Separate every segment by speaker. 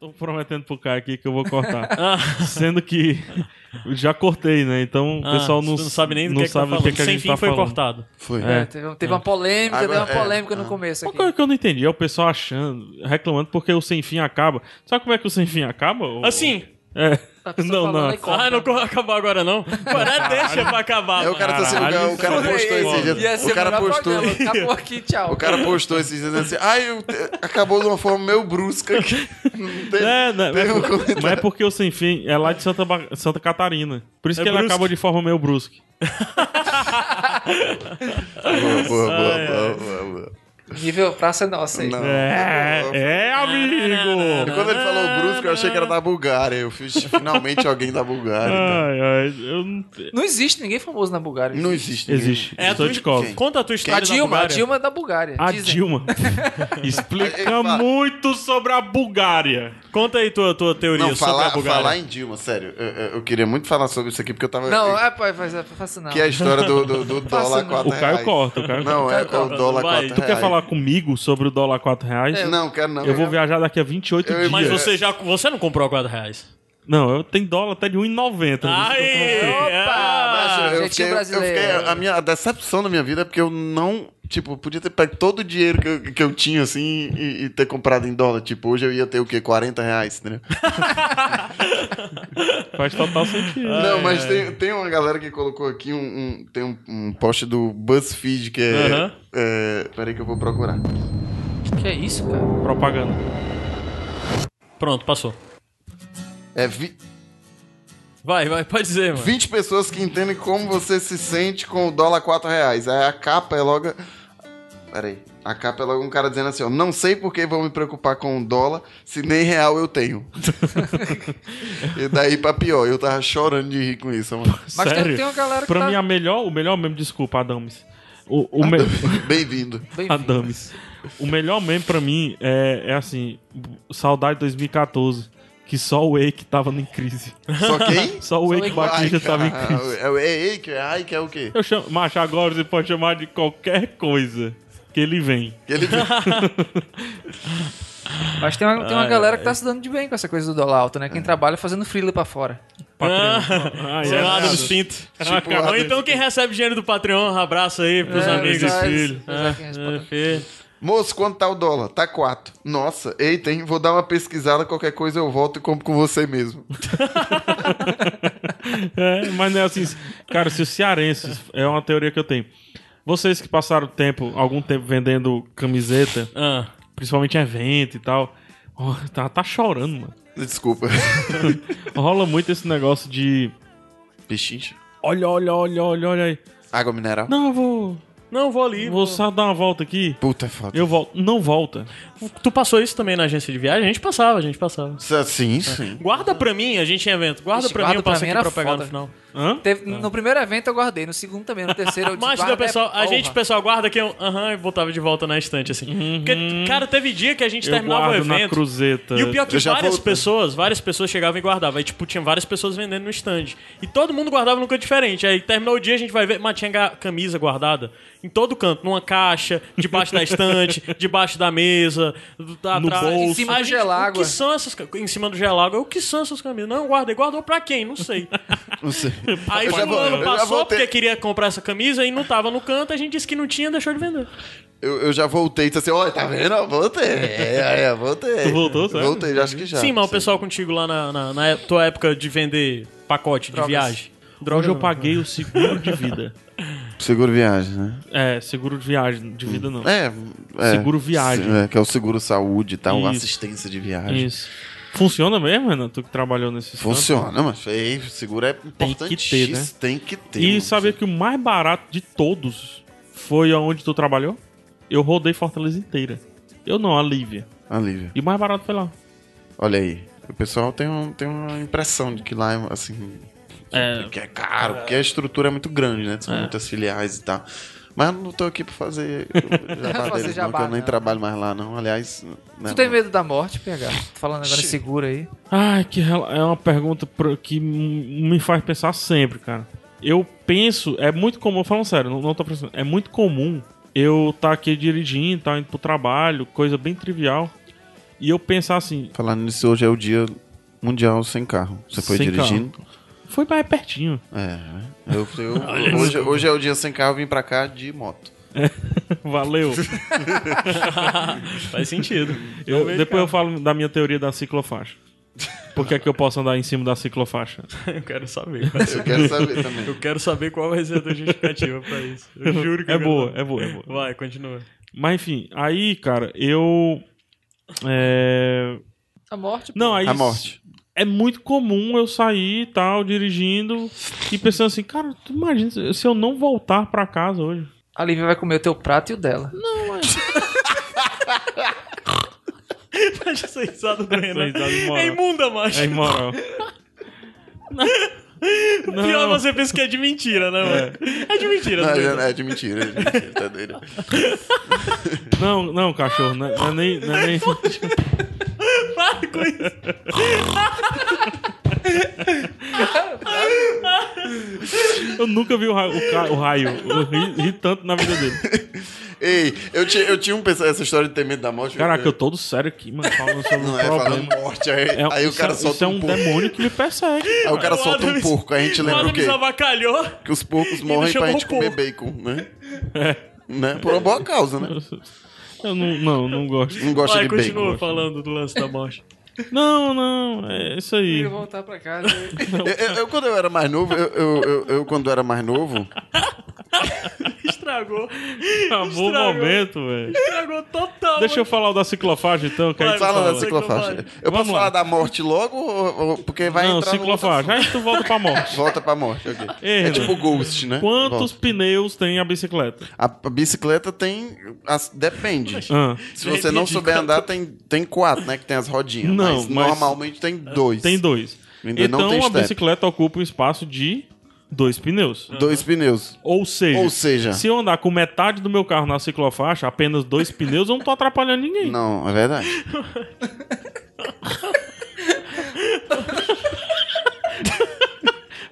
Speaker 1: Tô prometendo pro cara aqui que eu vou cortar.
Speaker 2: Ah,
Speaker 1: Sendo que eu já cortei, né? Então o pessoal não,
Speaker 2: tu Ah, não sabe nem do
Speaker 1: não
Speaker 2: que, é que tá
Speaker 1: sabe do
Speaker 2: falando.
Speaker 1: que, é que a
Speaker 2: Sem
Speaker 1: gente
Speaker 2: fim
Speaker 1: tá
Speaker 2: foi
Speaker 1: falando.
Speaker 2: cortado.
Speaker 3: Foi.
Speaker 1: É.
Speaker 4: Teve, um, teve uma polêmica,
Speaker 3: Agora-
Speaker 4: deu uma
Speaker 3: é,
Speaker 4: polêmica
Speaker 3: ah.
Speaker 4: no começo
Speaker 1: Uma
Speaker 4: aqui.
Speaker 1: coisa que eu não entendi é o pessoal achando, reclamando porque o sem fim acaba. Sabe como é que o sem fim acaba? ô-
Speaker 2: Assim.
Speaker 1: É.
Speaker 4: A pessoa
Speaker 1: Não,
Speaker 4: Tá falando
Speaker 1: não.
Speaker 4: aí corta.
Speaker 2: Ah, não co- acabou agora não. Agora deixa pra acabar.
Speaker 3: É, o cara tá
Speaker 2: mano.
Speaker 3: sendo-
Speaker 1: Caralho,
Speaker 3: o cara
Speaker 1: isso é
Speaker 3: postou
Speaker 1: foda.
Speaker 3: esse dia.
Speaker 4: Ia ser
Speaker 3: O cara
Speaker 4: melhor
Speaker 3: postou.
Speaker 4: programa. Acabou aqui, tchau.
Speaker 3: O cara postou esses dias assim, ai, eu te- acabou de uma forma meio brusca. que Não tem-
Speaker 1: É, né?
Speaker 3: tem um comentário.
Speaker 1: Mas é porque o Sem Fim é lá de Santa, Ba- Santa Catarina. Por isso
Speaker 2: É
Speaker 1: que ele
Speaker 2: brusque.
Speaker 1: acaba de forma meio brusca.
Speaker 3: Boa, boa,
Speaker 2: Ai,
Speaker 3: boa, boa, boa, boa.
Speaker 4: Nível praça é nossa aí.
Speaker 3: Não.
Speaker 1: É, é,
Speaker 2: Ah,
Speaker 3: E
Speaker 1: amigo!
Speaker 3: Quando ele falou brusco, eu achei que era da Bulgária. Eu fiz finalmente alguém da Bulgária. então.
Speaker 1: Ai, ai, eu não...
Speaker 4: Não existe ninguém famoso na Bulgária.
Speaker 3: Não existe. ninguém.
Speaker 1: Existe.
Speaker 2: É a
Speaker 1: Estou
Speaker 2: tua-
Speaker 1: de cobre.
Speaker 3: quem?
Speaker 2: Conta a tua
Speaker 4: A
Speaker 2: história da
Speaker 4: Dilma, a
Speaker 2: Bulgária.
Speaker 4: Dilma é da Bulgária.
Speaker 1: A
Speaker 4: dizem.
Speaker 1: Dilma explica
Speaker 3: Epa.
Speaker 1: muito sobre a Bulgária.
Speaker 2: Conta aí tua, tua teoria
Speaker 3: Não,
Speaker 2: sobre a
Speaker 3: falar,
Speaker 2: Bulgária.
Speaker 3: falar em Dilma, sério. Eu, eu- eu queria muito falar sobre isso aqui, porque eu tava.
Speaker 4: Não, é, pai, faz, é, faça não.
Speaker 3: Que é a história do, do, do dólar
Speaker 4: não.
Speaker 3: 4
Speaker 1: O Caio
Speaker 3: reais.
Speaker 1: corta, o Caio
Speaker 3: Não, é
Speaker 4: Caio corta.
Speaker 3: o dólar
Speaker 2: Vai,
Speaker 3: 4
Speaker 2: tu
Speaker 4: É,
Speaker 1: Tu quer falar comigo sobre o dólar 4 reais?
Speaker 3: É, Não, quero não.
Speaker 1: Eu vou viajar daqui a 28
Speaker 3: Eu-
Speaker 1: dias.
Speaker 2: Mas
Speaker 3: É.
Speaker 2: você já você não comprou a 4 reais.
Speaker 1: Não, eu tenho dólar até de 1,90.
Speaker 2: Aí!
Speaker 3: Mas
Speaker 2: Opa!
Speaker 3: eu,
Speaker 4: Ah, Jeitinho
Speaker 3: fiquei, eu
Speaker 4: brasileiro.
Speaker 3: fiquei- a minha a decepção da minha vida é porque eu não, tipo, podia ter pego todo o dinheiro que eu, que eu tinha, assim, e, e ter comprado em dólar. Tipo, hoje eu ia ter o quê? 40 reais, entendeu?
Speaker 1: Faz total sentido.
Speaker 4: É.
Speaker 3: Não, mas tem, tem uma galera que colocou aqui um, um- tem um, um post do BuzzFeed que é,
Speaker 2: Aham.
Speaker 3: é- Peraí que eu vou procurar.
Speaker 4: Que é isso, cara?
Speaker 1: Propaganda.
Speaker 2: Pronto, passou.
Speaker 3: É vi-
Speaker 2: Vai, vai, pode dizer, mano.
Speaker 3: 20 pessoas que entendem como você se sente com o dólar 4 reais. Aí a capa é logo. Peraí. A capa é logo um cara dizendo assim: ó, não sei por que vou me preocupar com o dólar se nem real eu tenho. e daí pra pior, eu tava chorando de rir com isso, mano.
Speaker 4: Mas tem-
Speaker 1: Sério?
Speaker 4: tem uma galera que
Speaker 1: pra
Speaker 4: tá-
Speaker 1: mim, é a melhor, o melhor meme, desculpa, Adames. O, o me...
Speaker 3: Bem-vindo.
Speaker 4: Bem-vindo.
Speaker 1: Adames. O melhor meme pra mim é, é assim: saudade 2014. Que só o Eike tava em crise.
Speaker 3: Só quem?
Speaker 1: Só o Eike
Speaker 4: Eike
Speaker 1: Batista
Speaker 3: Ai,
Speaker 1: tava em
Speaker 3: cara,
Speaker 1: crise.
Speaker 3: É o Ei que é Ai, que é o quê?
Speaker 1: Eu chamo, macho, agora você pode chamar de qualquer coisa que ele vem.
Speaker 3: Ele
Speaker 4: Mas tem uma, tem uma galera que tá se dando de bem com essa coisa do dólar alto,
Speaker 3: É.
Speaker 4: né? Quem trabalha fazendo freela pra fora.
Speaker 1: Patreon. Ah,
Speaker 2: Sei
Speaker 1: é,
Speaker 2: lá,
Speaker 1: nada.
Speaker 2: Adams Pinto.
Speaker 1: Tipo,
Speaker 2: Ou
Speaker 3: Adams
Speaker 2: então quem recebe dinheiro do Patreon, um abraço aí pros
Speaker 4: É,
Speaker 2: amigos e
Speaker 4: mas-
Speaker 2: filhos.
Speaker 4: mas é quem responde.
Speaker 2: É, filho.
Speaker 3: Moço, quanto tá o dólar? Tá 4. Nossa, eita, hein? Vou dar uma pesquisada, qualquer coisa eu volto e compro com você mesmo.
Speaker 1: É, mas não é assim. Cara, se os cearenses. É uma teoria que eu tenho. Vocês que passaram tempo, algum tempo vendendo camiseta,
Speaker 2: Ah.
Speaker 1: principalmente em evento e tal. ó, tá, tá chorando, mano.
Speaker 3: Desculpa.
Speaker 1: Rola muito esse negócio de.
Speaker 3: Pichincha?
Speaker 1: Olha, olha, olha, olha, olha aí.
Speaker 3: Água mineral?
Speaker 1: Não, eu vou.
Speaker 2: Não, vou ali.
Speaker 1: Vou
Speaker 2: vou-
Speaker 1: só dar uma volta aqui.
Speaker 3: Puta, é foda.
Speaker 1: Eu volto. Não volta.
Speaker 2: Tu passou isso também na agência de viagem? A gente passava, a gente passava.
Speaker 3: Sa- é Sim, sim.
Speaker 2: Guarda pra mim, a gente em evento. Guarda
Speaker 4: Ixi,
Speaker 2: pra
Speaker 4: guarda
Speaker 2: mim, eu passo
Speaker 4: pra mim
Speaker 2: aqui pra
Speaker 4: era
Speaker 2: pegar
Speaker 4: foda.
Speaker 2: no final.
Speaker 1: Hã?
Speaker 4: Teve- no primeiro evento eu guardei, no segundo também, no terceiro eu disse,
Speaker 2: Ah, Mas,
Speaker 4: guarda,
Speaker 2: entendeu, pessoal,
Speaker 4: é
Speaker 2: a gente,
Speaker 4: porra. Uhum.
Speaker 2: pessoal, guarda que eu. Aham, e voltava de volta na estante, assim. Porque, cara, teve dia que a gente
Speaker 1: Eu
Speaker 2: terminava o
Speaker 1: guardo na
Speaker 2: evento.
Speaker 1: cruzeta.
Speaker 2: E o pior é que
Speaker 3: Eu já
Speaker 2: várias
Speaker 3: volto.
Speaker 2: pessoas, várias pessoas chegavam e guardavam. Aí, tipo, tinha várias pessoas vendendo no stand. E todo mundo guardava num canto diferente. Aí terminou o dia, a gente vai ver. Mas tinha ga- camisa guardada em todo canto, numa caixa, debaixo da estante, debaixo da mesa, do- tá
Speaker 1: No
Speaker 2: atrás.
Speaker 1: bolso.
Speaker 4: Em cima
Speaker 2: A
Speaker 4: do é.
Speaker 2: gente,
Speaker 4: gelágua.
Speaker 2: O que são essas ca- Em cima do gelágua. O que são essas camisas? Não, guardei. Guardou pra quem? Não sei.
Speaker 3: Não sei.
Speaker 2: Aí
Speaker 3: Eu já vou-
Speaker 2: fulano
Speaker 3: eu já
Speaker 2: passou
Speaker 3: voltei.
Speaker 2: porque queria comprar essa camisa e não tava no canto, a gente disse que não tinha, deixou de vender.
Speaker 3: Eu, eu já voltei e disse assim: olha, tá vendo? Eu voltei. É, é, eu voltei.
Speaker 1: Tu voltou, sério?
Speaker 3: Voltei, já acho que já.
Speaker 2: Sim, mas o pessoal contigo lá na, na- na tua época de vender pacote de
Speaker 4: Drogas.
Speaker 2: viagem.
Speaker 1: Hoje eu
Speaker 2: não.
Speaker 1: paguei o seguro de vida.
Speaker 3: Seguro viagem, né?
Speaker 1: É, seguro de viagem. De vida não.
Speaker 3: É. é.
Speaker 1: Seguro viagem.
Speaker 3: Se- é, que é o seguro saúde e tal,
Speaker 1: Isso.
Speaker 3: assistência de viagem.
Speaker 1: Isso. Funciona mesmo, Renan? Tu que trabalhou nesse
Speaker 3: Funciona, mas é, seguro é importantíssimo.
Speaker 1: né?
Speaker 3: Tem que ter.
Speaker 1: E
Speaker 3: mano.
Speaker 1: sabia que o mais barato de todos foi aonde tu trabalhou? Eu rodei Fortaleza inteira. Eu não, a Lívia.
Speaker 3: Alívio.
Speaker 1: E o mais barato foi lá.
Speaker 3: Olha aí. O pessoal tem, um, tem uma impressão de que lá é assim.
Speaker 1: É.
Speaker 3: Que é caro, porque a estrutura é muito grande, né? São muitas filiais e tal. Mas eu não tô aqui pra fazer jabá
Speaker 4: Fazer
Speaker 3: deles, não,
Speaker 4: jabá,
Speaker 3: que eu nem
Speaker 4: não.
Speaker 3: trabalho mais lá, não. Aliás, né,
Speaker 4: Tu tem medo da morte, PH? Tô falando agora
Speaker 3: Xi.
Speaker 4: seguro aí.
Speaker 1: Ai, que rela- é uma pergunta pro- que m- me faz pensar sempre, cara. Eu penso, é muito comum, falando sério, não, não tô pensando, é tá muito comum eu estar aqui dirigindo, tá indo pro trabalho, coisa bem trivial. E eu pensar assim,
Speaker 3: Falando nisso, hoje é o dia mundial sem carro. Você foi
Speaker 1: Sem
Speaker 3: dirigindo?
Speaker 1: foi mais pertinho.
Speaker 3: É. Eu, eu- hoje, hoje é o dia sem carro, eu vim pra cá de moto.
Speaker 1: Valeu.
Speaker 2: Faz sentido.
Speaker 1: Eu-
Speaker 2: Não vejo
Speaker 1: depois eu falo da minha teoria da ciclofaixa. Por que é que eu posso andar em cima da ciclofaixa?
Speaker 2: cara. Eu quero saber. cara.
Speaker 3: Eu quero saber também.
Speaker 2: Eu quero saber qual vai ser a tua justificativa pra isso. Eu juro que
Speaker 1: é
Speaker 2: eu quero
Speaker 1: boa,
Speaker 2: saber.
Speaker 1: é boa, é boa.
Speaker 2: Vai, continua.
Speaker 1: Mas enfim, aí, cara, eu. É...
Speaker 4: A morte.
Speaker 1: Não, aí.
Speaker 3: A morte.
Speaker 1: É muito comum eu sair e tal, dirigindo e pensando assim, cara, tu imagina se- se eu não voltar pra casa hoje.
Speaker 4: A Lívia vai comer o teu prato e o dela.
Speaker 2: Mas essa risada do Renan
Speaker 1: risada imoral.
Speaker 2: é imunda, macho.
Speaker 1: É imoral. Não.
Speaker 2: Pior você pensa que é de mentira, né, mano? É, de mentira.
Speaker 3: Não,
Speaker 2: né?
Speaker 3: é, é de mentira, é de mentira, tá doido.
Speaker 1: Não, não, cachorro, não é, não é nem. Não é nem...
Speaker 2: Para com isso.
Speaker 1: Eu nunca vi o raio. O, ca- o raio. Eu ri, ri tanto na vida dele.
Speaker 3: Ei, eu, ti- eu tinha um pensamento, essa história de ter medo da morte.
Speaker 1: Caraca, eu todo sério aqui, mano, falando sobre
Speaker 3: Não
Speaker 1: um
Speaker 3: é
Speaker 1: problema.
Speaker 3: falando morte, aí,
Speaker 1: É,
Speaker 3: aí o
Speaker 1: isso
Speaker 3: cara
Speaker 1: é-
Speaker 3: solta
Speaker 1: Isso é
Speaker 3: um,
Speaker 1: um
Speaker 3: porco.
Speaker 1: demônio que me persegue.
Speaker 3: Aí o cara
Speaker 2: O
Speaker 3: solta um
Speaker 2: Adams-
Speaker 3: porco, aí a gente
Speaker 2: O
Speaker 3: lembra o
Speaker 2: Adam
Speaker 3: quê?
Speaker 2: nos avacalhou.
Speaker 3: Que os porcos
Speaker 2: me
Speaker 3: morrem pra
Speaker 2: chamou
Speaker 3: gente comer
Speaker 2: porco.
Speaker 3: bacon, né? né? Por uma boa causa, né?
Speaker 1: Eu não, não, não gosto.
Speaker 3: Não gosta
Speaker 2: Vai,
Speaker 3: de
Speaker 2: continua
Speaker 3: bacon.
Speaker 2: falando do lance da morte.
Speaker 1: Não, não, é isso aí.
Speaker 4: Eu vou voltar pra casa.
Speaker 3: Eu, eu- eu, quando eu era mais novo, eu, eu, eu- eu, quando era mais novo,
Speaker 2: Estragou.
Speaker 1: Acabou o
Speaker 2: Estragou.
Speaker 1: momento, velho.
Speaker 2: Estragou total.
Speaker 1: Deixa eu falar o da ciclofaixa, então. Que aí
Speaker 2: Vai,
Speaker 1: tu
Speaker 3: fala
Speaker 2: Fala,
Speaker 3: da
Speaker 1: fala.
Speaker 3: ciclofaixa.
Speaker 2: ciclofaixa.
Speaker 3: Eu
Speaker 1: Vamos
Speaker 3: posso
Speaker 1: lá.
Speaker 3: falar da morte logo, ou- ou- porque vai
Speaker 1: Não,
Speaker 3: entrar no outro
Speaker 1: ciclofaixa. Aí tu volta pra
Speaker 3: assunto.
Speaker 1: morte.
Speaker 3: Volta pra morte, ok.
Speaker 1: Ei,
Speaker 3: É
Speaker 1: Renan,
Speaker 3: tipo Ghost, né?
Speaker 1: Quantos
Speaker 3: Volta.
Speaker 1: pneus tem a bicicleta?
Speaker 3: A a bicicleta tem... as- depende.
Speaker 1: Ah,
Speaker 3: Se você não souber andar, tem, tem quatro, né? Que tem as rodinhas.
Speaker 1: Não,
Speaker 3: mas,
Speaker 1: mas- é,
Speaker 3: normalmente tem dois.
Speaker 1: tem dois.
Speaker 3: Ainda não
Speaker 1: então
Speaker 3: tem
Speaker 1: a
Speaker 3: step.
Speaker 1: bicicleta ocupa um espaço de dois pneus.
Speaker 3: Dois pneus.
Speaker 1: Ou seja,
Speaker 3: Ou seja...
Speaker 1: se eu andar com metade do meu carro na ciclofaixa, apenas dois pneus, eu não tô atrapalhando ninguém.
Speaker 3: Não, é verdade.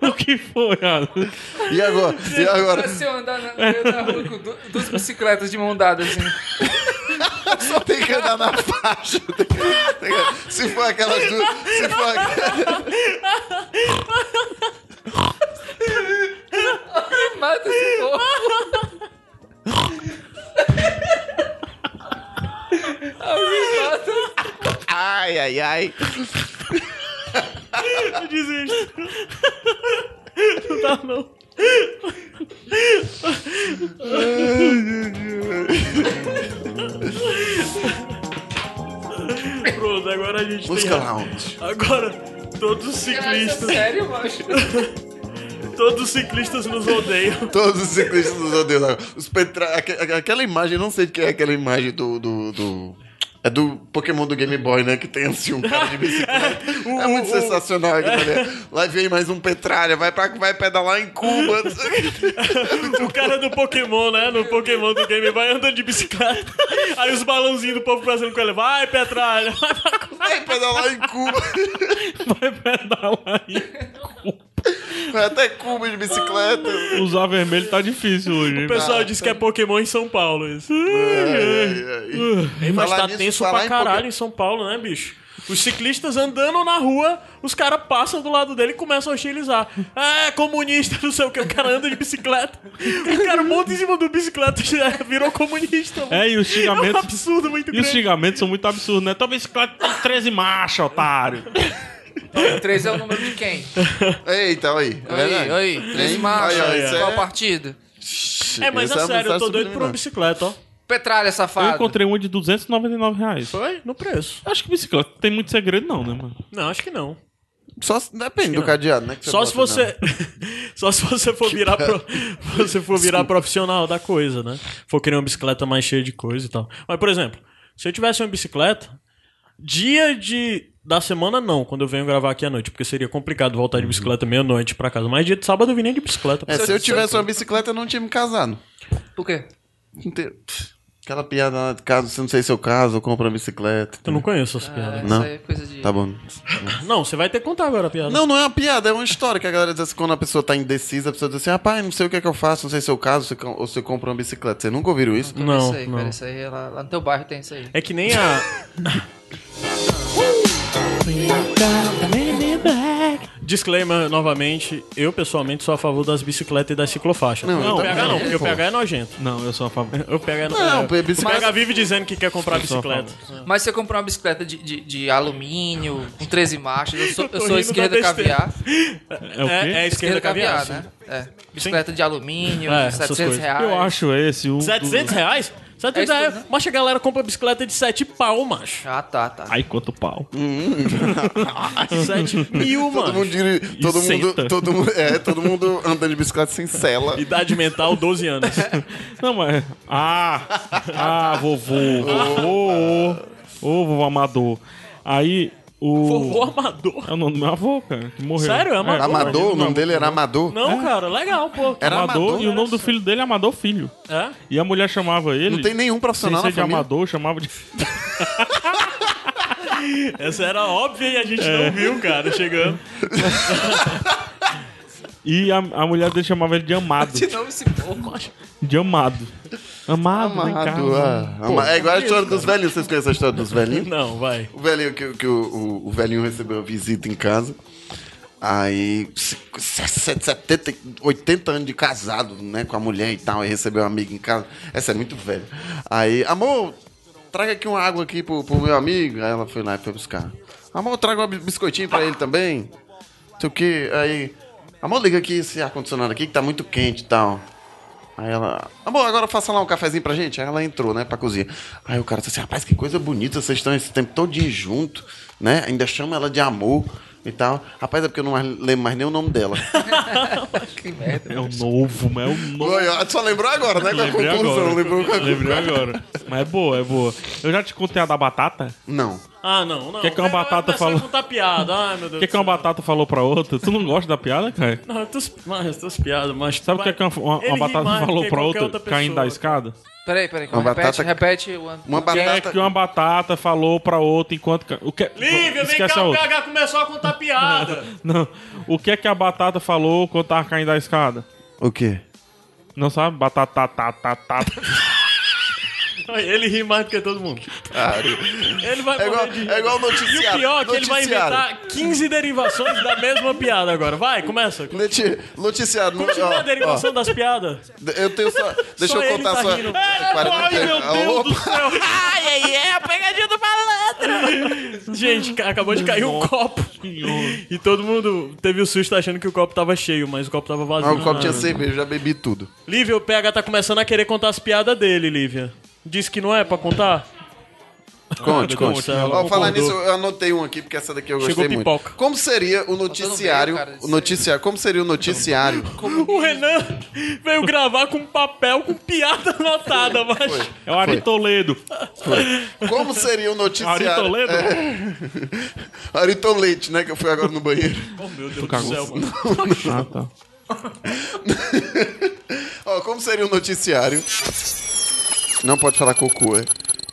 Speaker 1: O que foi, Adam?
Speaker 3: E agora? E agora?
Speaker 4: Se eu andar na, no meio da rua com du- duas bicicletas de mão dada, assim.
Speaker 3: Só tem que andar na faixa. tem que- tem que- se for aquelas duas. Se for aquelas.
Speaker 4: Mata esse povo. Alguém mata.
Speaker 3: Ai, ai, ai.
Speaker 2: Eu desisto. Não dá, não. Pronto, agora a gente
Speaker 3: Música
Speaker 2: tem...
Speaker 3: lounge.
Speaker 2: Agora, todos os
Speaker 4: Cara, isso é
Speaker 2: ciclistas...
Speaker 4: sério, macho?
Speaker 2: Todos os ciclistas nos odeiam.
Speaker 3: Todos os ciclistas nos odeiam. agora. Os petra... aque- aque- Aquela imagem, não sei de que é aquela imagem do. do, do- É do Pokémon do Game Boy, né? Que tem assim um cara de bicicleta. é muito sensacional aquilo ali. Lá vem mais um Petralha, vai, pra, vai pedalar em Cuba.
Speaker 2: O cara do Pokémon, né? No Pokémon do game vai andando de bicicleta. Aí os balãozinhos do povo brasileiro com ele. Vai, Petralha! vai pra
Speaker 3: Vai pedalar em Cuba.
Speaker 1: Vai pedalar aí.
Speaker 3: Vai até Cuba de bicicleta.
Speaker 1: Usar vermelho tá difícil hoje. hein?
Speaker 2: O pessoal diz que é Pokémon em São Paulo, isso.
Speaker 3: Ei,
Speaker 2: Mas tá tenso pra caralho em São Paulo, né, bicho? Os ciclistas andando na rua, os caras passam do lado dele e começam a hostilizar. É, comunista, não sei o que. O cara anda de bicicleta. O cara monta em cima do bicicleta já virou comunista. mano.
Speaker 1: É, e os
Speaker 2: É um
Speaker 1: xingamentos.
Speaker 2: absurdo muito
Speaker 1: E os
Speaker 2: grande.
Speaker 1: xingamentos são muito absurdos, né? Tua bicicleta tem 13 marcha, otário.
Speaker 4: Três é o número de quem?
Speaker 3: Eita, aí. É verdade.
Speaker 4: Oi, oi. Três
Speaker 3: Hein?
Speaker 4: marchas.
Speaker 3: Aí, ó, isso
Speaker 4: Qual
Speaker 3: é-
Speaker 4: partido?
Speaker 2: É, mas
Speaker 3: Essa
Speaker 2: é sério, eu
Speaker 3: uma
Speaker 2: tô
Speaker 3: mensagem
Speaker 2: doido por uma
Speaker 3: subliminar.
Speaker 2: bicicleta, ó.
Speaker 4: Petralha, safado.
Speaker 1: Eu encontrei uma de 299 reais.
Speaker 2: Foi? No preço.
Speaker 1: Acho que bicicleta não tem muito segredo, não, né, mano?
Speaker 2: Não, acho que não.
Speaker 3: Só se- depende do cadeado, né? que
Speaker 2: Só se
Speaker 3: bota, né?
Speaker 2: você. Só se você for virar, pro- você for virar profissional da coisa, né? For querer uma bicicleta mais cheia de coisa e tal. Mas, por exemplo, se eu tivesse uma bicicleta, dia de. Da semana não, quando eu venho gravar aqui à noite, porque seria complicado voltar de bicicleta meia-noite pra casa. Mas dia de sábado É, eu vim nem de bicicleta.
Speaker 3: É, se eu tivesse uma bicicleta, eu não tinha me casado.
Speaker 4: Por quê?
Speaker 3: Inteiro. Aquela piada lá de caso, se não sei seu caso, compra uma bicicleta.
Speaker 2: Eu não conheço essa piada.
Speaker 3: Não.
Speaker 4: Isso aí é coisa de...
Speaker 3: Tá bom.
Speaker 2: Não, você vai ter que contar agora a piada.
Speaker 3: Não, não é uma piada, é uma história que a galera diz assim, quando a pessoa tá indecisa, a pessoa diz assim, rapaz, não sei o que é que eu faço, não sei seu caso, se com- ou se eu compro uma bicicleta. Você nunca ouviram isso?
Speaker 4: Nunca vi
Speaker 2: Não,
Speaker 4: isso aí,
Speaker 2: não.
Speaker 4: Cara, isso aí é lá, lá no teu bairro tem isso aí.
Speaker 2: É que nem a. Disclaimer novamente, eu pessoalmente sou a favor das bicicletas e das ciclofaixas.
Speaker 3: Não, eu
Speaker 2: o
Speaker 3: também.
Speaker 2: PH não, porque o
Speaker 3: Pô.
Speaker 2: PH é nojento.
Speaker 1: Não, eu sou a favor.
Speaker 2: O PH é
Speaker 3: Não,
Speaker 2: nojento. o
Speaker 3: bicicleta-
Speaker 2: PH vive dizendo que quer comprar
Speaker 1: sou a
Speaker 2: bicicleta.
Speaker 4: Mas se eu comprar uma bicicleta de, de, de alumínio, com 13 marchas, eu sou,
Speaker 2: Eu tô
Speaker 4: eu sou
Speaker 2: rindo
Speaker 4: esquerda
Speaker 2: da besteira.
Speaker 4: caviar.
Speaker 1: É o quê?
Speaker 2: É, é a
Speaker 4: Esquerda
Speaker 2: esquerda
Speaker 4: caviar,
Speaker 2: caviar. sim.
Speaker 4: né? É. Bicicleta de alumínio,
Speaker 2: É, essas
Speaker 4: 700
Speaker 2: coisas.
Speaker 4: reais.
Speaker 1: Eu acho esse um. do-
Speaker 2: 700 reais? 700
Speaker 4: É isso,
Speaker 2: reais. Macho, a galera compra bicicleta de 7 pau, macho.
Speaker 4: Ah, tá, tá.
Speaker 1: Ai, quanto pau.
Speaker 2: 7 mil,
Speaker 3: Todo mundo,
Speaker 2: mano.
Speaker 3: diri- todo,
Speaker 1: senta.
Speaker 3: mundo, todo, mu- é, todo mundo andando de bicicleta sem sela.
Speaker 2: Idade mental, 12 anos.
Speaker 1: Não, mas. Ah! Ah, vovô! Ô, ô, ô, vovô amador. Aí, o.
Speaker 2: Vovô amador.
Speaker 1: É o nome do meu avô, cara, que morreu.
Speaker 2: Sério? É Amador?
Speaker 3: Amador, o nome dele era Amador.
Speaker 2: Não, cara, legal, pô.
Speaker 1: É,
Speaker 3: Era
Speaker 1: Amador,
Speaker 3: Amador,
Speaker 1: e o
Speaker 2: né?
Speaker 1: nome do filho dele é Amador Filho.
Speaker 2: É?
Speaker 1: E a mulher chamava ele.
Speaker 3: Não tem nenhum
Speaker 1: sem
Speaker 3: profissional
Speaker 1: ser
Speaker 3: na
Speaker 1: de
Speaker 3: família.
Speaker 1: Amador, chamava de.
Speaker 2: Essa era óbvia e a gente
Speaker 1: É.
Speaker 2: não viu, cara, chegando.
Speaker 1: E a, a mulher dele chamava ele de Amado.
Speaker 4: De novo Então esse porco.
Speaker 1: De Amado. Amado, vem cá.
Speaker 3: Amado, ah, ama- É igual a história dos velhinhos. Vocês conhecem a história dos velhinhos?
Speaker 2: Não, vai.
Speaker 3: O velhinho que, que o, o- o velhinho recebeu a visita em casa. Aí, se- se- se- 70, 80 anos de casado, né, com a mulher e tal, aí recebeu um amigo em casa. Essa é muito velha. Aí, amor, traga aqui uma água aqui pro, pro meu amigo. Aí ela foi lá e foi buscar. Amor, traga um biscoitinho pra ele também. Não sei o que. Aí, amor, liga aqui esse ar-condicionado aqui que tá muito quente e tal. Aí ela, amor, agora faça lá um cafezinho pra gente. Aí ela entrou, né, pra cozinha. Aí o cara disse assim, rapaz, que coisa bonita, vocês estão esse tempo todinho junto, né? Ainda chama ela de amor e tal. Rapaz, é porque eu não mais lembro mais nem o nome dela.
Speaker 4: Que merda.
Speaker 1: É o novo, mas é o novo.
Speaker 3: Oi, ó, só lembrou agora, né, com a
Speaker 1: Lembrei
Speaker 3: conclusão.
Speaker 1: agora.
Speaker 3: Lembrou com a
Speaker 1: Lembrei
Speaker 3: conclusão.
Speaker 1: agora. Mas é boa, é boa. Eu já te contei a da batata?
Speaker 3: Não.
Speaker 2: Ah, não, não.
Speaker 1: Que que uma
Speaker 2: Vai-
Speaker 1: batata
Speaker 2: vai começar a
Speaker 1: falou?
Speaker 2: contar piada. Ai, meu Deus.
Speaker 1: O que, que uma
Speaker 2: do céu.
Speaker 1: batata falou pra outra? Tu não gosta da piada, cara?
Speaker 2: Não, eu tô, mas, eu tô as piadas, mas...
Speaker 1: Sabe o que, é que uma, uma- uma
Speaker 2: Ele ri mais
Speaker 1: batata
Speaker 2: do
Speaker 1: falou
Speaker 2: que
Speaker 1: pra
Speaker 2: qualquer
Speaker 1: outra,
Speaker 2: outra
Speaker 1: caindo da
Speaker 2: pessoa.
Speaker 1: escada?
Speaker 4: Peraí, peraí.
Speaker 3: Uma
Speaker 4: repete,
Speaker 3: batata-
Speaker 4: repete. o-
Speaker 3: Uma
Speaker 1: O que é
Speaker 3: batata...
Speaker 1: que uma batata falou pra outra enquanto. ca- O que... é,
Speaker 2: Lívia, vem
Speaker 1: Esquece
Speaker 2: cá,
Speaker 1: a
Speaker 2: o
Speaker 1: outra.
Speaker 2: PH começou a contar piada.
Speaker 1: Não. O que é que a batata falou quando tava caindo da escada?
Speaker 3: O quê?
Speaker 1: Não sabe? Batata, tá, tá, tá.
Speaker 2: Ele ri mais do que todo mundo. Ele vai
Speaker 3: É igual,
Speaker 2: morrer de rir.
Speaker 3: é igual
Speaker 2: E o
Speaker 3: noticiário.
Speaker 2: pior é que ele vai
Speaker 3: noticiário.
Speaker 2: inventar 15 derivações da mesma piada agora. Vai, começa.
Speaker 3: Noti- Noticiário.
Speaker 1: é
Speaker 3: no-
Speaker 2: Continua
Speaker 3: ó,
Speaker 2: a derivação das piadas.
Speaker 3: ó, eu tenho só. Deixa
Speaker 2: Só
Speaker 3: eu
Speaker 2: ele
Speaker 3: contar
Speaker 2: tá
Speaker 3: só.
Speaker 2: rindo.
Speaker 1: Ai, meu Deus do céu.
Speaker 4: Ai, ai, é a pegadinha do malandro.
Speaker 2: Gente, ca- acabou de cair um copo. E todo mundo teve o susto achando que o copo tava cheio, mas o copo tava vazio.
Speaker 3: Ah, o copo tinha cerveja, eu já bebi tudo.
Speaker 2: Lívia, o PH tá começando a querer contar as piadas dele, Lívia. Disse que não é pra contar?
Speaker 3: Conte,
Speaker 2: Ah,
Speaker 3: conte.
Speaker 2: ela
Speaker 3: Ó,
Speaker 2: concordou.
Speaker 3: falar nisso, eu anotei um aqui, porque essa daqui eu gostei
Speaker 2: Chegou
Speaker 3: muito.
Speaker 2: pipoca.
Speaker 3: Como seria o noticiário...
Speaker 4: Mas eu não vejo, cara,
Speaker 3: o noticiário como seria o noticiário...
Speaker 2: O Renan veio gravar com papel com piada anotada, mas.
Speaker 1: É o Ari
Speaker 3: Foi.
Speaker 1: Toledo.
Speaker 3: Como seria o
Speaker 1: Ari
Speaker 3: noticiário...
Speaker 1: Toledo?
Speaker 3: é. Aritolete, né? Que eu fui agora no banheiro.
Speaker 2: Oh, meu Deus do
Speaker 1: cagou.
Speaker 2: céu, mano.
Speaker 1: Ah, tá.
Speaker 3: Ó, como seria o noticiário... Não pode falar cocô, é?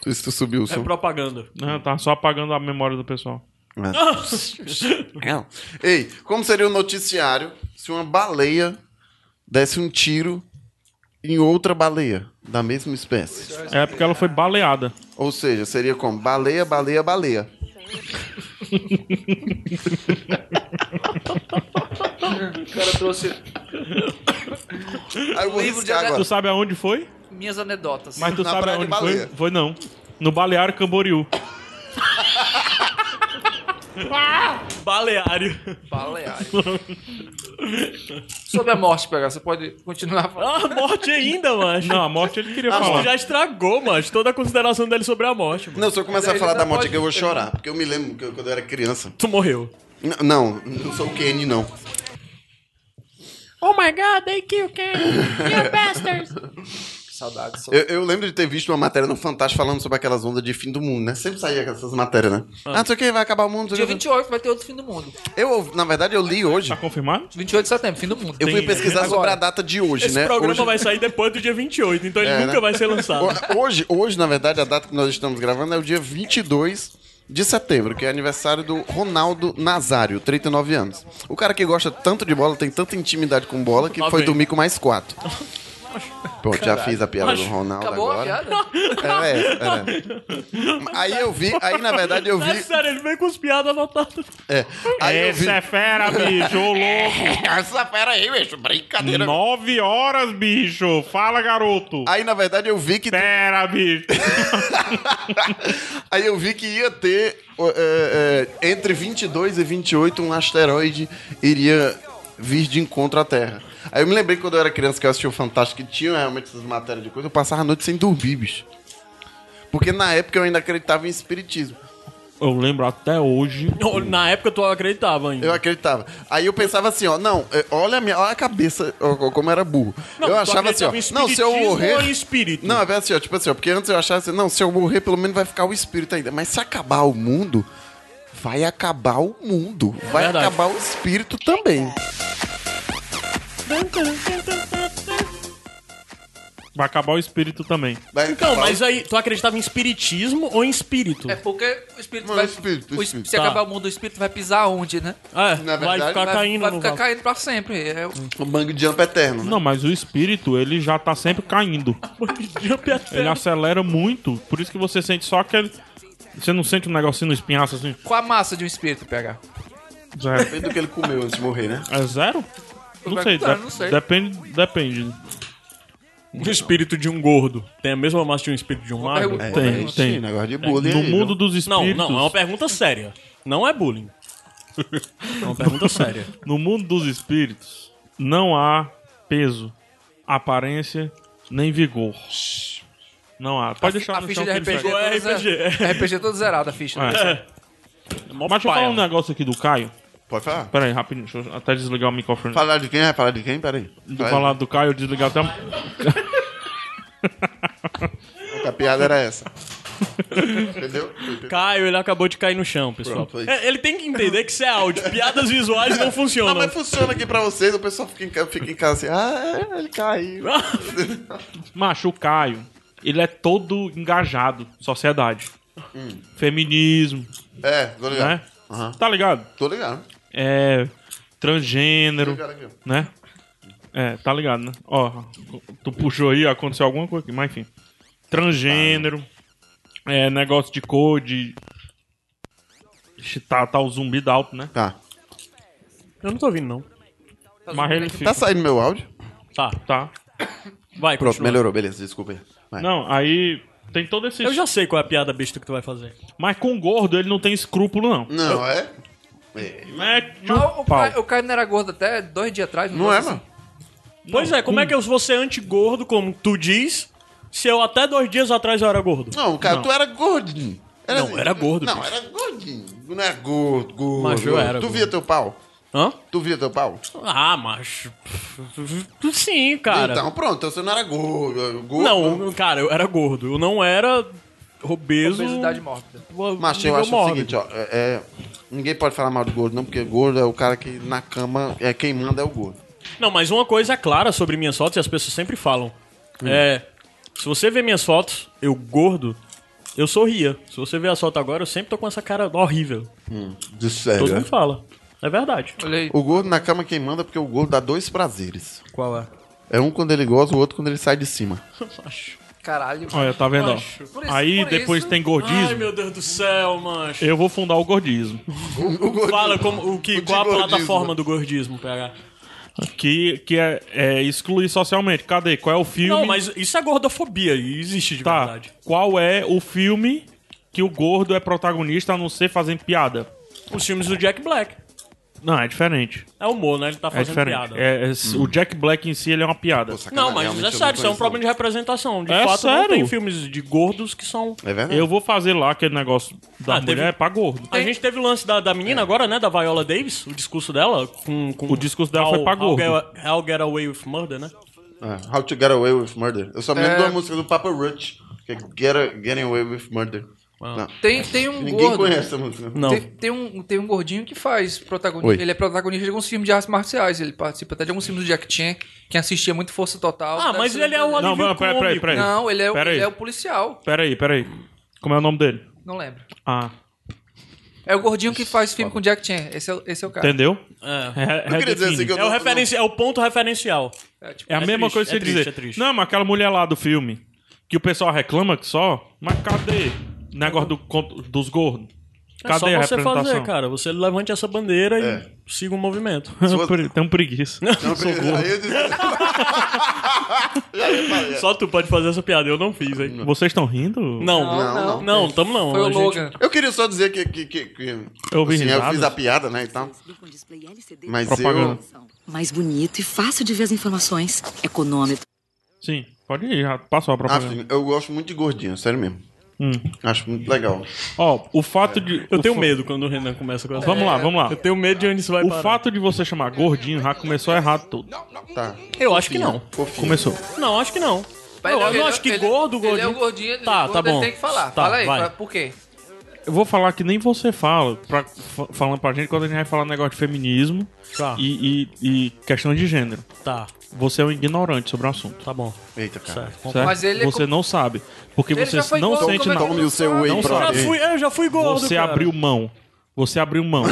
Speaker 3: Por isso tu subiu o
Speaker 2: É
Speaker 3: som.
Speaker 2: propaganda.
Speaker 1: Não, tá só apagando a memória do pessoal.
Speaker 2: É
Speaker 3: Ah. Não. Ei, como seria o noticiário se uma baleia desse um tiro em outra baleia da mesma espécie?
Speaker 1: É porque ela foi baleada.
Speaker 3: Ou seja, seria como baleia, baleia, baleia.
Speaker 4: O cara trouxe
Speaker 3: Aí eu vou
Speaker 4: Livro de
Speaker 3: riscar
Speaker 1: Tu
Speaker 3: agora.
Speaker 1: sabe aonde foi?
Speaker 4: minhas anedotas.
Speaker 1: Mas tu
Speaker 3: Na
Speaker 1: sabe
Speaker 3: praia de
Speaker 1: aonde foi?
Speaker 3: baleia.
Speaker 1: Foi não. No Baleário Camboriú.
Speaker 2: Baleário.
Speaker 4: Baleário. Sobre a morte, PH, você pode continuar falando.
Speaker 2: Ah, morte ainda, mas.
Speaker 1: Não, a morte ele
Speaker 3: Ah,
Speaker 1: queria
Speaker 2: Acho que
Speaker 1: falar.
Speaker 2: já estragou, mas toda a consideração dele sobre a morte, mano.
Speaker 3: Não, se eu começar a
Speaker 4: Ele
Speaker 3: falar
Speaker 4: não
Speaker 3: da morte
Speaker 4: pode
Speaker 3: aqui, eu vou
Speaker 4: ter-
Speaker 3: chorar. Porque eu me lembro que eu- quando eu era criança.
Speaker 2: Tu morreu.
Speaker 3: N- não, não sou o Kenny, não.
Speaker 5: Oh my god, they killed Kenny. You bastards. Saudades.
Speaker 3: Eu, eu lembro de ter visto uma matéria no Fantástico falando sobre aquelas ondas de fim do mundo, né? Sempre saía essas matérias, né? Ah, não sei o que, vai acabar o mundo. não sei
Speaker 4: Dia
Speaker 3: o quê.
Speaker 4: 28 vai ter outro fim do mundo.
Speaker 3: Eu, ouvi- na verdade, eu li hoje.
Speaker 1: Tá confirmado?
Speaker 4: 28 de setembro, fim do mundo.
Speaker 3: Eu fui
Speaker 1: Tem-
Speaker 3: pesquisar sobre
Speaker 4: Agora.
Speaker 3: a data de hoje,
Speaker 2: Esse
Speaker 3: né?
Speaker 2: programa
Speaker 3: Hoje-
Speaker 2: vai sair depois do dia 28, então ele
Speaker 3: É,
Speaker 2: nunca
Speaker 3: né?
Speaker 2: vai ser lançado.
Speaker 3: Ho- Hoje, hoje, na verdade, a data que nós estamos gravando é o dia 22 de setembro, que é aniversário do Ronaldo Nazário, 39 anos. O cara que gosta tanto de bola, tem tanta intimidade com bola, que
Speaker 2: Lá
Speaker 3: foi
Speaker 2: vem.
Speaker 3: dormir com mais quatro. Pronto, já fiz a piada do
Speaker 2: Acho-
Speaker 3: Ronaldo
Speaker 4: Acabou a
Speaker 3: agora.
Speaker 4: piada?
Speaker 3: Era essa, era essa. Aí eu vi, aí na verdade eu
Speaker 2: É
Speaker 3: vi.
Speaker 2: sério, ele veio com os piadas anotadas.
Speaker 3: É, aí eu vi.
Speaker 1: Esse é fera, bicho, ô louco.
Speaker 3: Essa fera aí, bicho, brincadeira. Ah,
Speaker 1: Nove horas, bicho. Fala, garoto.
Speaker 3: Aí na verdade eu vi que
Speaker 1: Pera, bicho.
Speaker 3: Aí eu vi que ia ter é, é, entre 22 e 28 um asteroide iria vir de encontro à Terra. Aí eu me lembrei quando eu era criança que eu assistia o Fantástico que tinha realmente essas matérias de coisa, eu passava a noite sem dormir, bicho. Porque na época eu ainda acreditava em espiritismo.
Speaker 1: Eu lembro até hoje.
Speaker 2: Na época tu acreditava ainda.
Speaker 3: Eu acreditava. Aí eu pensava assim, ó, não, é, olha a minha, olha a cabeça, ó, ó, como era burro. eu
Speaker 2: tu
Speaker 3: achava assim, ó,
Speaker 2: acreditava em
Speaker 3: não, se eu
Speaker 2: espiritismo
Speaker 3: morrer,
Speaker 2: ou em espírito?
Speaker 3: Não, é assim, ó, tipo assim, ó, porque antes eu achava assim, não, se eu morrer, pelo menos vai ficar o espírito ainda. Mas se acabar o mundo, vai acabar o mundo.
Speaker 1: É
Speaker 3: Vai
Speaker 2: verdade.
Speaker 3: acabar o espírito também.
Speaker 1: Vai acabar o espírito também.
Speaker 3: Vai
Speaker 2: Então,
Speaker 3: acabar
Speaker 2: mas
Speaker 3: o-
Speaker 2: aí, tu acreditava em espiritismo ou em espírito?
Speaker 4: É porque o espírito
Speaker 3: Não,
Speaker 4: vai.
Speaker 3: o espírito, o
Speaker 4: o es-
Speaker 3: espírito.
Speaker 4: Se
Speaker 2: Tá.
Speaker 4: acabar o mundo, o espírito vai pisar onde, né?
Speaker 2: É,
Speaker 3: Na
Speaker 2: vai
Speaker 3: verdade,
Speaker 2: ficar
Speaker 4: Vai,
Speaker 2: caindo
Speaker 4: vai
Speaker 2: no
Speaker 4: ficar
Speaker 2: vácuo.
Speaker 4: caindo pra sempre. É,
Speaker 3: O bang jump é eterno. né?
Speaker 1: Não, mas o espírito, ele já tá sempre caindo.
Speaker 2: Jump até-
Speaker 3: É.
Speaker 1: Ele acelera muito. Por isso que você sente só aquele. Você não sente um negocinho no espinhaço assim?
Speaker 4: qual a massa de um espírito, PH?
Speaker 2: Ah,
Speaker 1: Zero.
Speaker 3: Depende do que ele comeu antes de morrer, né?
Speaker 1: É zero? Não sei,
Speaker 4: Não,
Speaker 1: de-
Speaker 4: não sei.
Speaker 1: Depende. Depende.
Speaker 2: O espírito de um gordo tem a mesma massa de um espírito de um magro?
Speaker 4: pergunta.
Speaker 1: É, Tem,
Speaker 3: Sim,
Speaker 1: tem. É,
Speaker 3: negócio de bullying.
Speaker 1: No
Speaker 3: aí,
Speaker 1: mundo
Speaker 3: viu?
Speaker 1: dos
Speaker 2: Não,
Speaker 1: espíritos.
Speaker 2: não, é uma pergunta séria. Não é bullying. É uma pergunta séria.
Speaker 1: No mundo dos espíritos, não há peso, aparência, nem vigor. Não há. Pode deixar
Speaker 4: a
Speaker 1: no
Speaker 4: ficha
Speaker 1: chão
Speaker 4: de
Speaker 1: que ele
Speaker 4: RPG.
Speaker 1: pega.
Speaker 2: É
Speaker 4: toda
Speaker 2: RPG.
Speaker 4: zera- RPG todo zerado, a ficha. né?
Speaker 1: É.
Speaker 2: Mó
Speaker 1: Mas deixa eu
Speaker 2: paia.
Speaker 1: falar um negócio aqui do Caio.
Speaker 3: Pode falar.
Speaker 1: Pera aí, rapidinho. Deixa eu até desligar o microfone.
Speaker 3: Falar de quem? Vai falar de quem? Peraí.
Speaker 1: Vou falar do Caio, desligar até... a-
Speaker 3: A piada era essa. Entendeu?
Speaker 2: Caio, ele acabou de cair no chão, pessoal.
Speaker 3: Pronto, é isso.
Speaker 2: É, ele tem que entender que isso é áudio. Piadas visuais não funcionam.
Speaker 3: Não, mas funciona aqui pra vocês, o pessoal fica em casa, fica em casa assim, ah, ele caiu.
Speaker 1: Né? Macho, o Caio, ele é todo engajado. Sociedade. Feminismo,
Speaker 3: Hum. É, tô ligado.
Speaker 1: né?
Speaker 3: Aham.
Speaker 1: Tá ligado?
Speaker 3: Tô ligado.
Speaker 1: É...
Speaker 3: Tô
Speaker 1: Transgênero,
Speaker 3: ligado aqui, ó.
Speaker 1: né? É, tá ligado, né? Ó, tu puxou aí, aconteceu alguma coisa aqui, mas enfim. Transgênero, é, negócio de cor, de. Ixi, Tá, tá o zumbi da alto, né?
Speaker 3: Tá.
Speaker 2: Eu não tô ouvindo, não.
Speaker 1: Mas ele fica.
Speaker 3: Tá saindo meu áudio?
Speaker 2: Tá,
Speaker 1: Tá.
Speaker 2: vai,
Speaker 3: Pronto,
Speaker 2: continua.
Speaker 3: melhorou, beleza, desculpa aí. Vai.
Speaker 1: Não, aí tem todo esse.
Speaker 2: Eu já sei qual é a piada besta que tu vai fazer.
Speaker 1: Mas com gordo ele não tem escrúpulo, não.
Speaker 3: Não, é? É,
Speaker 1: Mete
Speaker 4: Mas Ah, o,
Speaker 1: o
Speaker 4: o, Caio,
Speaker 1: pau.
Speaker 4: o Caio não era gordo até dois dias atrás.
Speaker 3: Não é, mano?
Speaker 2: Pois é,
Speaker 1: hum.
Speaker 2: como é que eu vou ser anti-gordo, como tu diz, se eu até dois dias atrás eu era gordo?
Speaker 3: Não, cara, tu era gordinho.
Speaker 2: Não, era gordo,
Speaker 3: Não,
Speaker 2: bicho.
Speaker 3: era gordinho. Tu Não é gordo, gordo.
Speaker 2: Mas eu
Speaker 3: gordo.
Speaker 2: era
Speaker 3: tu
Speaker 2: gordo.
Speaker 3: via teu pau?
Speaker 2: Hã?
Speaker 3: Tu via teu pau?
Speaker 2: Ah, macho. Sim, cara.
Speaker 3: Então, pronto, então você não era gordo. gordo
Speaker 2: não, cara, eu era gordo. Eu não era obeso.
Speaker 4: Obesidade mórbida.
Speaker 3: Mas eu
Speaker 2: nível
Speaker 3: acho
Speaker 2: mórbido.
Speaker 3: o seguinte, ó. é- é, ninguém pode falar mal de gordo, não, porque gordo é o cara que na cama, é quem manda é o gordo.
Speaker 2: Não, mas uma coisa é clara sobre minhas fotos, e as pessoas sempre falam.
Speaker 3: Hum.
Speaker 2: É. Se você vê minhas fotos, eu gordo, eu sorria. Se você vê as fotos agora, eu sempre tô com essa cara horrível.
Speaker 3: Hum, De
Speaker 2: Todo
Speaker 3: sério.
Speaker 2: mundo fala. É verdade.
Speaker 4: Olhei.
Speaker 3: O gordo na cama quem manda, é porque o gordo dá dois prazeres.
Speaker 2: Qual é?
Speaker 3: É um quando ele goza, o outro quando ele sai de cima.
Speaker 2: Macho.
Speaker 4: Caralho.
Speaker 1: Olha, tá vendo? ó?
Speaker 2: Macho.
Speaker 4: Por isso-
Speaker 1: aí
Speaker 4: por
Speaker 1: depois
Speaker 4: isso-
Speaker 1: tem gordismo.
Speaker 2: Ai, meu Deus do céu, macho.
Speaker 1: Eu vou fundar o gordismo.
Speaker 3: O, gordo-
Speaker 2: Fala como, o que,
Speaker 3: O de
Speaker 2: qual a
Speaker 3: gordismo.
Speaker 2: plataforma do gordismo, PH.
Speaker 1: Que, que é, é excluir socialmente. Cadê? Qual é o filme?
Speaker 2: Não, mas isso é gordofobia e existe de
Speaker 1: Tá.
Speaker 2: verdade.
Speaker 1: Qual é o filme que o gordo é protagonista a não ser fazendo piada?
Speaker 2: Os filmes do Jack Black.
Speaker 1: Não, é diferente.
Speaker 2: É humor, né? Ele tá
Speaker 1: É
Speaker 2: fazendo
Speaker 1: diferente.
Speaker 2: piada.
Speaker 1: É, é- O Jack Black em si ele é uma piada.
Speaker 3: Pô,
Speaker 2: Não,
Speaker 3: sacanagem,
Speaker 2: mas
Speaker 3: realmente
Speaker 2: isso é
Speaker 3: eu não
Speaker 2: sério, isso é um
Speaker 3: conheço.
Speaker 2: problema de representação. De
Speaker 1: É
Speaker 2: fato, não
Speaker 1: sério?
Speaker 2: tem filmes de gordos que são.
Speaker 3: É verdade.
Speaker 1: Eu vou fazer lá aquele negócio da
Speaker 2: Ah, teve-
Speaker 1: mulher pra gordo.
Speaker 2: A gente teve o lance da, da
Speaker 1: É.
Speaker 2: menina agora, né? Da Viola Davis, o discurso dela. Com, com
Speaker 1: O discurso dela foi pra gordo.
Speaker 2: How, Get- How Get Away with Murder, né?
Speaker 3: É, How to Get Away with Murder. Eu só me lembro
Speaker 4: É.
Speaker 3: da música do Papa Roach, que é Get a- Getting Away with Murder.
Speaker 2: Uau.
Speaker 3: Não,
Speaker 4: Tem, tem um
Speaker 3: ninguém
Speaker 4: gordo.
Speaker 3: conhece essa música.
Speaker 2: Não.
Speaker 4: Tem, tem um, tem um gordinho que faz
Speaker 3: Oi.
Speaker 4: protagonista. Ele é protagonista de alguns filmes de artes marciais. Ele participa até de alguns filmes do Jack Chan. Quem assistia muito Força Total.
Speaker 2: Ah,
Speaker 4: deve
Speaker 2: mas
Speaker 4: se
Speaker 2: ele é
Speaker 4: lembrar
Speaker 2: o
Speaker 4: dele.
Speaker 1: Não,
Speaker 2: alívio
Speaker 1: peraí, peraí, peraí,
Speaker 2: cômico.
Speaker 1: peraí.
Speaker 4: Não, ele é o,
Speaker 1: Pera aí.
Speaker 4: ele é o policial.
Speaker 1: Peraí, peraí. Como é o nome dele?
Speaker 4: Não lembro.
Speaker 1: Ah,
Speaker 4: É o gordinho que faz filme com Jack Chan. Esse é, o- esse é o cara.
Speaker 1: entendeu?
Speaker 2: É.
Speaker 1: É,
Speaker 3: Eu queria dizer
Speaker 1: redefine.
Speaker 3: assim que eu
Speaker 2: É o,
Speaker 3: não-
Speaker 2: referenci... é o ponto referencial.
Speaker 4: É, tipo,
Speaker 1: É a
Speaker 2: É
Speaker 1: mesma
Speaker 2: triste,
Speaker 1: coisa que
Speaker 2: é
Speaker 1: eu ia
Speaker 2: triste,
Speaker 1: dizer.
Speaker 2: é triste.
Speaker 1: Não, mas aquela mulher lá do filme, que o pessoal reclama que só, mas cadê? o Negócio do conto- dos gordos.
Speaker 2: é só
Speaker 1: Cadê a
Speaker 2: você
Speaker 1: representação?
Speaker 2: fazer, cara. Você levante essa bandeira
Speaker 3: É.
Speaker 2: e siga o movimento.
Speaker 3: Se você-
Speaker 1: Pre- Tem um preguiça.
Speaker 3: Não, aí eu disse... Já reparei.
Speaker 2: Só tu pode fazer essa piada, eu não fiz, hein?
Speaker 1: Vocês estão rindo?
Speaker 2: Não,
Speaker 3: Não, não.
Speaker 2: não, tamo não.
Speaker 4: Foi o
Speaker 2: A gente-
Speaker 4: Logan.
Speaker 3: Eu queria só dizer que, que, que, que
Speaker 1: Eu ouvi
Speaker 3: assim, eu
Speaker 1: risadas.
Speaker 3: fiz a piada, né, e tal. Mas
Speaker 1: Propaganda.
Speaker 5: Mais bonito e fácil de ver as informações. Econômico.
Speaker 1: Sim, pode ir, já passou a
Speaker 3: eu... Ah,
Speaker 1: propaganda.
Speaker 3: sim, eu gosto muito de gordinho, sério mesmo.
Speaker 1: Hum.
Speaker 3: Acho muito legal.
Speaker 1: Ó, o
Speaker 4: É.
Speaker 1: fato de.
Speaker 2: Eu
Speaker 1: o
Speaker 2: tenho
Speaker 1: fa-
Speaker 2: medo quando o Renan começa com essa.
Speaker 1: Vamos lá, vamos lá.
Speaker 2: Eu tenho medo de onde isso vai
Speaker 1: O
Speaker 2: parar.
Speaker 1: fato de você chamar gordinho já começou errado tudo.
Speaker 3: Tá.
Speaker 2: Eu acho que não.
Speaker 3: Fofinho.
Speaker 1: Começou.
Speaker 2: Não, acho que não.
Speaker 4: Mas
Speaker 2: eu
Speaker 4: ele-
Speaker 2: não
Speaker 4: ele-
Speaker 2: acho que
Speaker 4: ele-
Speaker 2: gordo, gordinho.
Speaker 4: Ele é o gordinho.
Speaker 2: Tá,
Speaker 4: gordo,
Speaker 2: tá bom.
Speaker 4: Ele tem que falar.
Speaker 2: Tá,
Speaker 4: Fala aí,
Speaker 2: vai.
Speaker 4: fala por quê?
Speaker 1: Eu vou falar que nem você fala, pra, fa- falando pra gente quando a gente vai falar um negócio de feminismo
Speaker 2: Tá.
Speaker 1: e, e- e questão de gênero.
Speaker 2: Tá,
Speaker 1: Você é um ignorante sobre o assunto.
Speaker 2: tá bom.
Speaker 3: Eita, cara. Então
Speaker 2: Certo.
Speaker 1: Certo?
Speaker 4: Mas ele é
Speaker 1: você
Speaker 4: com-
Speaker 1: não sabe. Porque
Speaker 4: Ele
Speaker 1: você
Speaker 4: já foi
Speaker 1: não
Speaker 4: gordo,
Speaker 1: sente
Speaker 4: como é que
Speaker 1: nada.
Speaker 4: ele
Speaker 3: Tome o seu whey
Speaker 1: Não
Speaker 2: Eu já
Speaker 1: sabe.
Speaker 3: protein.
Speaker 2: fui, eu já fui gordo.
Speaker 1: Você
Speaker 2: cara.
Speaker 1: abriu mão. Você abriu mão.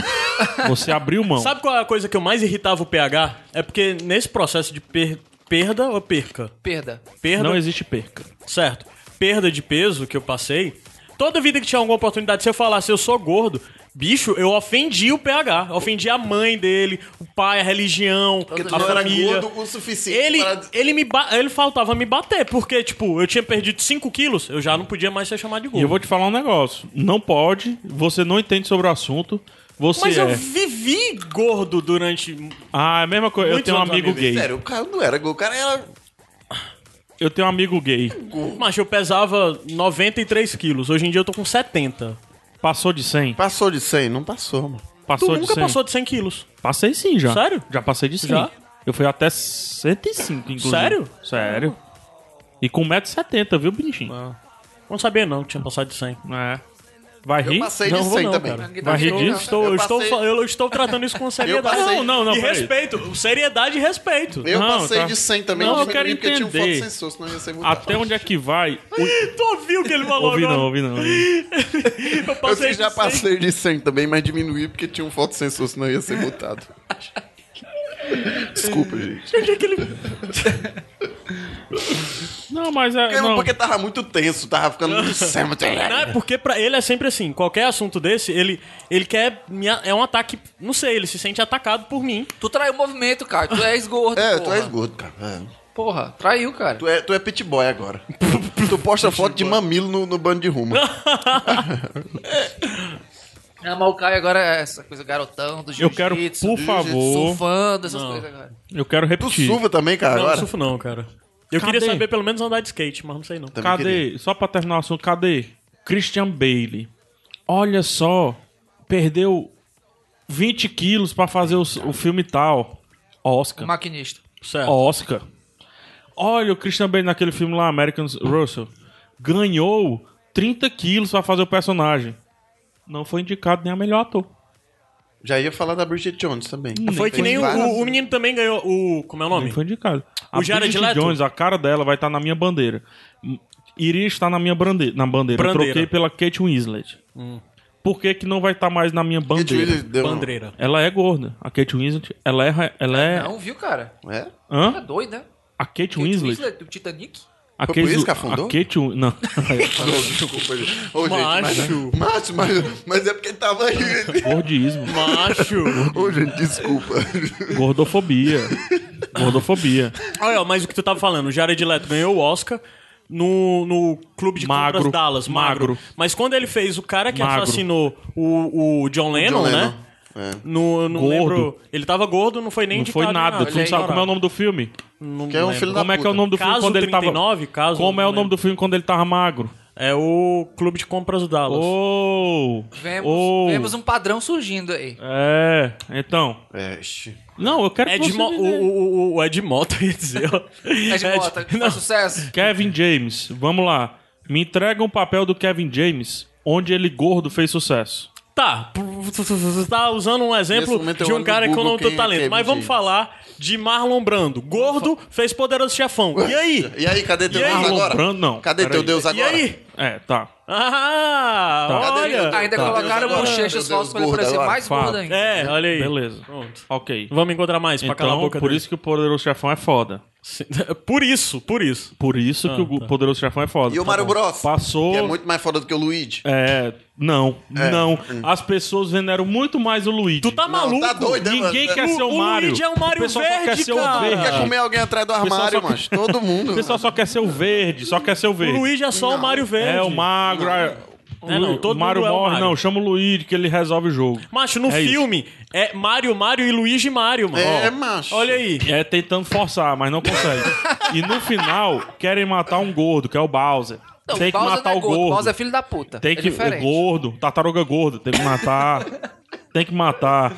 Speaker 1: Você abriu mão.
Speaker 2: Sabe qual é a coisa que eu mais irritava o PH? É porque nesse processo de per- perda ou perca?
Speaker 4: Perda.
Speaker 2: Perda,
Speaker 1: Não existe perca.
Speaker 2: certo. Perda de peso que eu passei. Toda vida que tinha alguma oportunidade, se eu falasse eu sou gordo, bicho, eu ofendi o PH. Ofendi a mãe dele, o pai, a religião,
Speaker 3: Porque Então, tu
Speaker 2: a
Speaker 3: não era
Speaker 2: família.
Speaker 3: gordo o suficiente
Speaker 2: Ele,
Speaker 3: para...
Speaker 2: ele, me ba- ele faltava me bater, porque, tipo, eu tinha perdido 5 quilos, eu já não podia mais ser chamado de
Speaker 1: E
Speaker 2: gordo.
Speaker 1: eu vou te falar um negócio. Não pode, você não entende sobre o assunto. Você
Speaker 2: Mas
Speaker 1: é.
Speaker 2: eu vivi gordo durante.
Speaker 1: Ah, é a mesma coisa. Eu
Speaker 2: Muitos
Speaker 1: tenho um
Speaker 2: anos,
Speaker 1: amigo
Speaker 2: amigo.
Speaker 1: gay.
Speaker 3: Sério, o cara não era gol, o cara era...
Speaker 1: Eu tenho um amigo gay.
Speaker 2: Mas eu pesava 93 quilos, hoje em dia eu tô com 70.
Speaker 1: Passou de 100.
Speaker 3: Passou de 100? Não passou, mano.
Speaker 1: Passou
Speaker 2: tu
Speaker 1: de
Speaker 2: nunca
Speaker 1: 100.
Speaker 2: passou de 100 quilos.
Speaker 1: Passei sim já.
Speaker 2: Sério?
Speaker 1: Já passei de 100.
Speaker 2: Já?
Speaker 1: Eu fui até 105, inclusive.
Speaker 2: Sério?
Speaker 1: Sério. E com 1,70m, viu, bichinho?
Speaker 2: Ah. Não sabia não que tinha passado de 100.
Speaker 1: É. Vai
Speaker 3: Eu
Speaker 1: rir?
Speaker 3: passei
Speaker 2: Não
Speaker 3: de
Speaker 2: vou
Speaker 3: 100
Speaker 2: não,
Speaker 3: também.
Speaker 2: cara.
Speaker 4: Ninguém
Speaker 1: Vai
Speaker 4: tá
Speaker 1: rir
Speaker 4: vendo,
Speaker 1: disso?
Speaker 2: Eu
Speaker 4: não.
Speaker 2: estou, eu,
Speaker 3: Eu
Speaker 2: estou,
Speaker 3: passei-
Speaker 2: fa- eu estou tratando isso com seriedade.
Speaker 3: passei-
Speaker 1: Não, não, não,
Speaker 2: e
Speaker 1: peraí.
Speaker 2: respeito, seriedade e respeito.
Speaker 3: Eu
Speaker 1: Não,
Speaker 3: passei
Speaker 1: tá.
Speaker 3: de 100 também.
Speaker 1: Não,
Speaker 3: de
Speaker 1: eu quero
Speaker 3: feminino, porque Tinha um
Speaker 1: entender.
Speaker 3: foto sensor, senão ia ser muito
Speaker 1: Até onde é que vai? O...
Speaker 2: Tu ouviu o que ele falou
Speaker 1: Ouvi
Speaker 2: agora?
Speaker 1: não, ouvi não. ouvi.
Speaker 2: Eu
Speaker 3: Eu sei
Speaker 2: passei
Speaker 3: que já
Speaker 2: de 100.
Speaker 3: passei de 100 também, mas diminuí porque tinha um foto sensor, senão ia ser botado. Desculpa, gente.
Speaker 2: Onde é que ele-
Speaker 1: Não, mas é.
Speaker 3: Porque,
Speaker 1: Não.
Speaker 3: porque tava muito tenso, tava ficando muito sério.
Speaker 2: Não, é porque pra ele é sempre assim. Qualquer assunto desse, ele, ele quer. me a- é um ataque. Não sei, ele se sente atacado por mim.
Speaker 4: Tu traiu o movimento, cara. Tu és gordo.
Speaker 3: É,
Speaker 4: porra.
Speaker 3: tu és gordo, cara. É.
Speaker 4: Porra, traiu, cara.
Speaker 3: Tu é, tu é pit boy agora. tu posta foto de mamilo no, no bando de rumo.
Speaker 4: Ah, mas o Caio agora é essa coisa garotão do
Speaker 1: Eu quero,
Speaker 4: jiu-jitsu,
Speaker 1: por
Speaker 4: do
Speaker 1: favor,
Speaker 4: surfando, essas coisas agora.
Speaker 1: eu quero
Speaker 3: Tu
Speaker 1: repetir.
Speaker 3: suva também, cara,
Speaker 2: Não, não
Speaker 3: agora?
Speaker 2: sufo não, cara. Eu
Speaker 1: Cadê?
Speaker 2: queria saber pelo menos andar de skate, mas não sei não.
Speaker 3: Também
Speaker 1: Cadê?
Speaker 3: queria.
Speaker 1: Só pra terminar o assunto, cadê? Christian Bailey. Olha só, perdeu 20 quilos pra fazer o, o filme tal. Oscar.
Speaker 4: É Maquinista.
Speaker 2: Certo.
Speaker 1: Oscar. Olha o Christian Bale naquele filme lá, American Russell. Ganhou 30 quilos pra fazer o personagem. Não foi indicado nem a melhor ator.
Speaker 3: Já ia falar da Bridget Jones também.
Speaker 2: Foi que nem o,
Speaker 3: várias-
Speaker 2: o menino também ganhou o. Como é o
Speaker 1: Nem
Speaker 2: nome?
Speaker 1: foi indicado. A
Speaker 2: O Jared
Speaker 1: Bridget
Speaker 2: Leto?
Speaker 1: Jones, a cara dela vai estar na minha bandeira. M- Iria estar na minha bandeira. Na bandeira.
Speaker 2: Brandeira.
Speaker 1: Eu troquei pela Kate Winslet.
Speaker 2: Hum.
Speaker 1: Por que, que não vai estar mais na minha
Speaker 3: Kate
Speaker 1: bandeira?
Speaker 3: Winslet deu um-
Speaker 2: Bandreira.
Speaker 1: Ela é gorda. A Kate Winslet, ela é... Ela é...
Speaker 4: Não, viu, cara?
Speaker 3: É?
Speaker 4: Tá
Speaker 1: Hã?
Speaker 4: doido, né?
Speaker 1: A Kate,
Speaker 4: Kate
Speaker 1: Winslet?
Speaker 4: Winslet, do Titanic?
Speaker 1: A
Speaker 3: Foi
Speaker 1: Kate...
Speaker 3: por isso que afundou?
Speaker 1: A Kate... Win- Não.
Speaker 3: Desculpa, gente. Ô,
Speaker 2: Macho.
Speaker 3: gente. Mas, macho, mas, mas é porque tava aí.
Speaker 1: Gordismo.
Speaker 2: Macho.
Speaker 3: Ô, gente, desculpa.
Speaker 1: Gordofobia. Gordofobia.
Speaker 2: Olha, mas o que tu tava falando, o Jared Leto ganhou o Oscar no, no Clube de
Speaker 1: Magro,
Speaker 2: Compras Dallas, magro.
Speaker 1: magro.
Speaker 2: Mas quando ele fez o cara que
Speaker 1: Magro.
Speaker 2: assassinou o, o John Lennon, né?
Speaker 3: É.
Speaker 2: No, não
Speaker 1: Gordo.
Speaker 2: lembro. Ele tava gordo, não foi nem
Speaker 1: Não foi
Speaker 2: indicado nem
Speaker 1: nada. Tu não
Speaker 4: Olha aí,
Speaker 1: sabe como é o
Speaker 2: ignorado.
Speaker 1: nome do filme?
Speaker 2: Não
Speaker 3: Que é um
Speaker 2: lembro.
Speaker 3: filho da
Speaker 1: Como é que é o
Speaker 3: puta.
Speaker 1: nome do filme
Speaker 2: Caso
Speaker 1: quando ele tava...
Speaker 2: 39, caso...
Speaker 1: Como é
Speaker 2: não
Speaker 1: o nome
Speaker 2: lembro.
Speaker 1: do filme quando ele tava magro?
Speaker 2: É o Clube de Compras do Dallas.
Speaker 1: Oh!
Speaker 4: Vemos,
Speaker 1: oh.
Speaker 4: vemos um padrão surgindo aí.
Speaker 1: É, então.
Speaker 3: É, ixi.
Speaker 1: Não, eu quero
Speaker 3: É
Speaker 1: que
Speaker 2: Ed
Speaker 1: você
Speaker 2: É Mo-
Speaker 1: me
Speaker 2: o,
Speaker 1: dê.
Speaker 2: o, o- o Ed Mota ia dizer, ó. É
Speaker 4: Ed Mota,
Speaker 2: não.
Speaker 4: faz sucesso.
Speaker 1: Kevin James, vamos lá. Me entrega um papel do Kevin James onde ele gordo fez sucesso.
Speaker 2: Tá, tu tá usando um exemplo
Speaker 3: Nesse momento eu
Speaker 2: de um
Speaker 3: olho
Speaker 2: cara
Speaker 3: no
Speaker 2: que eu não
Speaker 3: Google
Speaker 2: tenho
Speaker 3: quem é
Speaker 2: talento.
Speaker 3: Kevin
Speaker 2: Mas vamos
Speaker 3: James.
Speaker 2: falar de Marlon Brando. Gordo, fez Poderoso Chefão. E aí?
Speaker 3: E aí, cadê teu
Speaker 2: E aí?
Speaker 3: Deus agora?
Speaker 1: Alombrando, não.
Speaker 3: Cadê
Speaker 1: Pera
Speaker 3: teu
Speaker 1: aí.
Speaker 3: Deus
Speaker 2: E
Speaker 3: agora?
Speaker 2: aí?
Speaker 1: É, tá.
Speaker 2: Ah,
Speaker 1: Tá.
Speaker 2: olha.
Speaker 4: Ainda
Speaker 3: Tá.
Speaker 4: colocaram
Speaker 3: Meu Deus,
Speaker 4: bochechas
Speaker 3: Deus,
Speaker 4: falsas pra ele
Speaker 3: gordo
Speaker 4: parecer
Speaker 3: agora.
Speaker 4: mais
Speaker 1: Fala.
Speaker 4: gordo ainda.
Speaker 2: É, olha aí.
Speaker 1: Beleza.
Speaker 2: Pronto.
Speaker 1: Ok.
Speaker 2: Vamos encontrar mais pra calar a
Speaker 1: Então,
Speaker 2: boca
Speaker 1: por
Speaker 2: dele.
Speaker 1: isso que o Poderoso Chefão é foda.
Speaker 2: Sim. Por isso, por isso.
Speaker 1: Por isso que o Poderoso Chefão é foda.
Speaker 3: Ah, tá. E o Mario
Speaker 1: Tá bom.
Speaker 3: Bros?
Speaker 1: Passou...
Speaker 3: Que é muito mais foda do que o Luigi.
Speaker 1: É, não, não. As pessoas veneram muito mais o Luigi.
Speaker 2: Tu tá maluco?
Speaker 3: Hum. tá doido, né,
Speaker 1: Ninguém
Speaker 3: mano?
Speaker 1: quer ser o,
Speaker 2: O
Speaker 1: Mario.
Speaker 2: Luigi é
Speaker 3: um
Speaker 2: o Mario
Speaker 1: pessoal só quer
Speaker 2: verde,
Speaker 1: ser o
Speaker 2: cara.
Speaker 1: verde.
Speaker 3: Quer comer alguém atrás do armário,
Speaker 1: só-
Speaker 3: mas todo mundo.
Speaker 1: O pessoal só quer ser o verde, só quer ser o
Speaker 2: O
Speaker 1: verde.
Speaker 2: Luigi é só o Mário Verde.
Speaker 1: É, o magro. é-
Speaker 2: É, não,
Speaker 1: Lu-
Speaker 2: todo
Speaker 1: o Mario
Speaker 2: mundo é o
Speaker 1: morre,
Speaker 2: Mario.
Speaker 1: não. Chama o Luigi que ele resolve o jogo.
Speaker 2: Macho, no
Speaker 1: É isso.
Speaker 2: filme é Mário, Mário e Luigi Mário, mano.
Speaker 3: É,
Speaker 2: Ó,
Speaker 3: macho.
Speaker 2: Olha aí.
Speaker 1: É tentando forçar, mas não consegue. e no final, querem matar um gordo, que é o Bowser.
Speaker 4: Não,
Speaker 1: Tem que
Speaker 4: Bowser
Speaker 1: matar
Speaker 4: não é
Speaker 1: o gordo.
Speaker 4: Bowser é filho da puta.
Speaker 1: Tem
Speaker 4: é
Speaker 1: que o
Speaker 4: diferente.
Speaker 1: gordo, tartaruga gordo, tem que matar. tem que matar.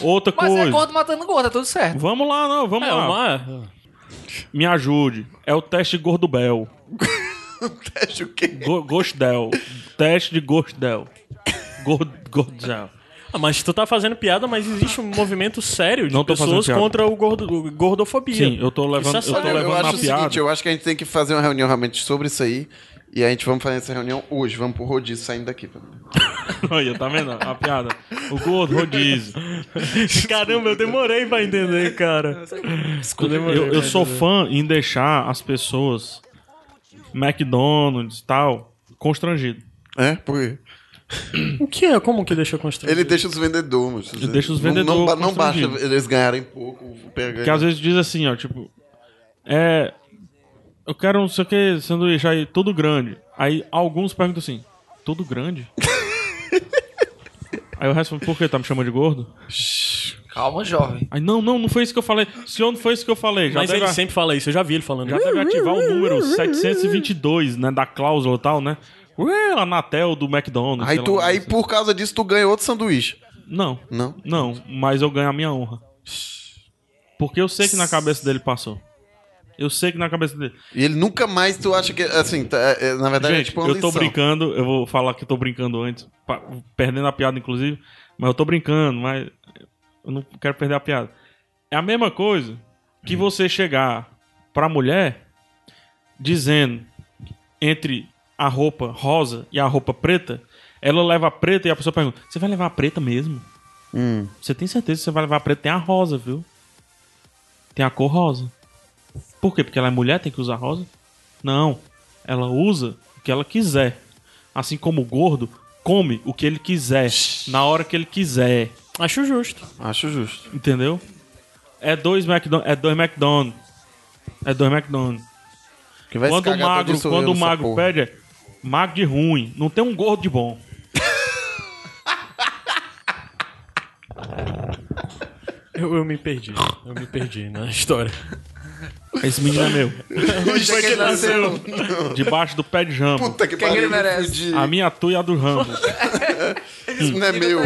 Speaker 1: Outra
Speaker 4: Mas
Speaker 1: coisa.
Speaker 4: é gordo matando gordo, é tudo certo.
Speaker 1: Vamos lá, não, vamos
Speaker 2: É,
Speaker 1: lá.
Speaker 2: o Mar...
Speaker 1: Me ajude. É o teste Gordo Bell.
Speaker 3: Teste o quê?
Speaker 1: Go Gostel. Teste de Gostel. Gord Gordel.
Speaker 2: Ah, mas tu tá fazendo piada, mas existe um movimento sério de
Speaker 1: Não tô fazendo
Speaker 2: pessoas
Speaker 1: piada.
Speaker 2: contra o gordo, o gordofobia.
Speaker 1: Sim, eu tô levando-
Speaker 2: Isso é
Speaker 1: eu tô
Speaker 2: sério.
Speaker 1: levando
Speaker 3: eu
Speaker 1: na
Speaker 3: acho o
Speaker 1: piada.
Speaker 3: seguinte, eu acho que a gente tem que fazer uma reunião realmente sobre isso aí. E a gente vamos fazer essa reunião hoje. Vamos pro rodízio saindo daqui.
Speaker 1: Olha, tá vendo a piada? O gordo rodízio.
Speaker 2: Caramba, eu demorei pra entender, cara.
Speaker 1: Eu, eu sou fã em deixar as pessoas, McDonald's e tal, constrangido.
Speaker 3: É? Por quê?
Speaker 2: O que é? Como que deixa construir?
Speaker 3: Ele deixa os vendedores. Ele
Speaker 1: deixa os
Speaker 3: Não,
Speaker 1: vendedores
Speaker 3: não, não basta
Speaker 1: constrangidos.
Speaker 3: eles ganharem pouco. Pegar
Speaker 1: Porque às vezes diz assim, ó, tipo, é. Eu quero não sei o que, sanduíche aí, tudo grande. Aí alguns perguntam assim, tudo grande? aí eu respondo, por que tá me chamando de gordo?
Speaker 4: Calma, jovem.
Speaker 1: Aí, não, não, não foi isso que eu falei. Senhor, não foi isso que eu falei. Já
Speaker 2: Mas
Speaker 1: deve
Speaker 2: ele
Speaker 1: a-
Speaker 2: sempre fala isso, eu já vi ele falando.
Speaker 1: Já deve ativar o número 722, né? Da cláusula e tal, né? Ué, Anatel do McDonald's.
Speaker 3: Aí,
Speaker 1: sei
Speaker 3: tu,
Speaker 1: lá. assim,
Speaker 3: aí por causa disso tu ganha outro sanduíche.
Speaker 1: Não,
Speaker 3: Não?
Speaker 1: não, mas eu ganho a minha honra. Porque eu sei que na cabeça dele passou. Eu sei que na cabeça dele.
Speaker 3: E ele nunca mais tu acha que. Assim, tá, é, é, na verdade é
Speaker 1: Gente,
Speaker 3: tipo uma
Speaker 1: eu
Speaker 3: lição.
Speaker 1: tô brincando, eu vou falar que eu tô brincando antes, pa- perdendo a piada, inclusive, mas eu tô brincando, mas eu não quero perder a piada. É a mesma coisa que
Speaker 3: Hum.
Speaker 1: você chegar pra mulher dizendo entre a roupa rosa e a roupa preta, ela leva a preta e a pessoa pergunta: Você vai levar a preta mesmo?
Speaker 3: Hum.
Speaker 1: Você tem certeza que você vai levar a preta? Tem a rosa, viu? Tem a cor rosa. Por quê? Porque ela é mulher, tem que usar rosa? Não. Ela usa o que ela quiser. Assim como o gordo come o que ele quiser, na hora que ele quiser.
Speaker 2: Acho justo.
Speaker 3: Acho justo.
Speaker 1: Entendeu? É dois McDonald's. É dois McDonald's. É dois McDonald's.
Speaker 3: Que vai se
Speaker 1: Quando o
Speaker 3: cagar todo
Speaker 1: magro,
Speaker 3: isso
Speaker 1: quando
Speaker 3: olhando
Speaker 1: o
Speaker 3: essa
Speaker 1: magro
Speaker 3: porra.
Speaker 1: pede, é magro de ruim. Não tem um gordo de bom.
Speaker 2: Eu, eu me perdi, eu me perdi na história.
Speaker 1: Esse menino é meu.
Speaker 3: Onde é que ele nasceu?
Speaker 1: Debaixo do pé de jambo.
Speaker 3: Puta que
Speaker 4: Quem que ele
Speaker 3: pariu.
Speaker 4: merece?
Speaker 3: fudido.
Speaker 1: A minha tua e a do Rambo.
Speaker 3: Isso não é meu.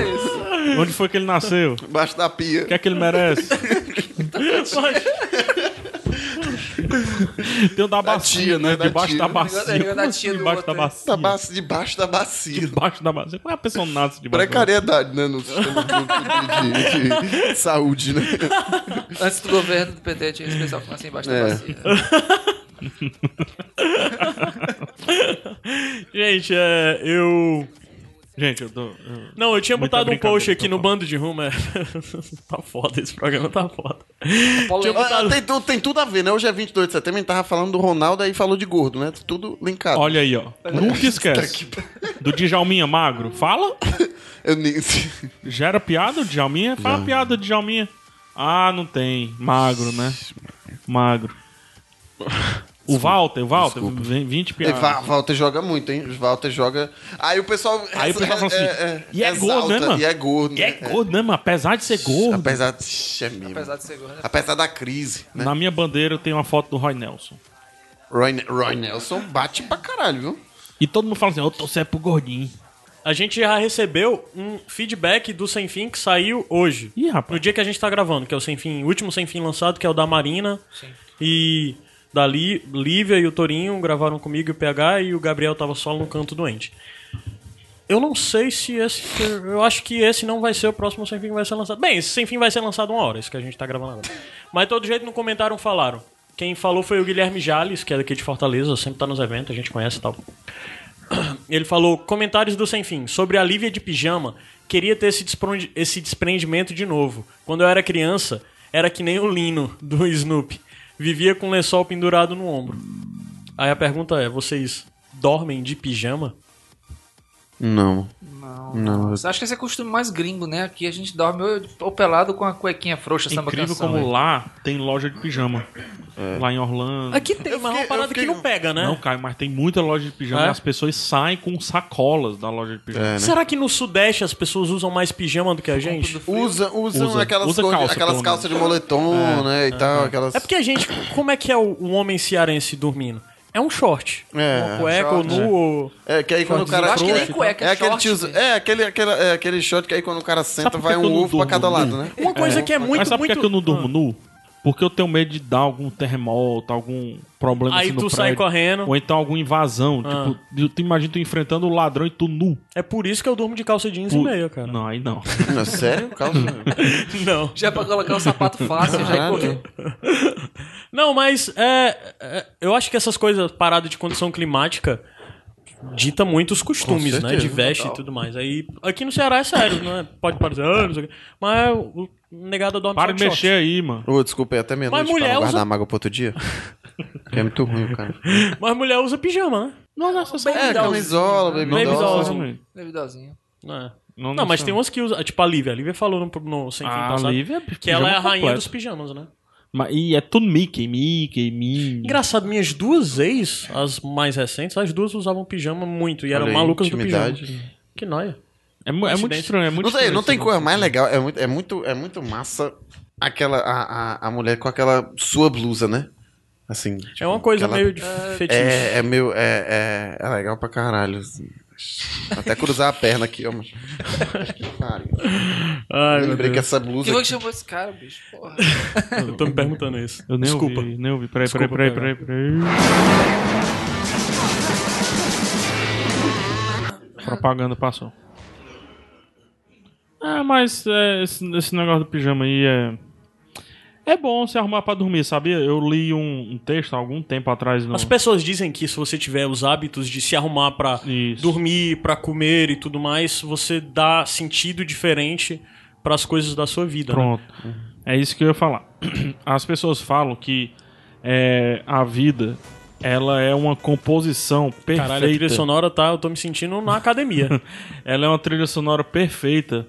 Speaker 1: Onde foi que ele nasceu?
Speaker 3: Embaixo da pia.
Speaker 1: O que é que ele merece? Tem o da bacia,
Speaker 3: tia,
Speaker 1: né?
Speaker 3: né? Da
Speaker 1: Debaixo
Speaker 3: tia.
Speaker 1: da
Speaker 4: Eu
Speaker 1: bacia. assim,
Speaker 4: lembro da tia do
Speaker 1: Debaixo da
Speaker 4: outro.
Speaker 1: bacia.
Speaker 3: Da bacia, Tá debaixo da bacia.
Speaker 1: Debaixo da bacia. Como é que a pessoa nasce debaixo da bacia?
Speaker 3: Precariedade, né? No sistema público de, de saúde, né?
Speaker 4: Antes do governo do PT tinha esse pessoal que nascia embaixo
Speaker 3: É.
Speaker 4: da bacia.
Speaker 2: Gente, é, eu...
Speaker 1: Gente, eu tô... eu-
Speaker 2: Não, eu tinha
Speaker 1: Muita
Speaker 2: botado um post
Speaker 1: brincadeira,
Speaker 2: aqui no bando de rumo. é. tá foda, esse programa tá foda.
Speaker 1: um
Speaker 2: Tinha
Speaker 4: Polêmica.
Speaker 1: tá-
Speaker 2: botado...
Speaker 3: Ah, tem, tu- tem tudo a ver, né? Hoje é 22 de setembro, a gente tava falando do Ronaldo aí falou de gordo, né? Tudo linkado.
Speaker 1: Olha aí, ó. Nunca esquece. Do Djalminha magro. Fala.
Speaker 3: Eu nem...
Speaker 1: Gera piada o Djalminha? Fala piada do Djalminha. Ah, não tem. Magro, né? Magro. O Walter, o Walter, vem 20
Speaker 3: É,
Speaker 1: piadas.
Speaker 3: Va- Walter joga muito, hein? Walter joga. Aí o pessoal.
Speaker 1: Aí o pessoal fala assim, e é gordo, né, mano?
Speaker 3: E é gordo.
Speaker 1: E é
Speaker 3: né?
Speaker 1: gordo, né, mano? Apesar de ser gordo.
Speaker 3: Apesar de. Ixi, É mesmo.
Speaker 4: Apesar
Speaker 3: Apesar,
Speaker 4: de ser gordo, né?
Speaker 3: da crise, né?
Speaker 1: Na minha bandeira tem uma foto do Roy Nelson.
Speaker 3: Roy, Roy Nelson bate pra caralho, viu?
Speaker 1: E todo mundo fala assim, ó, eu torcer pro gordinho.
Speaker 2: A gente já recebeu um feedback do Sem Fim que saiu hoje.
Speaker 1: Ih, rapaz.
Speaker 2: No dia que a gente tá gravando, que é o Sem Fim, o último Sem Fim lançado, que é o da Marina. E da Li- Lívia e o Torinho gravaram comigo e o PH e o Gabriel tava só no canto doente. Eu não sei se esse. Eu acho que esse não vai ser o próximo Sem Fim que vai ser lançado. Bem, esse Sem Fim vai ser lançado uma hora, isso que a gente tá gravando agora. Mas todo jeito no comentário falaram. Quem falou foi o Guilherme Jales, que é daqui de Fortaleza, sempre tá nos eventos, a gente conhece e tal. Ele falou: comentários do Sem Fim. Sobre a Lívia de pijama, queria ter esse, despre- esse desprendimento de novo. Quando eu era criança, era que nem o Lino do Snoopy. Vivia com o lençol pendurado no ombro. Aí a pergunta é: vocês dormem de pijama?
Speaker 3: Não.
Speaker 4: Não.
Speaker 3: Não.
Speaker 4: Acho que esse é costume mais gringo, né? Aqui a gente dorme ou- ou pelado com a cuequinha frouxa, samba
Speaker 1: Incrível
Speaker 4: canção. né?
Speaker 1: como
Speaker 4: velho.
Speaker 1: lá tem loja de pijama.
Speaker 2: É.
Speaker 1: Lá em Orlando.
Speaker 2: Aqui tem, mas é uma
Speaker 3: fiquei-
Speaker 2: parada
Speaker 3: eu fiquei-
Speaker 2: que não pega, né?
Speaker 1: Não, Caio, mas tem muita loja de pijama
Speaker 2: É?
Speaker 1: e as pessoas saem com sacolas da loja de pijama.
Speaker 3: É, né?
Speaker 2: Será que no Sudeste as pessoas usam mais pijama do que a gente?
Speaker 3: Usa, usam
Speaker 1: Usa.
Speaker 3: aquelas,
Speaker 1: Usa
Speaker 3: cor-
Speaker 1: calça,
Speaker 3: aquelas
Speaker 1: pelo
Speaker 3: calças de moletom, né? E tal, aquelas.
Speaker 2: É porque a gente. Como é que é o, o homem cearense dormindo? É um short.
Speaker 3: É,
Speaker 2: uma cueca,
Speaker 3: short,
Speaker 2: ou nu, ou.
Speaker 3: É, que aí quando o cara.
Speaker 4: Eu acho que nem cueca,
Speaker 3: é
Speaker 4: é
Speaker 3: aquele
Speaker 4: short,
Speaker 3: tios-
Speaker 4: velho.
Speaker 3: É, aquele, aquele, é aquele short que aí quando o cara senta
Speaker 1: por que
Speaker 3: vai
Speaker 1: que
Speaker 3: um
Speaker 1: eu não
Speaker 3: ovo pra
Speaker 1: durmo
Speaker 3: cada lado,
Speaker 1: nu?
Speaker 3: né?
Speaker 2: Uma coisa que é muito,
Speaker 1: Mas sabe por
Speaker 2: muito. Ah.
Speaker 1: que, é que eu não durmo nu? Porque eu tenho medo de dar algum terremoto, algum problema
Speaker 2: Aí
Speaker 1: assim no
Speaker 2: tu
Speaker 1: prédio.
Speaker 2: sai correndo.
Speaker 1: Ou então alguma invasão.
Speaker 2: Ah.
Speaker 1: Tipo, tu imagina tu enfrentando o ladrão e tu nu.
Speaker 2: É por isso que eu durmo de calça jeans e
Speaker 1: Pu-
Speaker 2: meia, cara.
Speaker 1: Não, aí não.
Speaker 3: Não, sério? Calça.
Speaker 2: Não.
Speaker 4: Já é pra colocar o sapato fácil, já e correr.
Speaker 2: Não, mas é, é, eu acho que essas coisas paradas de condição climática dita muito os costumes,
Speaker 3: certeza,
Speaker 2: né? De veste
Speaker 3: total.
Speaker 2: e tudo mais. Aí aqui no Ceará é sério, não é? Pode parecer, ah, não sei o quê. Mas o o negado dorme
Speaker 1: Para
Speaker 2: só
Speaker 1: de mexer aí, mano.
Speaker 3: Ô, desculpa, é até meia
Speaker 2: Mas
Speaker 3: noite pra não
Speaker 2: mulher
Speaker 3: guardar
Speaker 2: usa-
Speaker 3: a mágoa pro outro dia. Que é muito ruim, cara.
Speaker 2: short. Mas mulher usa pijama, né?
Speaker 1: Não, não, só
Speaker 3: É, camisola, baby
Speaker 2: Baby
Speaker 3: doll. assim.
Speaker 2: doll.
Speaker 4: Levidosinho.
Speaker 2: Não, é.
Speaker 1: Não,
Speaker 2: Não, mas tem
Speaker 1: um.
Speaker 2: umas que usa. Tipo a Lívia. A Lívia falou no, no Sem Fim
Speaker 1: Ah,
Speaker 2: passado
Speaker 1: Lívia é
Speaker 2: que ela é a
Speaker 1: pijama
Speaker 2: rainha
Speaker 1: completo.
Speaker 2: dos pijamas, né?
Speaker 1: Mas- E é tudo Mickey, Mickey, Minnie.
Speaker 2: Engraçado, minhas duas ex, as mais recentes, as duas usavam pijama muito e eram
Speaker 3: Olha aí,
Speaker 2: malucas
Speaker 3: intimidade.
Speaker 2: do pijama. Que nóia.
Speaker 1: É, mu- é muito
Speaker 2: Coincidência.
Speaker 1: estranho, é muito
Speaker 3: Não sei,
Speaker 1: estranho
Speaker 3: não
Speaker 1: esse
Speaker 3: tem coisa
Speaker 1: negócio.
Speaker 3: mais legal. É muito, é muito, é muito massa aquela, a, a, a mulher com aquela sua blusa, né? Assim.
Speaker 2: é uma coisa
Speaker 3: aquela-
Speaker 2: meio de fetiche.
Speaker 3: É, é meu. É, é, é legal pra caralho. assim. Até cruzar a perna aqui, ó, mano. Que pariu.
Speaker 2: Ai, meu
Speaker 3: Lembrei que
Speaker 2: Deus.
Speaker 3: essa
Speaker 4: Que
Speaker 3: blusa.
Speaker 4: foi que chamou esse cara, bicho? Porra.
Speaker 2: Eu tô me perguntando isso.
Speaker 1: Eu nem
Speaker 2: Desculpa.
Speaker 1: ouvi, nem ouvi. Peraí, peraí,
Speaker 2: Desculpa,
Speaker 1: peraí, peraí,
Speaker 2: peraí.
Speaker 1: peraí. Propaganda passou. Ah, mas é, esse, esse negócio do pijama aí é... É bom se arrumar pra dormir, sabia? Eu li um, um texto há algum tempo atrás. No...
Speaker 2: As pessoas dizem que se você tiver os hábitos de se arrumar pra
Speaker 1: Isso.
Speaker 2: dormir, pra comer e tudo mais, você dá sentido diferente pras coisas da sua vida. né?
Speaker 1: Pronto. É isso que eu ia falar. As pessoas falam que é, a vida ela é uma composição perfeita.
Speaker 2: Caralho, a trilha sonora tá, eu tô me sentindo na academia.
Speaker 1: ela é uma trilha sonora perfeita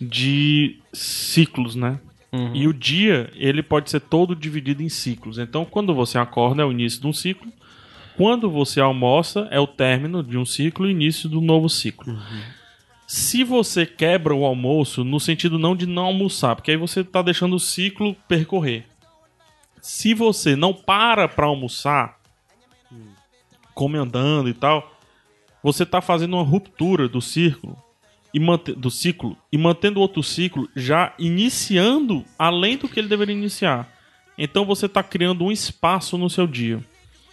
Speaker 1: de ciclos, né? E o dia, ele pode ser todo dividido em ciclos. Então, quando você acorda, é o início de um ciclo. Quando você almoça, é o término de um ciclo e o início do novo ciclo. Se você quebra o almoço, no sentido não de não almoçar, porque aí você está deixando o ciclo percorrer. Se você não para para almoçar, come andando e tal, você tá fazendo uma ruptura do círculo e mante- do ciclo e mantendo outro ciclo já iniciando além do que ele deveria iniciar. Então você tá criando um espaço no seu dia.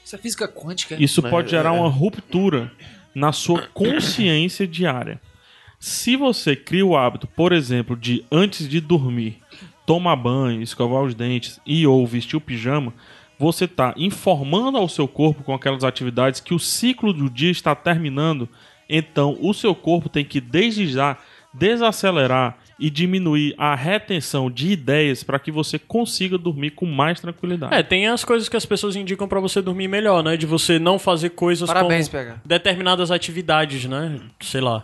Speaker 4: Isso é física quântica.
Speaker 1: Isso
Speaker 3: Mas,
Speaker 1: pode gerar
Speaker 3: é.
Speaker 1: uma ruptura na sua consciência diária. Se você cria o hábito, por exemplo, de antes de dormir, tomar banho, escovar os dentes e ou vestir o pijama, você está informando ao seu corpo com aquelas atividades que o ciclo do dia está terminando. Então, o seu corpo tem que desde já desacelerar e diminuir a retenção de ideias para que você consiga dormir com mais tranquilidade.
Speaker 2: é, tem as coisas que as pessoas indicam pra você dormir melhor, né? De você não fazer coisas
Speaker 4: Parabéns,
Speaker 2: como
Speaker 4: PH.
Speaker 2: determinadas atividades, né? Sei lá.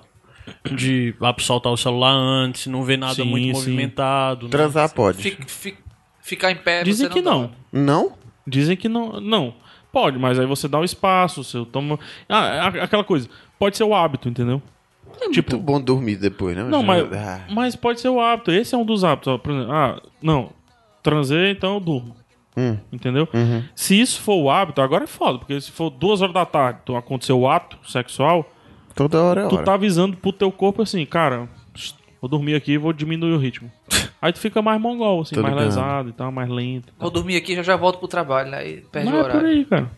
Speaker 2: De ah, soltar o celular antes, não ver nada
Speaker 1: Sim,
Speaker 2: muito
Speaker 1: sim.
Speaker 2: movimentado. né?
Speaker 3: Transar pode.
Speaker 4: Fica- fi- ficar em pé.
Speaker 1: Dizem
Speaker 4: você
Speaker 1: que não.
Speaker 4: dorme.
Speaker 3: Não?
Speaker 1: Dizem que não. Não. Pode, mas aí você dá o espaço, você toma. Ah, a- aquela coisa. Pode ser o hábito, entendeu?
Speaker 3: É
Speaker 2: Tipo,
Speaker 3: muito bom dormir depois, né?
Speaker 1: Não, mas,
Speaker 3: Ah,
Speaker 1: mas pode ser o hábito. Esse é um dos hábitos. ó, Por exemplo, ah, não. Transei, então eu durmo.
Speaker 3: Hum.
Speaker 1: Entendeu?
Speaker 3: Uhum.
Speaker 1: Se isso for o hábito, agora é foda, porque se for duas horas da tarde, então aconteceu o ato sexual,
Speaker 3: Toda hora é
Speaker 1: tu
Speaker 3: hora.
Speaker 1: tá avisando pro teu corpo assim, cara, vou dormir aqui e vou diminuir o ritmo. Aí tu fica mais mongol, assim,
Speaker 3: Tô
Speaker 1: mais
Speaker 3: ligado.
Speaker 1: lesado e tal, mais lento.
Speaker 4: Vou dormir aqui e já já volto pro trabalho, né? E perde
Speaker 1: Não
Speaker 4: o
Speaker 1: é por
Speaker 4: horário.
Speaker 1: aí, cara.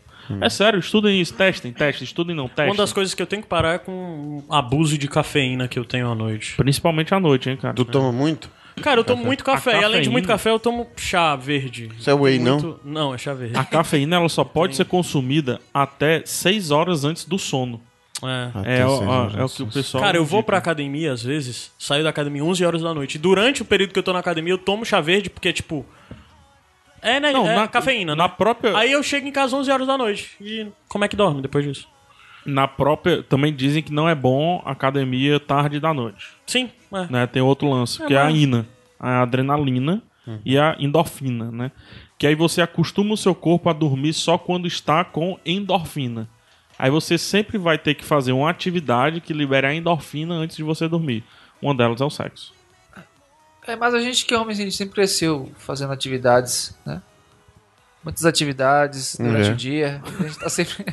Speaker 1: É sério, estudem isso, testem, testem, estudem não, testem.
Speaker 2: Uma das coisas que eu tenho que parar é com o abuso de cafeína que eu tenho à noite.
Speaker 1: Principalmente à noite, hein, cara.
Speaker 3: Tu toma muito?
Speaker 2: Cara, eu tomo muito café. E além de
Speaker 1: cafeína?
Speaker 2: muito café, eu tomo chá verde.
Speaker 3: Isso é whey, não?
Speaker 2: Muito- Não, é chá verde.
Speaker 1: A cafeína ela só pode ser consumida até 6 horas antes do sono.
Speaker 2: É.
Speaker 1: É, ó, ó, é o que o pessoal.
Speaker 2: Cara, eu vou
Speaker 1: indica.
Speaker 2: pra academia às vezes, saio da academia 11 horas da noite. E durante o período que eu tô na academia, eu tomo chá verde, porque, tipo. É, né?
Speaker 1: Não,
Speaker 2: é
Speaker 1: na-
Speaker 2: cafeína.
Speaker 1: na
Speaker 2: né?
Speaker 1: própria-
Speaker 2: Aí eu chego em casa 11 horas da noite. E como é que dorme depois disso?
Speaker 1: Na própria. Também dizem que não é bom academia tarde da noite.
Speaker 2: Sim, é.
Speaker 1: né? Tem outro lance, que é a
Speaker 2: mas-
Speaker 1: ina, a adrenalina e a endorfina, né? Que aí você acostuma o seu corpo a dormir só quando está com endorfina. Aí você sempre vai ter que fazer uma atividade que libere a endorfina antes de você dormir. Uma delas é o sexo.
Speaker 4: É, mas a gente que é homem, a gente sempre cresceu fazendo atividades, né? Muitas atividades durante
Speaker 3: É.
Speaker 4: o dia. A gente tá sempre.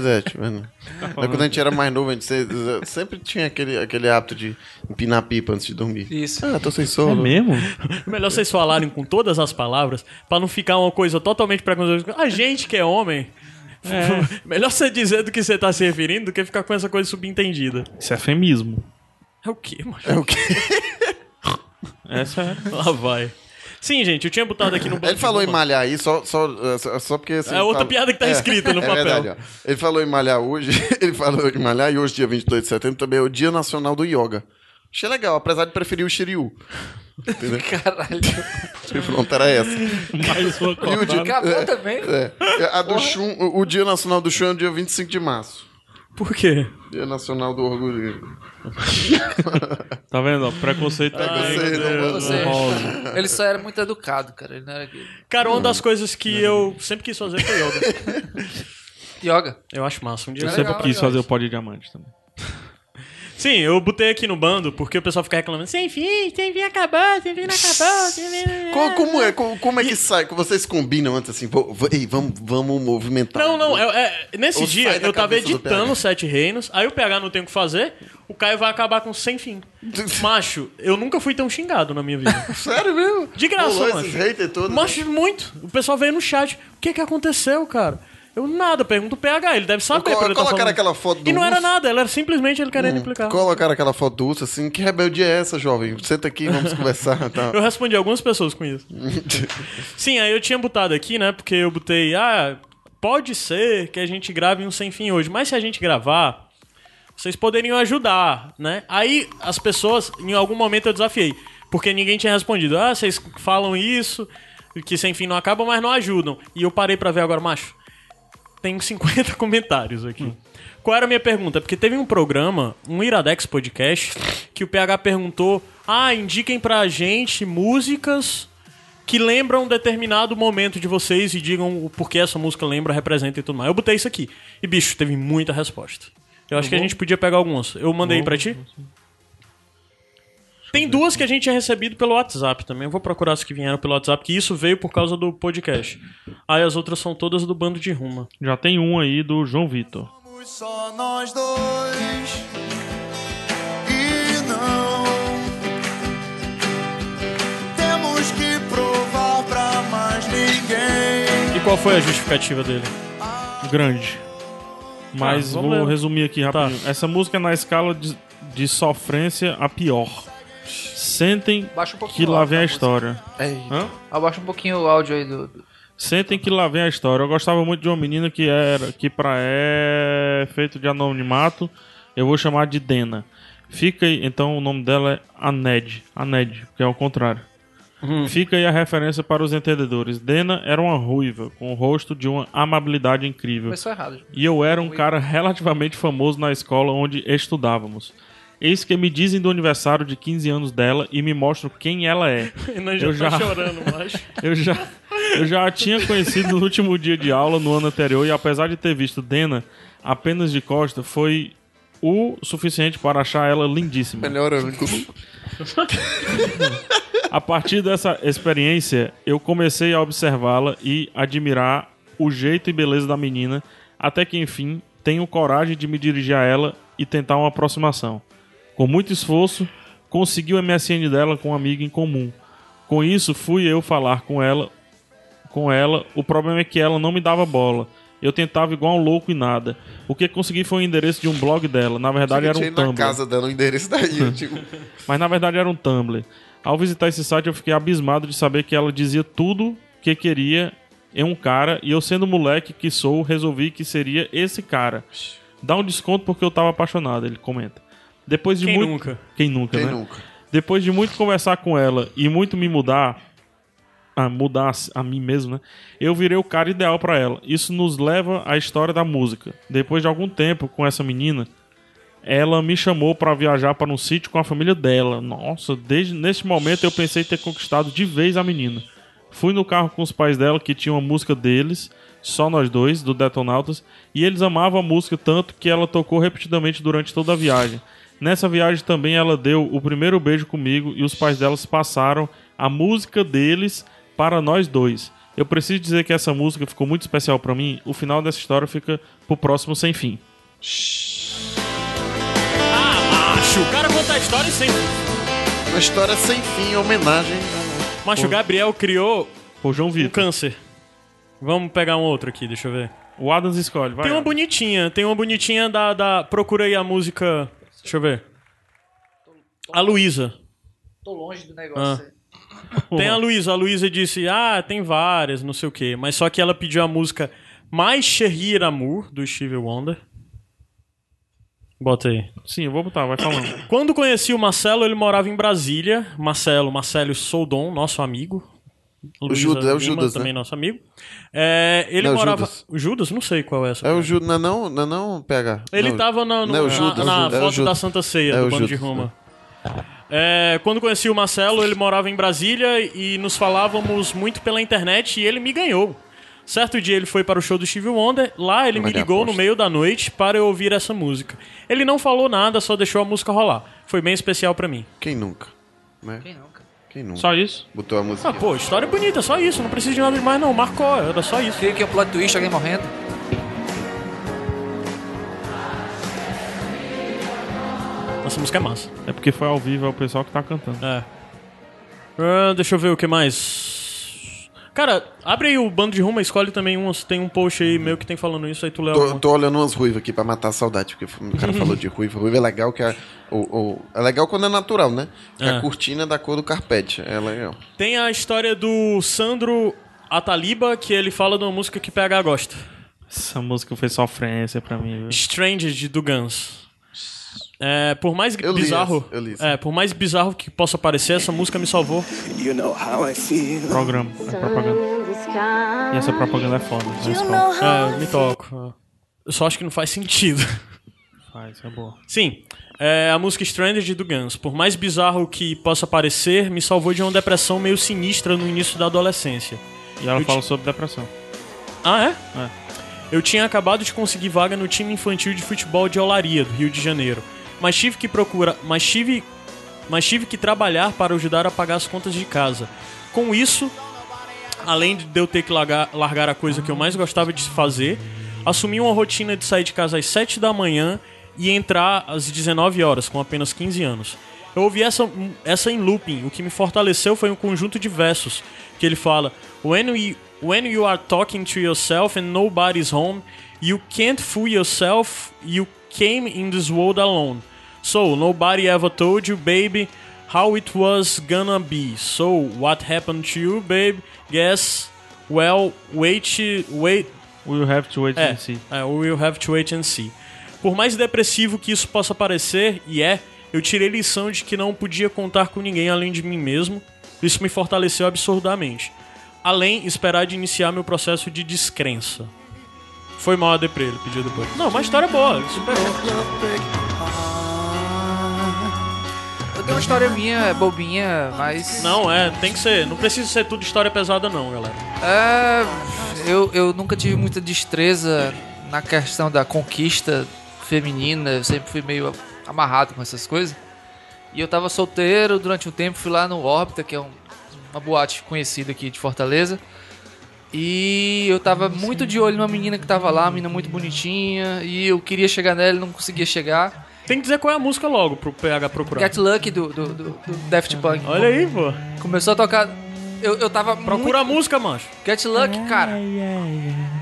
Speaker 3: É verdade, mano. Quando a gente era mais novo, a gente se- sempre tinha aquele, aquele hábito de empinar pipa antes de dormir.
Speaker 4: Isso.
Speaker 3: Ah, tô sem
Speaker 1: É
Speaker 3: sono.
Speaker 1: mesmo?
Speaker 2: Melhor vocês falarem com todas as palavras pra não ficar uma coisa totalmente preconceituosa. A gente que é homem. Melhor você dizer do que você tá se referindo do que ficar com essa coisa subentendida.
Speaker 1: Isso é feminismo.
Speaker 2: É o quê, mano?
Speaker 3: É o quê?
Speaker 1: Essa é.
Speaker 2: Lá vai. Sim, gente, eu tinha botado aqui no
Speaker 3: Ele falou em
Speaker 2: imagem.
Speaker 3: malhar aí, só, só, só- só porque... assim,
Speaker 2: É outra
Speaker 3: fala-
Speaker 2: piada que tá escrita no
Speaker 3: é
Speaker 2: papel.
Speaker 3: Verdade, ó. Ele falou em malhar hoje, ele falou em malhar e hoje, dia 22 de setembro, também é o Dia Nacional do Yoga. Achei legal, apesar de preferir o Shiryu. Entendeu?
Speaker 4: Caralho.
Speaker 3: Pronto, era essa.
Speaker 1: Mais uma cortada.
Speaker 4: Acabou também.
Speaker 3: É, a do Shun, o o Dia Nacional do Shun é o dia 25 de março.
Speaker 2: Por quê?
Speaker 3: Dia Nacional do Orgulho.
Speaker 1: Tá vendo? ó? Preconceito.
Speaker 3: Ai,
Speaker 1: Ai,
Speaker 3: meu Deus,
Speaker 1: meu
Speaker 4: você.
Speaker 1: É.
Speaker 4: Ele só era muito educado, cara. Ele não era.
Speaker 2: Cara, uma das coisas que eu sempre quis fazer foi yoga.
Speaker 4: Yoga.
Speaker 2: Eu acho massa. Um dia
Speaker 1: Eu
Speaker 2: eu
Speaker 4: É
Speaker 1: sempre
Speaker 4: legal,
Speaker 1: quis
Speaker 4: legal
Speaker 1: fazer o
Speaker 4: isso.
Speaker 1: pó de diamante também.
Speaker 2: Sim, eu botei aqui no bando porque o pessoal fica reclamando. Sem fim, sem fim acabou, sem fim não acabou, sem fim.
Speaker 3: Co- Como, é, Co- como é que sai? Co- Vocês combinam antes assim, vou- vou- ei, vamos, vamos movimentar.
Speaker 2: Não, não, é- é- nesse
Speaker 3: Tá Ou
Speaker 2: dia
Speaker 3: sai da
Speaker 2: eu tava
Speaker 3: cabeça do
Speaker 2: editando
Speaker 3: PH.
Speaker 2: os Sete Reinos, aí o PH não tem o que fazer, o Caio vai acabar com sem fim. Macho, eu nunca fui tão xingado na minha vida.
Speaker 3: Sério mesmo?
Speaker 2: De graça,
Speaker 3: Rolou
Speaker 2: macho.
Speaker 3: esses haters todos.
Speaker 2: Macho, muito. O pessoal veio no chat. O que que aconteceu, cara? Eu nada, pergunto o PH, ele deve saber.
Speaker 3: Eu
Speaker 2: pra ele tá
Speaker 3: colocaram
Speaker 2: falando.
Speaker 3: aquela foto do Hum,
Speaker 2: E não era
Speaker 3: urso.
Speaker 2: nada, ela era simplesmente ele querendo implicar.
Speaker 3: Colocaram aquela foto do urso assim, que rebeldia é essa, jovem? Senta aqui, vamos conversar. Tá.
Speaker 2: Eu respondi algumas pessoas com isso. Sim, aí eu tinha botado aqui, né? Porque eu botei, ah, pode ser que a gente grave um sem fim hoje, mas se a gente gravar, vocês poderiam ajudar, né? Aí as pessoas, em algum momento eu desafiei, porque ninguém tinha respondido. Ah, vocês falam isso, que sem fim não acaba, mas não ajudam. E eu parei pra ver agora, macho. Tem 50 comentários aqui. Qual era a minha pergunta? Porque teve um programa, um Iradex Podcast, que o PH perguntou: ah, indiquem pra gente músicas que lembram um determinado momento de vocês e digam o porquê essa música lembra, representa e tudo mais. Eu botei isso aqui. E, bicho, teve muita resposta. Eu acho que a gente podia pegar algumas. Eu mandei pra ti. Tem duas que a gente tinha recebido pelo WhatsApp também. Eu vou procurar as que vieram pelo WhatsApp, que isso veio por causa do podcast. Aí as outras são todas do bando de ruma.
Speaker 1: Já tem um aí do João Vitor.
Speaker 6: Somos só nós dois e não temos que provar pra mais ninguém.
Speaker 2: E qual foi a justificativa dele?
Speaker 1: grande. Mas
Speaker 2: Ah,
Speaker 1: vou
Speaker 2: vamos ler. Tá.
Speaker 1: resumir aqui rapidinho. Essa música é na escala de, de sofrência a pior. Sentem
Speaker 4: Baixa um pouquinho
Speaker 1: que
Speaker 4: o
Speaker 1: lá
Speaker 4: áudio
Speaker 1: vem a
Speaker 4: da música.
Speaker 1: história.
Speaker 3: Ei,
Speaker 1: Hã?
Speaker 4: Abaixa um pouquinho o áudio aí do. do-
Speaker 1: Sentem que lá vem a história. Eu gostava muito de uma menina que era que pra é feito de anonimato. Eu vou chamar de Dena. Fica aí, então o nome dela é Aned. Aned, que é o contrário.
Speaker 2: Uhum.
Speaker 1: Fica aí a referência para os entendedores. Dena era uma ruiva, com o rosto de uma amabilidade incrível.
Speaker 4: Começou errado.
Speaker 1: E eu era um cara relativamente famoso na escola onde estudávamos. Eis que me dizem do aniversário de 15 anos dela e me mostram quem ela é.
Speaker 2: Renan
Speaker 1: Eu já-
Speaker 2: tá chorando, mas.
Speaker 1: Eu já, eu já a tinha conhecido no último dia de aula no ano anterior e apesar de ter visto Dena apenas de costa, foi o suficiente para achar ela lindíssima.
Speaker 3: melhor ângulo.
Speaker 1: A partir dessa experiência, eu comecei a observá-la e admirar o jeito e beleza da menina, até que enfim tenho coragem de me dirigir a ela e tentar uma aproximação. Com muito esforço, consegui o MSN dela com uma amiga em comum. Com isso, fui eu falar com ela com ela, o problema é que ela não me dava bola. Eu tentava igual um louco e nada. O que consegui foi o endereço de um blog dela. Na verdade, era
Speaker 3: Cheguei
Speaker 1: um
Speaker 3: na
Speaker 1: Tumblr.
Speaker 3: casa dando o endereço daí, eu digo,
Speaker 1: Mas na verdade era um Tumblr. Ao visitar esse site eu fiquei abismado de saber que ela dizia tudo que queria em um cara e eu sendo moleque que sou, resolvi que seria esse cara. Dá um desconto porque eu tava apaixonado, ele comenta. Depois de
Speaker 2: Quem
Speaker 1: muito
Speaker 2: nunca?
Speaker 1: Quem nunca,
Speaker 3: quem
Speaker 1: né?
Speaker 3: nunca?
Speaker 1: Depois de muito conversar com ela e muito me mudar, a mudar a si- a mim mesmo, né? Eu virei o cara ideal pra ela. Isso nos leva à história da música. Depois de algum tempo com essa menina, ela me chamou pra viajar para um sítio com a família dela. Nossa, desde nesse momento eu pensei ter conquistado de vez a menina. Fui no carro com os pais dela que tinha uma música deles, só nós dois, do Detonautas, e eles amavam a música tanto que ela tocou repetidamente durante toda a viagem. Nessa viagem também ela deu o primeiro beijo comigo e os pais delas passaram a música deles para nós dois. Eu preciso dizer que essa música ficou muito especial pra mim. O final dessa história fica pro próximo sem fim.
Speaker 2: Ah, macho, o cara conta a história sem.
Speaker 3: Uma história sem fim, homenagem.
Speaker 2: Macho, o Gabriel criou
Speaker 1: Por João
Speaker 2: um
Speaker 1: Vitor.
Speaker 2: câncer. Vamos pegar um outro aqui, deixa eu ver.
Speaker 1: O Adams escolhe, vai.
Speaker 2: Tem uma
Speaker 1: Adams.
Speaker 2: bonitinha, tem uma bonitinha da. da... Procura aí a música. Deixa eu ver. A Luísa.
Speaker 4: Tô longe do negócio.
Speaker 2: Tem
Speaker 1: Vamos
Speaker 2: a
Speaker 1: lá.
Speaker 2: Luísa. A Luísa disse, ah, tem várias, não sei o quê. Mas só que ela pediu a música Mais Cherir Amour, do Stevie Wonder. Bota aí.
Speaker 1: Sim, eu vou botar, vai falando.
Speaker 2: Quando conheci o Marcelo, ele morava em Brasília. Marcelo, Marcelo Soldon, nosso amigo. Luísa
Speaker 3: Judas, é o
Speaker 2: Lima,
Speaker 3: Judas, né?
Speaker 2: Também nosso amigo. É, ele
Speaker 3: Não, é o
Speaker 2: morava...
Speaker 3: Judas.
Speaker 2: O Judas? Não sei qual é essa.
Speaker 3: É o Judas, não, é não, não, é não pega.
Speaker 2: Ele
Speaker 3: não,
Speaker 2: tava na, no-
Speaker 3: não é o
Speaker 2: na-
Speaker 3: Judas,
Speaker 2: na
Speaker 3: é o
Speaker 2: foto
Speaker 3: Judas.
Speaker 2: da Santa Ceia
Speaker 3: É
Speaker 2: do
Speaker 3: o
Speaker 2: Bando de
Speaker 3: Judas,
Speaker 2: Roma. É, quando conheci o Marcelo, ele morava em Brasília e nos falávamos muito pela internet e ele me ganhou. Certo dia ele foi para o show do Stevie Wonder, lá ele me
Speaker 3: Olha a
Speaker 2: ligou no
Speaker 3: aposta.
Speaker 2: meio da noite para eu ouvir essa música. Ele não falou nada, só deixou a música rolar. Foi bem especial pra mim.
Speaker 3: Quem nunca? Né?
Speaker 4: Quem nunca?
Speaker 3: Quem nunca?
Speaker 1: Só isso?
Speaker 3: Botou a música.
Speaker 2: Ah, pô, história bonita, só isso, não precisa de nada demais não, marcou, era só isso.
Speaker 4: Queria que é um plot twist, alguém morrendo.
Speaker 2: Essa música é massa.
Speaker 1: É porque foi ao vivo, é o pessoal que tá cantando.
Speaker 2: É. Ah, deixa eu ver o que mais. Cara, abre aí o bando de rumo, escolhe também uns. Tem um post aí meu que tem falando isso, aí tu lê
Speaker 3: Tô,
Speaker 2: alguma.
Speaker 3: tô olhando umas ruivas aqui pra matar a saudade, porque o cara falou de ruiva. Ruiva é legal que é. O, o- é legal quando é natural, né? Que
Speaker 2: É.
Speaker 3: A cortina é da cor do carpete. É legal.
Speaker 2: Tem a história do Sandro Ataliba, que ele fala de uma música que PH gosta.
Speaker 1: Essa música foi sofrência pra mim, viu?
Speaker 2: Strange do Guns. É, por mais
Speaker 3: Eu li
Speaker 2: bizarro.
Speaker 3: essa, eu li essa.
Speaker 2: é, por mais bizarro que possa parecer, essa música me salvou.
Speaker 6: You know how I feel.
Speaker 1: Programa, é propaganda. E essa propaganda é foda. Mas pronto,
Speaker 2: É, me toco. Eu só acho que não faz sentido.
Speaker 1: faz, é boa.
Speaker 2: Sim, é a música Stranded do Guns. Por mais bizarro que possa parecer, me salvou de uma depressão meio sinistra no início da adolescência.
Speaker 1: E ela
Speaker 2: Eu
Speaker 1: fala sobre depressão.
Speaker 2: Ah, é? Eu tinha acabado de conseguir vaga no time infantil de futebol de Olaria, do Rio de Janeiro. Mas tive que procurar. Mas tive. Mas tive que trabalhar para ajudar a pagar as contas de casa. Com isso, além de eu ter que largar, largar a coisa que eu mais gostava de fazer, assumi uma rotina de sair de casa às 7 da manhã e entrar às 19 horas, com apenas 15 anos. Eu ouvi essa, hum, essa em looping, o que me fortaleceu foi um conjunto de versos, que ele fala When you, when you are talking to yourself and nobody's home, you can't fool yourself, you came in this world alone. So, nobody ever told you, baby, how it was gonna be. So, what happened to you, babe? Guess, well, wait, wait.
Speaker 1: We'll have to wait
Speaker 2: É,
Speaker 1: and see.
Speaker 2: é, we'll have to wait and see. Por mais depressivo que isso possa parecer, e é, eu tirei lição de que não podia contar com ninguém além de mim mesmo. Isso me fortaleceu absurdamente. Além, esperar de iniciar meu processo de descrença. Foi mal a deprê, ele pediu depois. Não, mas a história é boa, ele superou.
Speaker 4: Eu tenho uma história minha, bobinha, mas.
Speaker 2: Não, é, tem que ser. Não precisa ser tudo história pesada, não, galera.
Speaker 4: É, eu, eu nunca tive muita destreza na questão da conquista feminina, eu sempre fui meio amarrado com essas coisas. E eu tava solteiro durante um tempo, fui lá no Órbita, que é um uma boate conhecida aqui de Fortaleza. E eu tava muito de olho numa menina que tava lá, uma menina muito bonitinha, e eu queria chegar nela e não conseguia chegar.
Speaker 2: Tem que dizer qual é a música logo pro PH procurar.
Speaker 4: Get Lucky do, do, do, do Daft Punk.
Speaker 2: Olha aí, pô.
Speaker 4: Começou a tocar. Eu, eu tava.
Speaker 2: Procura a música, macho.
Speaker 4: muito... Get Lucky, cara.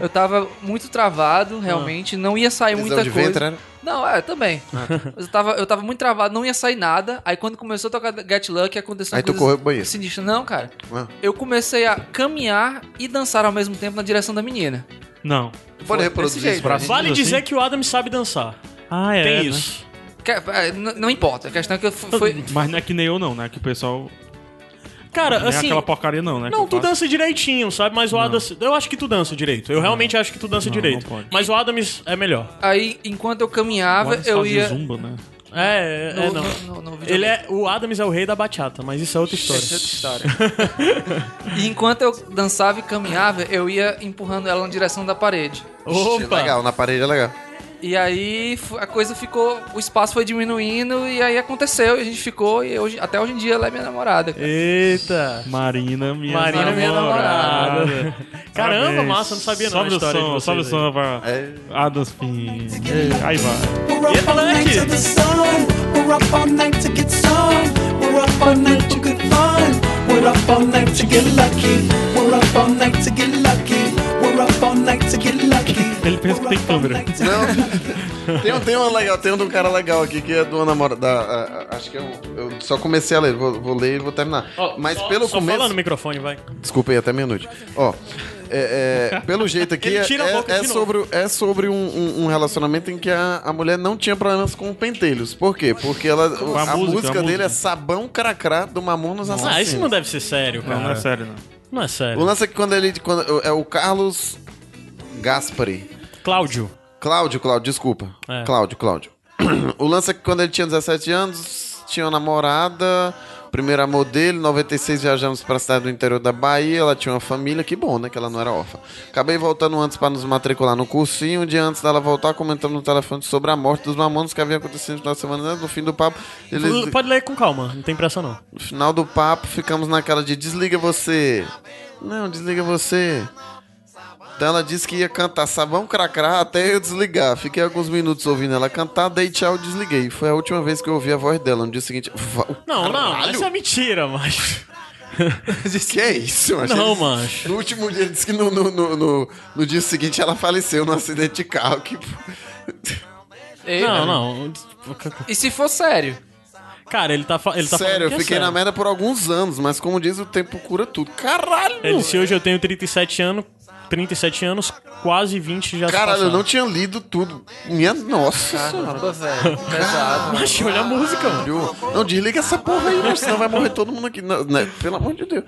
Speaker 4: Eu tava muito travado, realmente. Não ia sair
Speaker 3: Prisão
Speaker 4: muita
Speaker 3: Ah. de né? Ah.
Speaker 4: coisa.
Speaker 3: ventre, era?
Speaker 4: Não, é, também. Mas eu tava, eu tava muito travado, não ia sair nada. Aí quando começou a tocar Get Lucky, aconteceu
Speaker 3: Aí tu correu pro banheiro.
Speaker 4: sinistras. Não, cara.
Speaker 3: Ah.
Speaker 4: Eu comecei a caminhar e dançar ao mesmo tempo na direção da menina.
Speaker 1: Não.
Speaker 3: Pode
Speaker 4: desse
Speaker 3: reproduzir
Speaker 4: jeito.
Speaker 3: isso pra gente?
Speaker 2: Vale
Speaker 1: Assim?
Speaker 2: dizer que o Adam sabe dançar.
Speaker 1: Ah, é.
Speaker 2: Tem
Speaker 1: né?
Speaker 2: isso.
Speaker 4: Que- é, n- não importa, a questão é que eu fu- foi.
Speaker 1: Mas não é que nem eu, não, né? Que o pessoal.
Speaker 2: Cara,
Speaker 1: Não é
Speaker 2: assim.
Speaker 1: aquela porcaria, não, né? que
Speaker 2: Não,
Speaker 1: eu
Speaker 2: tu
Speaker 1: faço.
Speaker 2: dança direitinho, sabe? Mas o Adams. Eu acho que tu dança direito. Eu realmente acho que tu dança
Speaker 1: Não,
Speaker 2: direito.
Speaker 1: não pode.
Speaker 2: Mas o Adams é melhor.
Speaker 4: Aí, enquanto eu caminhava,
Speaker 1: Agora
Speaker 4: eu
Speaker 1: fazia
Speaker 4: ia.
Speaker 1: Zumba, né?
Speaker 2: É, um. é, é
Speaker 4: No-
Speaker 2: não.
Speaker 4: no- no- no
Speaker 2: Ele
Speaker 4: videogame.
Speaker 2: é. O Adams é o rei da bachata, mas isso é outra história.
Speaker 4: Essa é outra história. e enquanto eu dançava e caminhava, eu ia empurrando ela na direção da parede.
Speaker 2: Opa!
Speaker 3: Legal, na parede é legal.
Speaker 4: E aí fu- a coisa ficou, o espaço foi diminuindo e aí aconteceu, e a gente ficou e hoje, até hoje em dia ela é minha namorada. cara.
Speaker 2: Eita!
Speaker 1: Marina, minha
Speaker 2: Marina, minha
Speaker 1: namorada.
Speaker 2: Caramba,
Speaker 1: Parabéns.
Speaker 2: massa, não sabia não a
Speaker 1: Sobe o
Speaker 2: história de
Speaker 1: som,
Speaker 2: vocês
Speaker 1: sobe o
Speaker 2: aí.
Speaker 1: som pra
Speaker 3: É.
Speaker 1: Adams Pin. Aí vai.
Speaker 6: We're up
Speaker 2: Yeah,
Speaker 6: all night
Speaker 2: like
Speaker 6: to
Speaker 2: it.
Speaker 6: the sun. We're up all night to get some. We're up all night to get fun. We're up all night to get lucky. We're up all night to get lucky. We're up all night to get lucky.
Speaker 1: Ele pensa que tem câmera.
Speaker 3: Não. tem, um, tem uma legal, tem um de um cara legal aqui que é do namora da. a- a- acho que eu, eu só comecei a ler, vou, vou ler e vou terminar.
Speaker 2: Ó,
Speaker 3: Mas
Speaker 2: só-
Speaker 3: pelo
Speaker 2: só
Speaker 3: começo.
Speaker 2: Fala no microfone, vai.
Speaker 3: Desculpa aí, até meia-noite. Ó. é, é, pelo jeito aqui,
Speaker 2: Ele
Speaker 3: é,
Speaker 2: tira a boca
Speaker 3: é
Speaker 2: de novo.
Speaker 3: sobre, é sobre um, um- um relacionamento em que a, a mulher não tinha problemas com pentelhos. Por quê? Porque ela,
Speaker 1: Com a música,
Speaker 3: a, música,
Speaker 1: a
Speaker 3: dele
Speaker 1: música.
Speaker 3: é Sabão Cracrá do Mamonos Assassinos.
Speaker 2: Ah, isso não deve ser sério, cara.
Speaker 1: Não, não é sério, não.
Speaker 2: Não é sério.
Speaker 3: O lance é que quando ele. Quando, é o Carlos Gaspari.
Speaker 2: Cláudio.
Speaker 3: Cláudio, Cláudio, desculpa.
Speaker 2: É.
Speaker 3: Cláudio, Cláudio. O lance é que quando ele tinha 17 anos, tinha uma namorada, primeiro amor dele, em 96 viajamos pra cidade do interior da Bahia, ela tinha uma família, que bom, né, que ela não era órfã. Acabei voltando antes pra nos matricular no cursinho, um dia antes dela voltar, comentando no telefone sobre a morte dos mamonos que havia acontecido no final de semana, né, no fim do papo, ele...
Speaker 2: Pode ler com calma, não tem pressa não.
Speaker 3: No final do papo, ficamos naquela de desliga você. Não, desliga você. Então ela disse que ia cantar sabão cracrá até eu desligar. Fiquei alguns minutos ouvindo ela cantar, dei tchau e desliguei. Foi a última vez que eu ouvi a voz dela. No dia seguinte. va-
Speaker 2: Não, não,
Speaker 3: Caralho,
Speaker 2: isso é mentira, macho.
Speaker 3: Que é isso, macho?
Speaker 2: Não,
Speaker 3: Ele-
Speaker 2: macho.
Speaker 3: No último dia, ele disse que no, no, no, no- no dia seguinte ela faleceu num acidente de carro.
Speaker 2: tá
Speaker 3: Que...
Speaker 4: Ei,
Speaker 2: Não,
Speaker 4: cara.
Speaker 2: não.
Speaker 4: E se for sério?
Speaker 2: Cara, ele tá, fa- ele tá
Speaker 3: sério,
Speaker 2: falando.
Speaker 3: eu
Speaker 2: que é
Speaker 3: fiquei na
Speaker 2: sério.
Speaker 3: merda por alguns anos, mas como diz, o tempo cura tudo. Caralho!
Speaker 2: Ele disse hoje eu tenho 37 anos, 37 anos, quase 20 já se
Speaker 3: Caralho, eu
Speaker 2: passaram.
Speaker 3: não tinha lido tudo. Minha nossa senhora.
Speaker 4: Caramba, velho. Pesado.
Speaker 2: Macho, olha a música, mano.
Speaker 3: Viu? Não, desliga essa porra aí, né? senão vai morrer todo mundo aqui. Não, né? Pelo amor de Deus.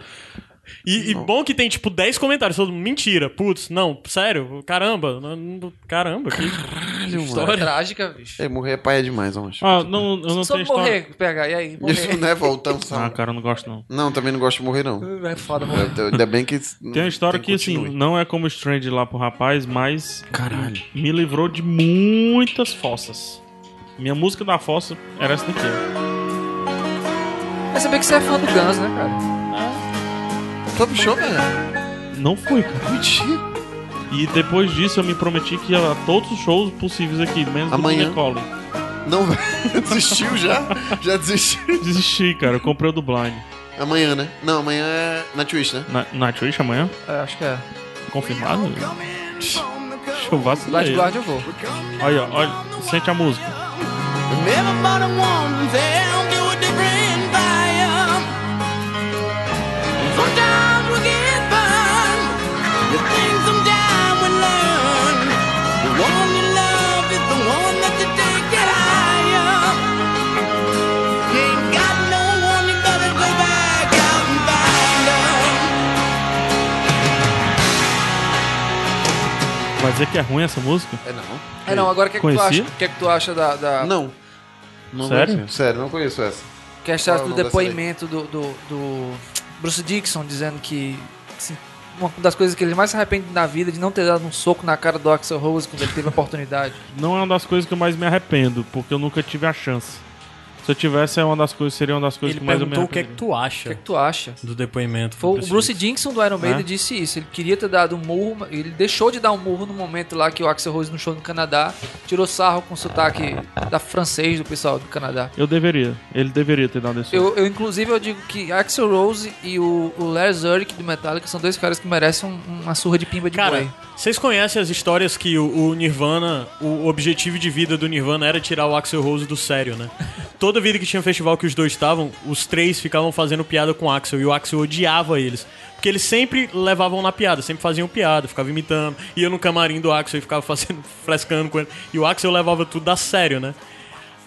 Speaker 2: E, e bom que tem, tipo, 10 comentários. Todo mundo, mentira, putz, não, sério, caramba, não- não- caramba, que
Speaker 4: História
Speaker 2: história.
Speaker 4: trágica, bicho.
Speaker 3: É, morrer é pai é demais, eu acho.
Speaker 1: Ah, não, eu não
Speaker 4: Só
Speaker 1: tenho história.
Speaker 4: morrer, PH, e aí? Morrer.
Speaker 3: Isso, né? Voltamos.
Speaker 1: Ah,
Speaker 3: sabe?
Speaker 1: cara, eu não gosto, não.
Speaker 3: Não, também não gosto de morrer, não.
Speaker 4: É foda, morrer.
Speaker 3: Eu- eu- Ainda bem que.
Speaker 1: Tem uma história que, assim,
Speaker 3: continue.
Speaker 1: não é como Strange lá pro rapaz, mas
Speaker 3: Caralho.
Speaker 1: me livrou de muitas fossas. Minha música da fossa era essa daqui. ó.
Speaker 4: Mas saber que você é fã do Guns, né, cara?
Speaker 3: Tá bichão, velho.
Speaker 1: Não fui, cara.
Speaker 3: Mentira.
Speaker 1: E depois disso eu me prometi que ia a todos os shows possíveis aqui, menos
Speaker 3: Amanhã.
Speaker 1: do Nicole.
Speaker 3: Não, velho. Desistiu já? Já desistiu.
Speaker 1: Desisti, cara. Eu comprei o do Blind.
Speaker 3: Amanhã, né? Não, amanhã é na Twitch, né?
Speaker 1: Na, na Twitch amanhã?
Speaker 4: É, acho que é.
Speaker 1: Confirmado? Deixa eu vacilar.
Speaker 4: Light Guard eu vou.
Speaker 1: Olha, ó, olha, sente a música.
Speaker 6: Everybody wants them to a different fire. Sometimes we get burned. You think sometimes we learn. The one you love is the one that you take get higher. You ain't got no one, you better go back out and find her.
Speaker 1: Vai dizer que é ruim essa música?
Speaker 3: É não.
Speaker 4: É, não, agora o que, é que tu
Speaker 1: Conhecia?
Speaker 4: acha? O que é que tu acha da... da...
Speaker 3: Não. Não
Speaker 1: Sério?
Speaker 3: conheço. Sério, não conheço essa.
Speaker 4: que achaste
Speaker 3: Qual é o
Speaker 4: do
Speaker 3: nome dessa daí?
Speaker 4: depoimento do, do, do Bruce Dixon dizendo que assim, uma das coisas que ele mais se arrepende na vida é de não ter dado um soco na cara do Axel Rose quando ele teve a oportunidade.
Speaker 1: Não é uma das coisas que eu mais me arrependo, porque eu nunca tive a chance. Se eu tivesse, é uma das coisas, seria uma das coisas
Speaker 2: Ele
Speaker 1: que mais eu me
Speaker 2: perguntou o que é que
Speaker 1: arrependeria.
Speaker 2: tu acha
Speaker 4: tu acha?
Speaker 2: do depoimento.
Speaker 4: Foi o Bruce Dickinson do Iron Maiden
Speaker 1: Né?
Speaker 4: disse isso. Ele queria ter dado um murro, mas ele deixou de dar um murro no momento lá que o Axel Rose no show no Canadá tirou sarro com sotaque da francês do pessoal do Canadá.
Speaker 1: Eu deveria. Ele deveria ter dado esse.
Speaker 4: Eu, eu, inclusive, eu digo que Axel Rose e o, o Larry Zurich do Metallica são dois caras que merecem um- uma surra de pimba de
Speaker 2: Cara,
Speaker 4: boi.
Speaker 2: vocês conhecem as histórias que o, o Nirvana, o objetivo de vida do Nirvana era tirar o Axel Rose do sério, né? Toda vida que tinha um festival que os dois estavam, os três ficavam fazendo piada com o Axel e o Axel odiava eles. Porque eles sempre levavam na piada, sempre faziam piada, ficava imitando, ia no camarim do Axel e ficava fazendo, frescando com ele. E o Axel levava tudo a sério, né?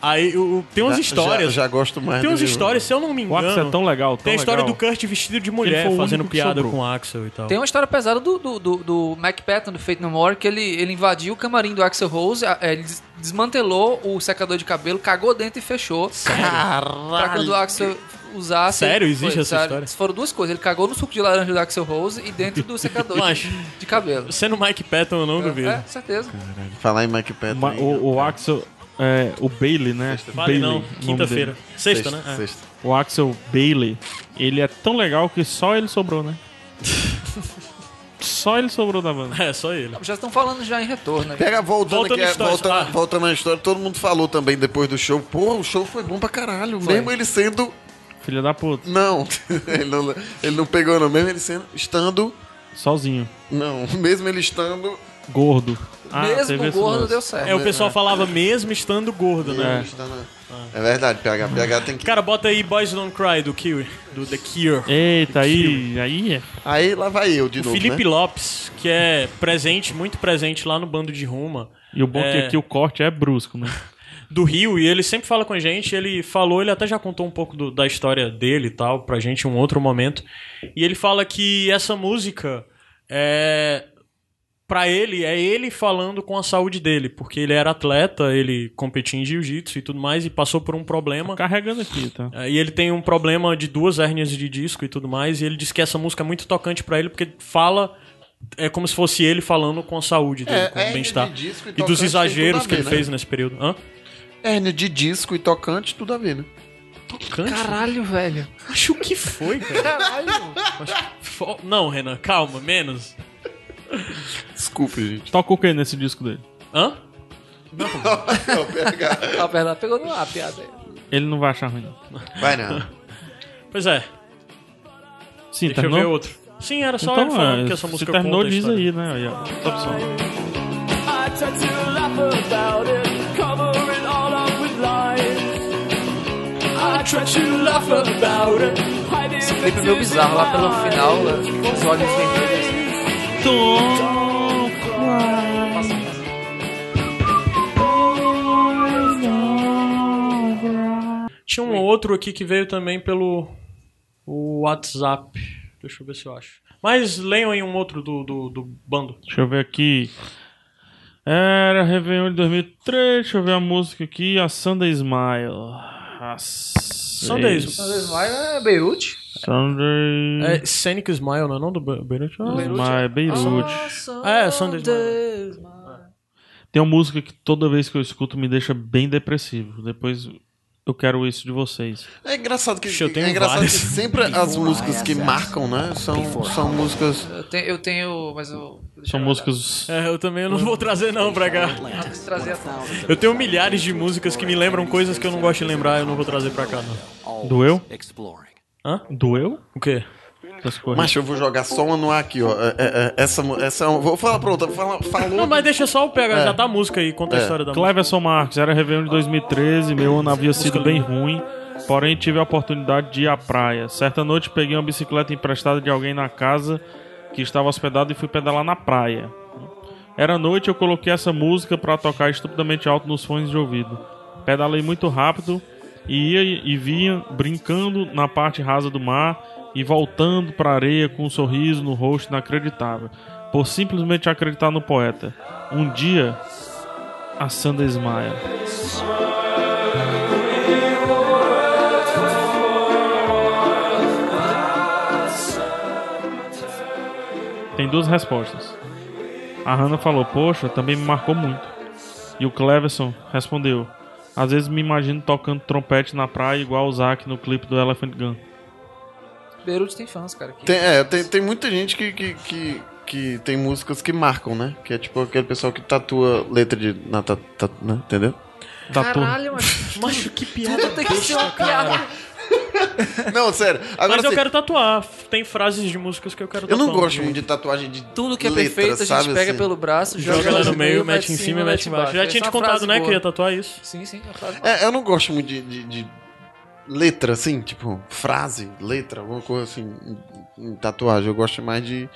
Speaker 2: Aí o- tem umas
Speaker 3: Já-
Speaker 2: histórias.
Speaker 3: já- já gosto mais
Speaker 2: Tem
Speaker 3: do
Speaker 2: umas
Speaker 3: Nirvana.
Speaker 2: histórias, se eu não me
Speaker 1: O
Speaker 2: engano.
Speaker 1: Axel é tão legal, tão
Speaker 2: Tem a história
Speaker 1: legal.
Speaker 2: do Kurt vestido de
Speaker 1: Ele
Speaker 2: mulher
Speaker 1: foi o
Speaker 2: fazendo
Speaker 1: único que
Speaker 2: piada
Speaker 1: sobrou.
Speaker 2: com o Axel e tal.
Speaker 4: Tem uma história pesada do, do, do, do Mac Patton, do Fate No More, que ele, ele invadiu o camarim do Axel Rose, a- é, ele des- desmantelou o secador de cabelo, cagou dentro e fechou. Pra quando o
Speaker 3: Caralho.
Speaker 4: Axel usasse.
Speaker 2: Sério? Existe essa história?
Speaker 4: Foram duas coisas. Ele cagou no suco de laranja do Axel Rose e dentro do secador
Speaker 2: Macho.
Speaker 4: de, de cabelo.
Speaker 2: Sendo Mike Patton, eu não duvido.
Speaker 4: É, certeza.
Speaker 3: Falar em Mike Patton.
Speaker 1: Ma- o, o Axel. é, o Bailey, né?
Speaker 2: Vale
Speaker 1: Bailey, o
Speaker 2: não,
Speaker 1: nome dele.
Speaker 2: quinta-feira. Sexta, né? É.
Speaker 3: Sexta.
Speaker 1: O Axel Bailey, ele é tão legal que só ele sobrou, né? só ele sobrou da banda.
Speaker 2: É, só ele.
Speaker 4: Já estão falando já em retorno. né?
Speaker 3: Pega, voltando,
Speaker 2: Voltando
Speaker 3: aqui, é,
Speaker 2: histórias,
Speaker 3: voltando,
Speaker 2: ah.
Speaker 3: voltando à história, todo mundo falou também depois do show. Porra, o show foi bom pra caralho. Mesmo ele sendo.
Speaker 1: Filha da puta.
Speaker 3: Não, ele não, ele não pegou, não. Mesmo ele sendo. Estando.
Speaker 1: Sozinho.
Speaker 3: Não, mesmo ele estando.
Speaker 1: Gordo. Ah, teve
Speaker 4: Mesmo
Speaker 1: esse
Speaker 4: gordo
Speaker 1: lance.
Speaker 4: deu certo.
Speaker 2: É, o pessoal falava mesmo estando gordo, né?
Speaker 3: É, estando- é verdade, PH. PH tem que.
Speaker 2: Cara, bota aí Boys Don't Cry do Cure, do The
Speaker 1: É,
Speaker 2: Cure.
Speaker 1: Eita, aí, aí é.
Speaker 3: Aí lá vai eu de
Speaker 2: O
Speaker 3: novo.
Speaker 2: Felipe
Speaker 3: né?
Speaker 2: Lopes, que é presente, muito presente lá no bando de Ruma,
Speaker 1: E o bom é que
Speaker 2: É.
Speaker 1: aqui o corte é brusco, né?
Speaker 2: do Rio, e ele sempre fala com a gente, ele falou, ele até já contou um pouco do- da história dele e tal, pra gente em um outro momento. E ele fala que essa música é. Pra ele, é ele falando com a saúde dele, porque ele era atleta, ele competia em jiu-jitsu e tudo mais, e passou por um problema.
Speaker 1: Carregando aqui, tá?
Speaker 2: É, E ele tem um problema de duas hérnias de disco e tudo mais, e ele diz que essa música é muito tocante pra ele, porque fala. É como se fosse ele falando com a saúde dele,
Speaker 3: É,
Speaker 2: com o
Speaker 3: hérnia
Speaker 2: bem-estar.
Speaker 3: de disco e
Speaker 2: E
Speaker 3: tocante
Speaker 2: dos
Speaker 3: tem
Speaker 2: exageros
Speaker 3: tudo a
Speaker 2: que
Speaker 3: ver,
Speaker 2: ele
Speaker 3: né?
Speaker 2: fez nesse período. Hã?
Speaker 3: Hérnia de disco e tocante, tudo a ver, né?
Speaker 4: Caralho, velho.
Speaker 2: Acho que foi, cara.
Speaker 4: Caralho.
Speaker 2: Fo- Não, Renan, calma, menos.
Speaker 3: Desculpe, gente.
Speaker 1: Toca o que nesse disco dele?
Speaker 2: Hã?
Speaker 4: Ah, perdão, pegou no ar, piada. aí.
Speaker 1: Ele não vai achar ruim. não.
Speaker 3: Vai não.
Speaker 2: Pois é,
Speaker 1: Sim,
Speaker 2: deixa eu ver
Speaker 1: terminou?
Speaker 2: outro. Sim, era só ele
Speaker 1: Então,
Speaker 2: falando
Speaker 1: é,
Speaker 2: que essa
Speaker 1: se
Speaker 2: música
Speaker 1: terminou,
Speaker 2: conta a
Speaker 1: diz
Speaker 2: história.
Speaker 1: aí, né? Aí, ó. Tá opção.
Speaker 7: I try to laugh about it, cover it all up with lies. I try to laugh about it, hide it.
Speaker 4: Esse clipe é meio bizarro lá pelo final, lá, com os olhos vermelhos.
Speaker 2: Tinha um outro aqui que veio também pelo o WhatsApp. Deixa eu ver se eu acho. Mas leiam aí um outro do, do, do bando.
Speaker 1: Deixa eu ver aqui. Era Réveillon de 2003. Deixa eu ver a música aqui. A Sunday Smile. A
Speaker 2: Sunday
Speaker 1: seis-
Speaker 2: Smile.
Speaker 4: Mas é Beirute?
Speaker 1: Sunday
Speaker 2: É Scenic Smile, não é não do Be- Beirute? Ah,
Speaker 1: Smile. Beirute.
Speaker 2: É, Sunday
Speaker 1: Tem uma música que toda vez que eu escuto me deixa bem depressivo. Depois eu quero isso de vocês.
Speaker 3: É engraçado que,
Speaker 2: Ixi, eu tenho
Speaker 3: é engraçado que
Speaker 2: várias. é
Speaker 3: sempre as músicas que marcam, né? São, são músicas.
Speaker 4: Eu tenho, eu tenho, mas eu... deixa
Speaker 1: São
Speaker 4: eu
Speaker 1: músicas.
Speaker 2: É, eu também não vou trazer não pra cá.
Speaker 4: olhar. Antes de trazer a tela.
Speaker 2: Eu tenho milhares de músicas que me lembram coisas que eu não gosto de lembrar, eu não vou trazer pra cá não.
Speaker 1: Doeu?
Speaker 8: exploring.
Speaker 1: Doeu?
Speaker 2: O quê?
Speaker 1: Das coisas.
Speaker 3: Mas eu vou jogar só uma no ar aqui, ó. É, é, é, essa, mu- essa é uma- Vou falar, pronto. Fala, falou.
Speaker 2: Não, mas deixa só o pega, já tá a música aí, conta a história da música.
Speaker 1: Cleverson Marques, era Réveillon de 2013, meu ano havia sido bem ruim, porém tive a oportunidade de ir à praia. Certa noite peguei uma bicicleta emprestada de alguém na casa que estava hospedado e fui pedalar na praia. Era noite, eu coloquei essa música para tocar estupidamente alto nos fones de ouvido. Pedalei muito rápido e ia e vinha brincando na parte rasa do mar e voltando para areia com um sorriso no rosto inacreditável, por simplesmente acreditar no poeta. Um dia, a Sunday Smile. Tem duas respostas. A Hannah falou, poxa, também me marcou muito. E o Cleverson respondeu, Às vezes me imagino tocando trompete na praia igual o Zack no clipe do Elephant Gun.
Speaker 4: Beirute tem fãs, cara. que-
Speaker 3: Tem, é, tem, tem muita gente que, que, que, que tem músicas que marcam, né? Que é tipo aquele pessoal que tatua letra de. Na, ta- ta- né? Entendeu?
Speaker 1: Tatu.
Speaker 4: Caralho, mas
Speaker 2: Macho, que piada.
Speaker 4: tudo tem que ser uma piada.
Speaker 3: Não, sério. Agora
Speaker 2: Mas eu
Speaker 3: assim,
Speaker 2: quero tatuar. Tem frases de músicas que eu quero
Speaker 3: eu
Speaker 2: tatuar.
Speaker 3: não gosto muito de tatuagem de.
Speaker 4: Tudo que é
Speaker 3: letra,
Speaker 4: perfeito, a
Speaker 3: sabe,
Speaker 4: gente pega
Speaker 3: assim?
Speaker 4: pelo braço, joga,
Speaker 2: Joga lá no meio,
Speaker 4: mete
Speaker 2: mete em cima e mete embaixo. Já tinha
Speaker 4: Essa
Speaker 2: te
Speaker 4: é uma
Speaker 2: contado,
Speaker 4: frase
Speaker 2: né, que
Speaker 4: boa.
Speaker 2: ia tatuar isso.
Speaker 4: Sim, sim. é uma frase boa.
Speaker 3: É, eu não gosto muito de, de, de letra, assim, tipo, frase, letra, alguma coisa assim, em, em tatuagem. Eu gosto mais de. de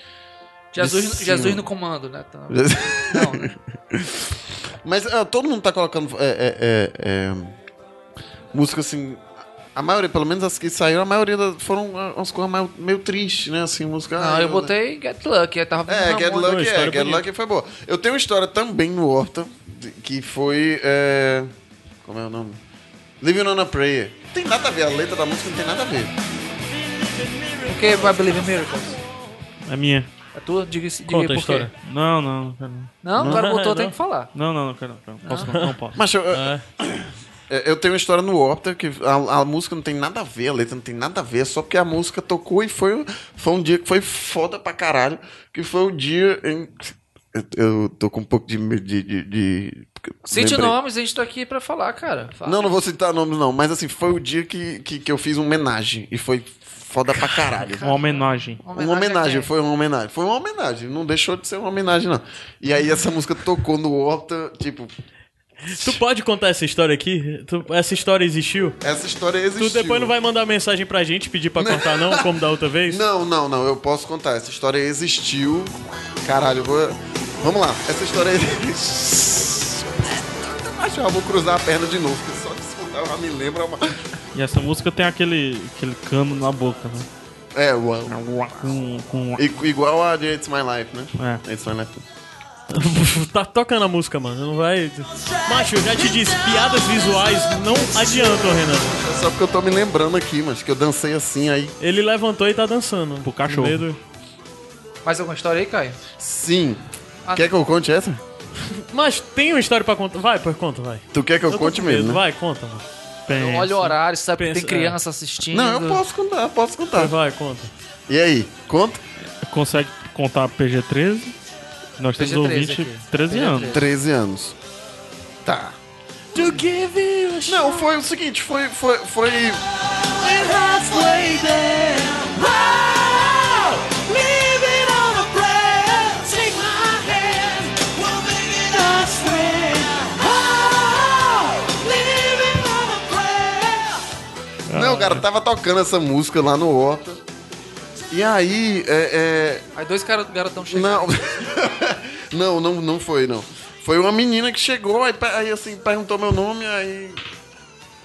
Speaker 4: Jesus,
Speaker 3: cima.
Speaker 4: Jesus no comando, né? Então, Não, né?
Speaker 3: Mas ah, todo mundo tá colocando. É, é, é, é, música assim. A maioria, pelo menos as que saíram, a maioria das- foram ah, umas coisas mais- meio tristes, né? Assim, música.
Speaker 4: Não,
Speaker 3: ah,
Speaker 4: eu botei Get Lucky, aí tava vendo
Speaker 3: É,
Speaker 4: Ramones.
Speaker 3: Get
Speaker 2: uma
Speaker 3: Lucky, é,
Speaker 2: história
Speaker 3: Get
Speaker 2: bonita.
Speaker 3: Lucky foi boa. Eu tenho uma história também no Horta, de- que foi. é, Como é o nome? Living on a Prayer. Não tem nada a ver, a letra da música não tem nada a ver.
Speaker 4: Por que I Believe in Miracles?
Speaker 1: É minha.
Speaker 4: É tua? Diga, diga
Speaker 2: Conta a
Speaker 4: por quê.
Speaker 2: história.
Speaker 1: Não, não, não quero. não.
Speaker 4: Não, o cara botou,
Speaker 2: Não.
Speaker 4: tem que falar.
Speaker 1: Não, não, não quero. Não, não. Posso, não, não posso.
Speaker 3: Mas eu,
Speaker 2: É.
Speaker 3: é, eu tenho uma história no Opta que a, a música não tem nada a ver, a letra não tem nada a ver, só porque a música tocou e foi, foi um dia que foi foda pra caralho. Que foi o dia em. Eu, eu tô com um pouco de. medo de, de, de
Speaker 4: Cite
Speaker 3: lembrei.
Speaker 4: nomes, a gente tá aqui pra falar, cara. Fala.
Speaker 3: Não, não vou citar nomes, não, mas assim, foi o dia que, que, que eu fiz uma homenagem e foi foda pra caralho.
Speaker 1: Uma homenagem.
Speaker 3: Uma
Speaker 4: a
Speaker 3: homenagem,
Speaker 4: quem?
Speaker 3: foi uma homenagem. Foi uma homenagem, não deixou de ser uma homenagem, não. E aí essa música tocou no Horta, tipo,
Speaker 2: Tu pode contar essa história aqui? Tu- essa história existiu?
Speaker 3: essa história existiu.
Speaker 2: Tu depois não vai mandar mensagem pra gente pedir pra contar, não? Como da outra vez?
Speaker 3: Não, não, não, eu posso contar. Essa história existiu. Caralho, eu vou. Vamos lá, essa história existiu. Acho que eu vou cruzar a perna de novo, porque só de escutar eu já me lembro. Uma...
Speaker 1: E essa música tem aquele, aquele cano na boca, né?
Speaker 3: É, uau.
Speaker 1: Com, com...
Speaker 3: I- Igual a de It's My Life, né?
Speaker 1: É.
Speaker 3: It's My Life.
Speaker 2: tá tocando a música, mano. Não vai. Macho, eu já te disse, piadas visuais não adiantam, Renan.
Speaker 3: É só porque eu tô me lembrando aqui, mas que eu dancei assim aí.
Speaker 2: Ele levantou e tá dançando.
Speaker 1: Pro cachorro.
Speaker 2: No meio do-
Speaker 4: Mais alguma história aí, Caio?
Speaker 3: Sim.
Speaker 4: Ah,
Speaker 3: Quer que eu conte essa?
Speaker 2: Mas tem uma história pra contar. Vai, pois conta, vai.
Speaker 3: Tu quer que eu,
Speaker 2: tô
Speaker 3: conte
Speaker 2: com
Speaker 3: mesmo, né?
Speaker 2: Vai, conta, mano.
Speaker 1: Pensa.
Speaker 4: Olha o horário, sabe que
Speaker 2: Pensa,
Speaker 4: tem
Speaker 1: é.
Speaker 4: criança assistindo.
Speaker 3: Não, eu posso contar, posso contar.
Speaker 2: Vai, conta.
Speaker 3: E aí, conta?
Speaker 1: Consegue contar PG-13? Nós temos
Speaker 4: PG-13
Speaker 1: ouvinte
Speaker 4: aqui.
Speaker 1: 13 anos.
Speaker 3: 13 anos. Tá.
Speaker 2: To give you a
Speaker 3: Não, foi o seguinte, foi. Foi. Foi. né,
Speaker 7: Oh, Oh,
Speaker 3: Não, cara, tava tocando essa música lá no Horta. E aí, é.
Speaker 4: Aí dois caras do garotão
Speaker 3: é,
Speaker 4: chegam.
Speaker 3: não. não, não, não foi, não. Foi uma menina que chegou, aí, pe- aí assim, perguntou meu nome, aí.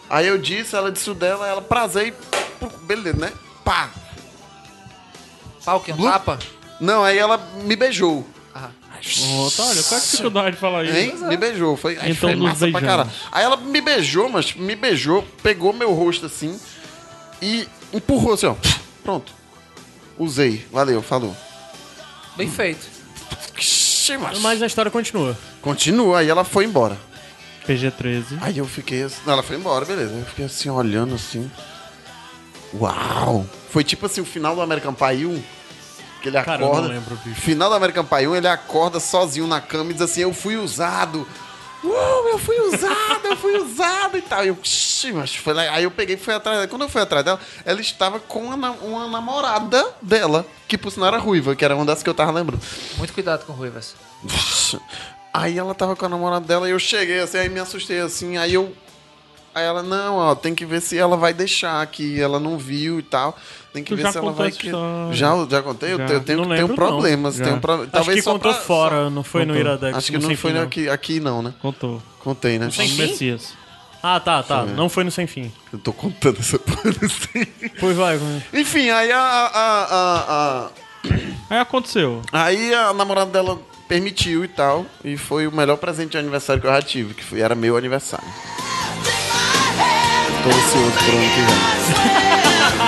Speaker 3: Aí eu disse, ela disse o dela, ela, prazer, e. pu- Beleza, né? Pá!
Speaker 4: Pau que é um
Speaker 3: Blue-
Speaker 4: tapa?
Speaker 3: Não, aí ela me beijou.
Speaker 4: Ah,
Speaker 1: Nossa, olha, qual é a dificuldade de falar isso?
Speaker 3: Hein? Me beijou. Foi, ai,
Speaker 1: Então
Speaker 3: foi
Speaker 1: nos
Speaker 3: massa pra
Speaker 1: beijamos.
Speaker 3: caralho. Aí ela me beijou, mas me beijou, pegou meu rosto assim e empurrou assim, ó. Pronto. Usei. Valeu, falou.
Speaker 4: bem feito.
Speaker 3: Ixi, macho.
Speaker 2: Mas a história continua.
Speaker 3: Continua, aí ela foi embora.
Speaker 2: Uhum.
Speaker 1: PG-13.
Speaker 3: Aí eu fiquei assim. Não, ela foi embora, beleza. Eu fiquei assim, olhando assim. Uau! Foi tipo assim o final do American Pie 1. Que ele
Speaker 2: Cara,
Speaker 3: acorda.
Speaker 2: eu não lembro, bicho.
Speaker 3: Final do American Pie 1, ele acorda sozinho na cama e diz assim: Eu fui usado. Uau, eu fui usado, eu fui usado e tal. E Eu, "Ixi, mas foi lá. Aí eu peguei e fui atrás dela. Quando eu fui atrás dela, ela estava com uma, na- uma namorada dela, que por sinal era ruiva, que era uma das que eu tava lembrando.
Speaker 4: Muito cuidado com ruivas.
Speaker 3: Aí ela tava com a namorada dela e eu cheguei assim, aí me assustei assim, aí eu. Aí ela, não, ó, tem que ver se ela vai deixar aqui, ela não viu e tal. Tem que
Speaker 1: Tu
Speaker 3: ver
Speaker 1: já
Speaker 3: se ela
Speaker 1: contou
Speaker 3: vai.
Speaker 1: essa
Speaker 3: que-
Speaker 1: história.
Speaker 3: Já, já contei? Eu
Speaker 1: Já.
Speaker 3: te- Eu tenho,
Speaker 2: Não
Speaker 3: tenho
Speaker 2: lembro,
Speaker 3: problemas,
Speaker 1: não.
Speaker 3: tenho um pro-
Speaker 2: Acho
Speaker 3: Talvez
Speaker 2: que
Speaker 3: só
Speaker 2: contou
Speaker 3: pra-
Speaker 2: fora, não foi no
Speaker 1: Contou.
Speaker 2: Iradex.
Speaker 3: Acho que não
Speaker 2: Sem
Speaker 3: foi
Speaker 2: Fim, não.
Speaker 3: Aqui, aqui, não, né?
Speaker 1: Contou.
Speaker 3: Contei, né?
Speaker 1: Só no Messias.
Speaker 2: Ah, tá, tá. Não foi no Sem Fim.
Speaker 3: Eu tô contando essa porra assim.
Speaker 2: Pois vai.
Speaker 3: Enfim, aí a- a- a, a,
Speaker 1: Aí aconteceu.
Speaker 3: Aí a namorada dela permitiu e tal, e foi o melhor presente de aniversário que eu já tive, que foi, era meu aniversário. Tô ansioso por ano que vem.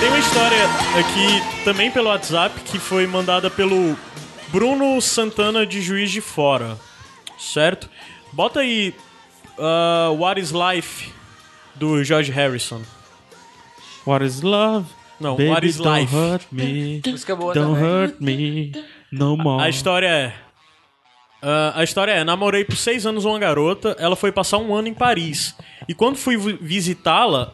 Speaker 2: Tem uma história aqui também pelo WhatsApp que foi mandada pelo Bruno Santana de Juiz de Fora, certo? Bota aí ah, What is Life do George Harrison.
Speaker 1: What is love?
Speaker 2: Não,
Speaker 1: Baby,
Speaker 2: What is
Speaker 1: don't
Speaker 2: Life?
Speaker 1: Hurt me.
Speaker 4: Música é boa
Speaker 1: don't
Speaker 4: também.
Speaker 1: hurt me. No more.
Speaker 2: A história é. Ah, a história é: namorei por seis anos uma garota, ela foi passar um ano em Paris. E quando fui vi- visitá-la,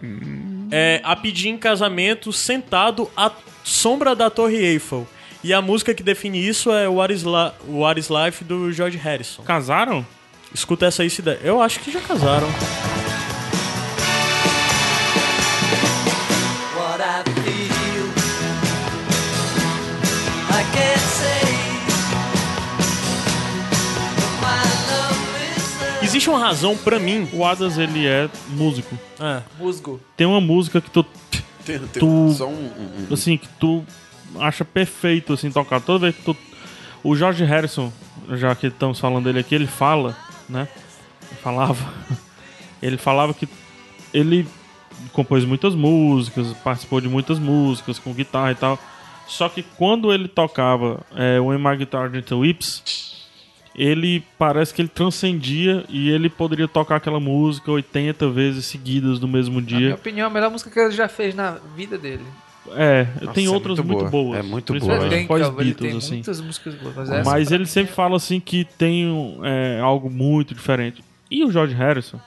Speaker 2: é, a pedi em casamento sentado à sombra da Torre Eiffel. E a música que define isso é What is, La- What is Life do George Harrison.
Speaker 1: Casaram?
Speaker 2: Escuta essa aí se der. Eu acho que já casaram.
Speaker 6: what I feel. I can't say but my love is there.
Speaker 2: Existe uma razão pra mim.
Speaker 1: O Adas, ele é músico.
Speaker 2: É.
Speaker 4: Musgo.
Speaker 1: Tem uma música que tu,
Speaker 3: Tem, tem
Speaker 1: Tu-
Speaker 3: só um- um- um-
Speaker 1: assim, que tu acha perfeito, assim, tocar. Toda vez que tu... O George Harrison, já que estamos falando dele aqui, ele fala, né? Falava. Ele falava que ele compôs muitas músicas, participou de muitas músicas com guitarra e tal. Só que quando ele tocava é, o When My Guitar Gently Whips, ele parece que ele transcendia e ele poderia tocar aquela música 80 vezes seguidas no mesmo
Speaker 4: Na minha
Speaker 1: dia.
Speaker 4: opinião, a melhor música que ele já fez na vida dele.
Speaker 1: É, tem
Speaker 3: é
Speaker 1: outras
Speaker 3: muito
Speaker 1: muito,
Speaker 3: boa.
Speaker 1: boas.
Speaker 3: É muito
Speaker 1: principalmente
Speaker 3: boa,
Speaker 4: ele tem, calma, ele tem
Speaker 1: pós-Beatles, assim.
Speaker 4: muitas músicas boas, mas essa
Speaker 1: Mas
Speaker 4: pra
Speaker 1: ele
Speaker 4: mim
Speaker 1: sempre
Speaker 4: é-
Speaker 1: fala assim que tem um, é, algo muito diferente. E o George Harrison,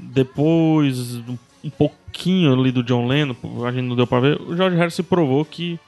Speaker 1: depois um- um pouquinho ali do John Lennon, a gente não deu pra ver, o George Harrison provou que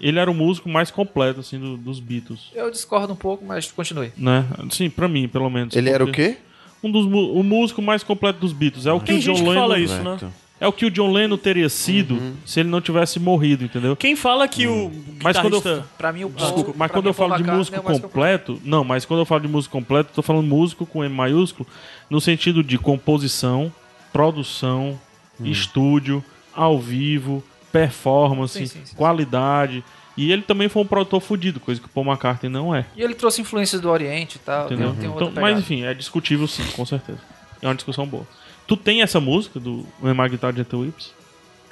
Speaker 1: ele era o músico mais completo assim do- dos Beatles,
Speaker 4: Eu discordo um pouco, mas continue.
Speaker 1: né? Sim, pra mim, pelo menos.
Speaker 3: Ele era o
Speaker 1: Porque
Speaker 3: quê?
Speaker 1: Um dos mu- o músico mais completo dos Beatles. É o que
Speaker 2: Tem
Speaker 1: o John
Speaker 2: gente que
Speaker 1: Lennon
Speaker 2: fala isso, né?
Speaker 3: Certo.
Speaker 1: é o que o John Lennon teria sido
Speaker 3: Uhum.
Speaker 1: se ele não tivesse morrido, entendeu?
Speaker 2: Quem fala que o
Speaker 1: Mas quando eu-
Speaker 2: guitarrista...
Speaker 4: Pra mim, o Paul,
Speaker 1: Ah, Desculpa, mas
Speaker 4: pra
Speaker 1: quando
Speaker 4: mim,
Speaker 1: eu
Speaker 4: o Paul
Speaker 1: falo de
Speaker 4: McCartney
Speaker 1: músico
Speaker 4: é o mais
Speaker 1: completo, não, mas quando eu falo de músico completo, eu tô falando músico com M maiúsculo, no sentido de composição, produção, estúdio, ao vivo, performance,
Speaker 4: Sim, sim, sim,
Speaker 1: qualidade. E ele também foi um produtor fudido, coisa que o Paul McCartney não é.
Speaker 4: E ele trouxe influências do Oriente e tal. Tem,
Speaker 1: Entendeu?
Speaker 4: tem outra
Speaker 1: Então, mas
Speaker 4: pegada.
Speaker 1: enfim, é discutível sim, com certeza. É uma discussão boa. Tu tem essa música do Emma Guitar de Ethel Whips?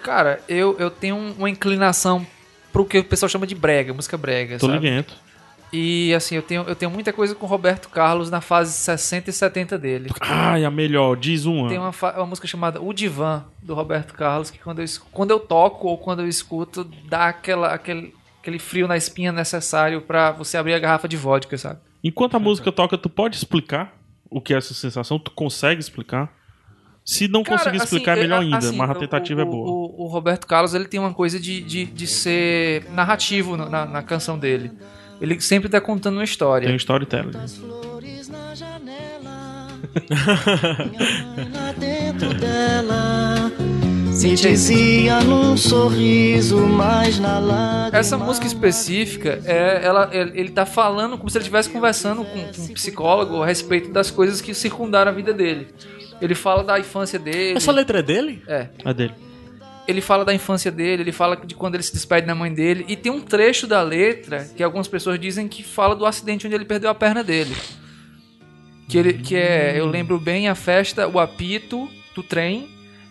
Speaker 4: Cara, eu, eu tenho um- uma inclinação pro que o pessoal chama de brega, música brega,
Speaker 1: Tô
Speaker 4: sabe?
Speaker 1: ligado.
Speaker 4: E assim, eu tenho, eu tenho muita coisa com o Roberto Carlos na fase 60 e 70 dele.
Speaker 1: Ai, a melhor, diz uma.
Speaker 4: Tem uma, fa- uma música chamada O Divã, do Roberto Carlos, que quando eu, es- quando eu toco ou quando eu escuto, dá aquela, aquele, aquele frio na espinha necessário pra você abrir a garrafa de vodka, sabe?
Speaker 1: Enquanto a
Speaker 4: Uhum.
Speaker 1: música toca, tu pode explicar o que é essa sensação? Tu consegue explicar? Se não
Speaker 4: Cara,
Speaker 1: conseguir
Speaker 4: assim,
Speaker 1: explicar, é
Speaker 4: eu-
Speaker 1: melhor ainda,
Speaker 4: assim,
Speaker 1: mas a
Speaker 4: o-
Speaker 1: tentativa
Speaker 4: o,
Speaker 1: é boa.
Speaker 4: O, o Roberto Carlos ele tem uma coisa de, de, de ser narrativo na, na- na canção dele. Ele sempre tá contando uma história.
Speaker 1: Tem um storytelling.
Speaker 6: As flores na janela, minha mãe lá dentro dela. Se dizia num sorriso, mas na lágrima.
Speaker 4: Essa música específica, é, ela, ele ele tá falando como se ele estivesse conversando com, com um psicólogo a respeito das coisas que circundaram a vida dele. Ele fala da infância dele.
Speaker 2: Essa letra é dele?
Speaker 4: É.
Speaker 1: É dele.
Speaker 4: Ele fala da infância dele, ele fala de quando ele se despede da mãe dele. E tem um trecho da letra que algumas pessoas dizem que fala do acidente onde ele perdeu a perna dele. Que, ele, que é, eu lembro bem a festa, o apito do trem.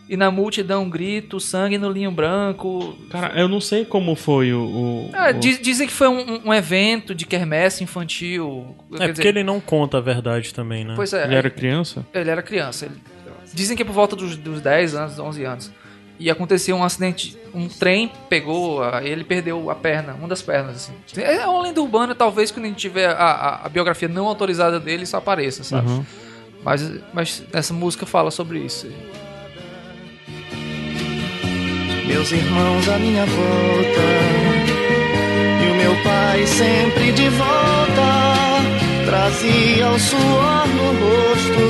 Speaker 4: E na multidão, grito, sangue no linho branco.
Speaker 1: Cara, eu não sei como foi o. o-
Speaker 4: É,
Speaker 1: o-
Speaker 4: diz- dizem que foi um, um evento de quermesse infantil.
Speaker 2: É porque ele não conta a verdade também, né?
Speaker 4: Pois é,
Speaker 1: Ele era criança?
Speaker 4: ele era criança. ele- dizem que é por volta dos, dos 10 anos, 11 anos. E aconteceu um acidente, um trem pegou, a- ele perdeu a perna, uma das pernas, assim. É uma lenda urbana, talvez quando a gente tiver a, a- a biografia não autorizada dele, isso apareça, sabe?
Speaker 1: Uhum.
Speaker 4: Mas, mas essa música fala sobre isso.
Speaker 6: meus irmãos à minha volta e o meu pai sempre de volta trazia o suor no rosto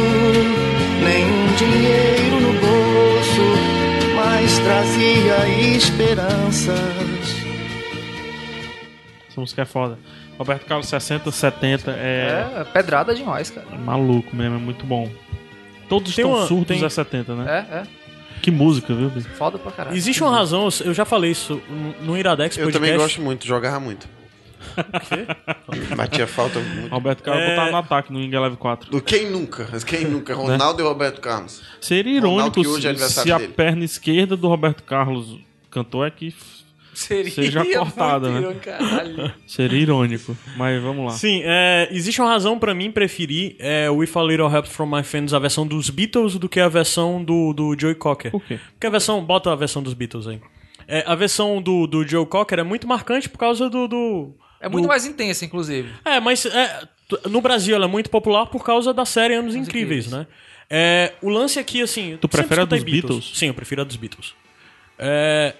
Speaker 6: nenhum dinheiro no bolso mas trazia esperanças
Speaker 1: Essa música é foda. Roberto Carlos 60, 70 é,
Speaker 4: É, pedrada demais, cara.
Speaker 1: maluco mesmo, é muito bom. Todos
Speaker 2: Tem
Speaker 1: estão
Speaker 2: uma-
Speaker 1: surdos
Speaker 2: tem-
Speaker 1: a 70, né?
Speaker 4: É,
Speaker 1: Que música, viu? bicho?
Speaker 4: é. Foda pra caralho.
Speaker 2: Existe uma razão, eu já falei isso no- no Iradex
Speaker 3: Eu
Speaker 2: Podcast.
Speaker 3: também gosto muito, jogava muito. Batia falta muito.
Speaker 1: Roberto Carlos
Speaker 2: É.
Speaker 1: botava no ataque no Ingeleve 4.
Speaker 3: Do quem nunca? Quem nunca?
Speaker 2: Né?
Speaker 3: Ronaldo e Roberto Carlos.
Speaker 1: Seria
Speaker 3: Ronaldo,
Speaker 1: irônico
Speaker 3: que hoje é
Speaker 1: se,
Speaker 3: aniversário
Speaker 1: se a
Speaker 3: dele.
Speaker 1: perna esquerda do Roberto Carlos cantou é que f-
Speaker 4: Seria
Speaker 1: Seja cortada, né?
Speaker 4: muito, Caralho.
Speaker 1: Seria irônico, mas vamos lá.
Speaker 2: Sim, é, existe uma razão pra mim preferir é, With a Little Help From My Friends, a versão dos Beatles, do que a versão do, do Joey Cocker.
Speaker 1: Por quê?
Speaker 2: Porque a versão... Bota a versão dos Beatles aí. É, a versão do, do Joe Cocker é muito marcante por causa do... do
Speaker 4: É muito
Speaker 2: do-
Speaker 4: mais intensa, inclusive.
Speaker 2: É, mas é, t- no Brasil ela é muito popular por causa da série Anos Incríveis, né? É, o lance aqui, assim...
Speaker 1: Tu
Speaker 2: sempre
Speaker 1: prefere a
Speaker 2: escutei
Speaker 1: dos Beatles?
Speaker 2: Sim, eu prefiro a dos Beatles. É,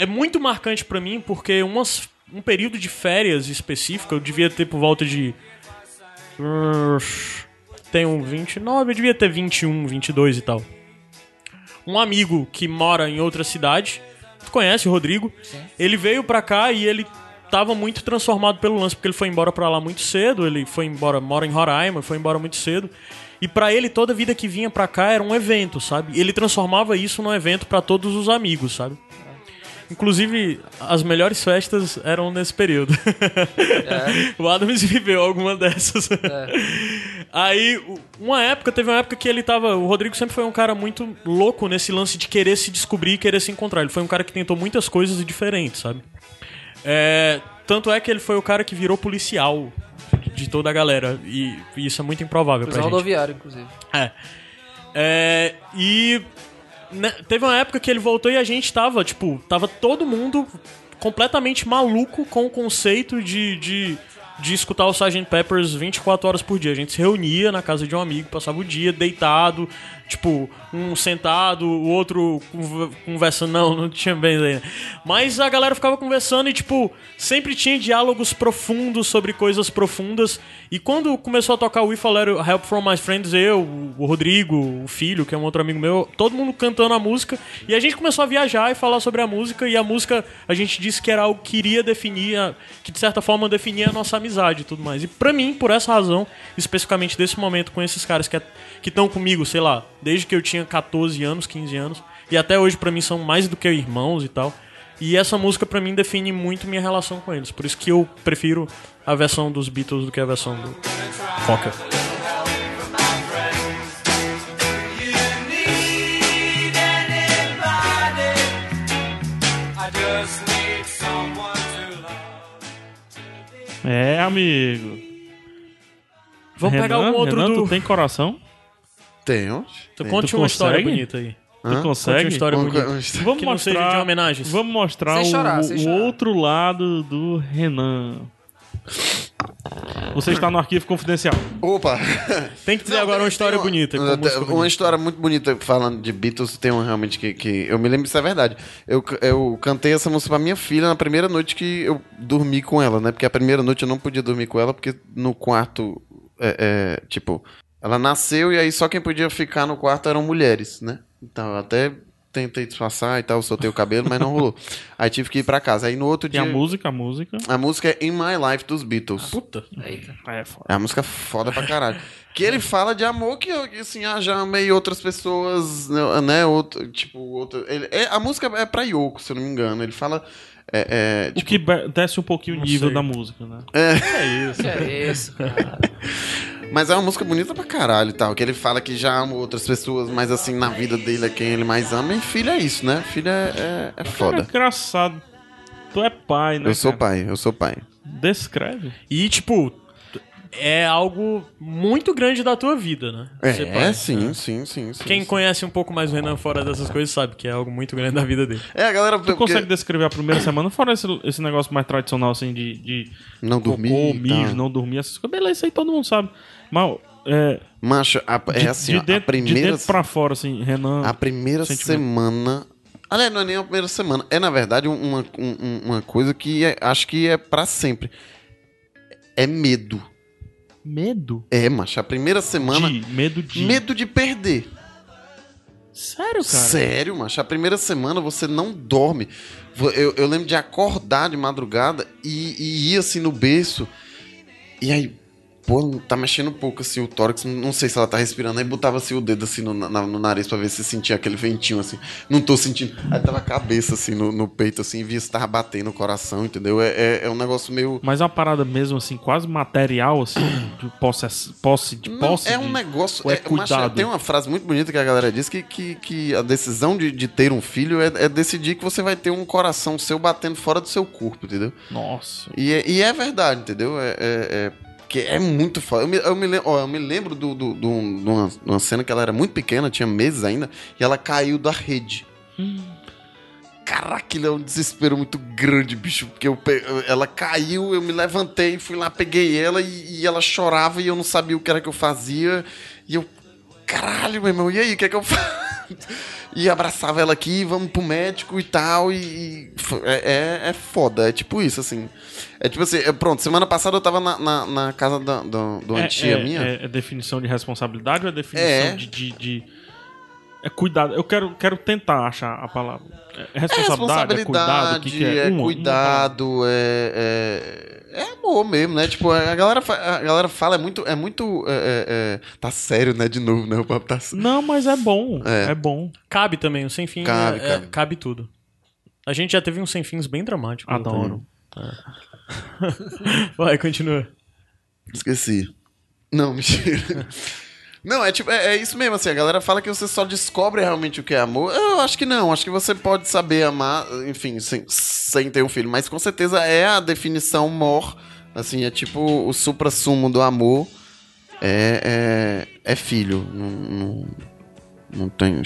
Speaker 2: é muito marcante pra mim porque umas, um período de férias específico, eu devia ter por volta de... Tenho 29, eu devia ter 21, 22 e tal. Um amigo que mora em outra cidade, tu conhece o Rodrigo, ele veio pra cá e ele tava muito transformado pelo lance, porque ele foi embora pra lá muito cedo, ele foi embora, mora em Roraima, foi embora muito cedo. E pra ele toda vida que vinha pra cá era um evento, sabe? Ele transformava isso num evento pra todos os amigos, sabe? Inclusive, as melhores festas eram nesse período. o Adams viveu alguma dessas. Aí, u- uma época, teve uma época que ele tava. O Rodrigo sempre foi um cara muito louco nesse lance de querer se descobrir e querer se encontrar. Ele foi um cara que tentou muitas coisas diferentes, sabe? É, tanto é que ele foi o cara que virou policial de- de toda a galera. E, e isso é muito improvável
Speaker 4: Cruzar
Speaker 2: pra gente.
Speaker 4: rodoviário, inclusive.
Speaker 2: É. É, e né, teve uma época que ele voltou e a gente tava, tipo, tava todo mundo completamente maluco com o conceito de, de, de escutar o Sgt. Peppers 24 horas por dia. A gente se reunia na casa de um amigo, passava o dia deitado, tipo, um sentado, o outro conver- conversando. Não, não tinha bem isso aí, né? Mas a galera ficava conversando e, tipo, sempre tinha diálogos profundos sobre coisas profundas. E quando começou a tocar o If I Let You- Help From My Friends, eu, o Rodrigo, o Filho, que é um outro amigo meu, todo mundo cantando a música. E a gente começou a viajar e falar sobre a música. E a música, a gente disse que era algo que iria definir, a- que de certa forma definia a nossa amizade e tudo mais. E pra mim, por essa razão, especificamente desse momento com esses caras que é- que estão comigo, sei lá, desde que eu tinha 14 anos, 15 anos. E até hoje, pra mim, são mais do que irmãos e tal. E essa música pra mim define muito minha relação com eles. Por isso que eu prefiro a versão dos Beatles do que a versão do Cocker.
Speaker 1: É, amigo.
Speaker 2: Vamos
Speaker 1: Renan,
Speaker 2: pegar
Speaker 4: um
Speaker 2: algum outro
Speaker 1: Renan,
Speaker 2: do.
Speaker 1: tu tem coração?
Speaker 3: Tenho.
Speaker 2: Tu
Speaker 3: Tenho.
Speaker 2: conte
Speaker 1: Tu
Speaker 2: uma história
Speaker 1: consegue?
Speaker 2: bonita aí.
Speaker 1: Tu
Speaker 2: Conte
Speaker 1: consegue?
Speaker 2: uma história
Speaker 3: Uma
Speaker 2: bonita.
Speaker 3: co- uma história-
Speaker 1: Vamos
Speaker 2: que não
Speaker 1: mostrar,
Speaker 2: seja de homenagens.
Speaker 1: Vamos mostrar
Speaker 4: Sem
Speaker 1: o-
Speaker 4: chorar,
Speaker 1: o,
Speaker 4: sem chorar.
Speaker 1: outro lado do Renan. Você está no arquivo confidencial.
Speaker 3: Opa!
Speaker 2: Tem que dizer
Speaker 3: Não,
Speaker 2: agora
Speaker 3: tem-
Speaker 2: uma história
Speaker 3: tem
Speaker 2: bonita. com
Speaker 3: Uma,
Speaker 2: música
Speaker 3: uma
Speaker 2: bonita.
Speaker 3: história muito bonita falando de Beatles, tem uma realmente que, que. Eu me lembro isso é verdade. Eu, c- eu cantei essa música pra minha filha na primeira noite que eu dormi com ela, né? Porque a primeira noite eu não podia dormir com ela, porque no quarto. é, é, tipo, ela nasceu e aí só quem podia ficar no quarto eram mulheres, né? Então eu até tentei disfarçar e tal, soltei o cabelo, mas não rolou. Aí tive que ir pra casa. Aí no outro
Speaker 1: Tem
Speaker 3: dia.
Speaker 1: a música, a música.
Speaker 3: A música é In My Life dos Beatles.
Speaker 2: Puta.
Speaker 4: Eita.
Speaker 1: Ah, É foda.
Speaker 3: É uma música foda pra caralho. que ele fala de amor que eu, que, assim, ah, já amei outras pessoas, né? Outro, tipo, outro. ele- é, a música é pra Yoko, se eu não me engano. Ele fala. É, é,
Speaker 1: O
Speaker 3: tipo,
Speaker 1: que be- desce um pouquinho o
Speaker 2: Não
Speaker 1: nível
Speaker 2: sei.
Speaker 1: da música, né?
Speaker 4: Que é isso, cara?
Speaker 3: Mas é uma música bonita pra caralho e tal. Que ele fala que já ama outras pessoas, mas assim, na vida dele é quem ele mais ama. E filho é isso, né? Filho é, é, é
Speaker 1: É
Speaker 3: foda.
Speaker 1: engraçado. Tu é pai, né?
Speaker 3: Eu sou
Speaker 1: cara?
Speaker 3: pai, eu sou pai.
Speaker 1: Descreve.
Speaker 2: E, tipo, é algo muito grande da tua vida, né? Ser pai.
Speaker 3: É, sim, sim, sim, sim.
Speaker 2: Quem
Speaker 3: sim.
Speaker 2: conhece um pouco mais o Renan fora dessas coisas sabe que é algo muito grande da vida dele.
Speaker 3: É, a galera.
Speaker 1: Tu
Speaker 3: porque-
Speaker 1: consegue descrever a primeira semana, fora esse, esse negócio mais tradicional, assim, de. de
Speaker 3: Não dormir
Speaker 1: Cocô,
Speaker 3: e
Speaker 1: mijo,
Speaker 3: tal.
Speaker 1: não dormir, essas coisas. Beleza, isso aí todo mundo sabe. Mas, é.
Speaker 3: Macho, a- é assim, ó,
Speaker 1: de dentro,
Speaker 3: a primeira.
Speaker 1: de dentro pra fora, assim, Renan.
Speaker 3: A primeira
Speaker 1: sentimento.
Speaker 3: semana. Aliás, não é nem a primeira semana. É, na verdade, uma, um- uma coisa que é- acho que é pra sempre. É medo.
Speaker 1: Medo?
Speaker 3: É, macho. A primeira semana.
Speaker 1: de, medo de.
Speaker 3: Medo de perder.
Speaker 1: Sério, cara?
Speaker 3: Sério, macho. A primeira semana você não dorme. Vo- Eu, eu lembro de acordar de madrugada e, e ir assim no berço. E aí, pô, tá mexendo um pouco assim o tórax, não sei se ela tá respirando. Aí botava assim o dedo assim no, na- no nariz pra ver se sentia aquele ventinho assim. Não tô sentindo. Aí tava a cabeça assim no, no peito assim, e via se tava batendo o coração, entendeu? É, é, é um negócio meio.
Speaker 1: Mas é uma parada mesmo, assim, quase material, assim, de posse, posse de
Speaker 3: Não,
Speaker 1: posse.
Speaker 3: é um
Speaker 1: de-
Speaker 3: negócio.
Speaker 1: ou é
Speaker 3: é- mas
Speaker 1: cuidado?
Speaker 3: tem uma frase muito bonita que a galera diz que, que, que a decisão de, de ter um filho é, é decidir que você vai ter um coração seu batendo fora do seu corpo, entendeu?
Speaker 1: Nossa.
Speaker 3: E é, e é verdade, entendeu? É, é, é- que é muito foda. Eu me, eu me, lem- ó, eu me lembro do, do, do- de uma, de uma cena que ela era muito pequena, tinha meses ainda, e ela caiu da rede. Caraca, ele é um desespero muito grande, bicho. Porque eu pe- eu- ela caiu, eu me levantei, fui lá, peguei ela e, e ela chorava e eu não sabia o que era que eu fazia. E eu, caralho, meu irmão, e aí, o que é que eu faço? E abraçava ela aqui, vamos pro médico e tal. E, e f- é, é, é foda, é tipo isso, assim. É tipo assim, é, pronto, semana passada eu tava na, na, na casa da, da, do
Speaker 1: É-
Speaker 3: antia
Speaker 1: é,
Speaker 3: minha.
Speaker 1: É, é definição de responsabilidade ou é definição
Speaker 3: É.
Speaker 1: De, de, de- É cuidado. Eu quero, quero tentar achar a palavra. É- É responsabilidade, é, cuidado. o que que é? um,
Speaker 3: é
Speaker 1: Uma- uma palavra.
Speaker 3: cuidado, é, é. é amor mesmo, né? Tipo, a galera, fa- a galera fala, é muito. É muito é, é, é, tá sério, né? De novo, né? O papo tá sério.
Speaker 1: Não, mas é bom. É, bom.
Speaker 2: Cabe também, o sem fim.
Speaker 3: Cabe,
Speaker 2: é- é-
Speaker 3: cabe.
Speaker 2: cabe tudo. A gente já teve uns sem fins bem dramáticos. né, É.
Speaker 1: Adoro.
Speaker 2: Vai, continua.
Speaker 3: Esqueci. Não, mentira. Não, é tipo, é, é isso mesmo, assim, a galera fala que você só descobre realmente o que é amor. Eu acho que não, acho que você pode saber amar, enfim, sem, sem ter um filho, mas com certeza é a definição mor, assim, é tipo o supra-sumo do amor é, é, é filho. Não, não, não tem.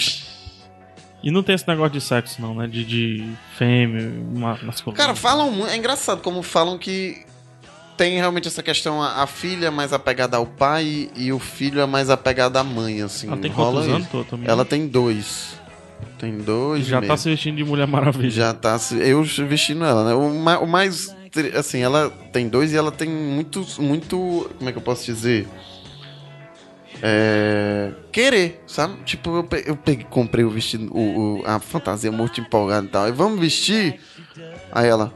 Speaker 1: E não tem esse negócio de sexo, não, né? De, de fêmea, uma, masculino.
Speaker 3: Cara, falam muito. É engraçado como falam que tem realmente essa questão: a, a filha é mais apegada ao pai e, o filho é mais apegado à mãe, assim.
Speaker 1: Ela tem
Speaker 3: rola
Speaker 1: quantos
Speaker 3: isso.
Speaker 1: anos? Tô, também.
Speaker 3: Ela tem dois. Tem dois.
Speaker 1: já
Speaker 3: e
Speaker 1: tá
Speaker 3: meio.
Speaker 1: se vestindo de Mulher Maravilha.
Speaker 3: Já tá se- Eu vestindo ela, né? O, ma- o mais. tri- Assim, ela tem dois e ela tem muito. muito como é que eu posso dizer? É, Querer, sabe? Tipo, eu, pe- eu peguei, comprei o vestido, o, o- a fantasia muito empolgada e tal. E vamos vestir? Aí ela.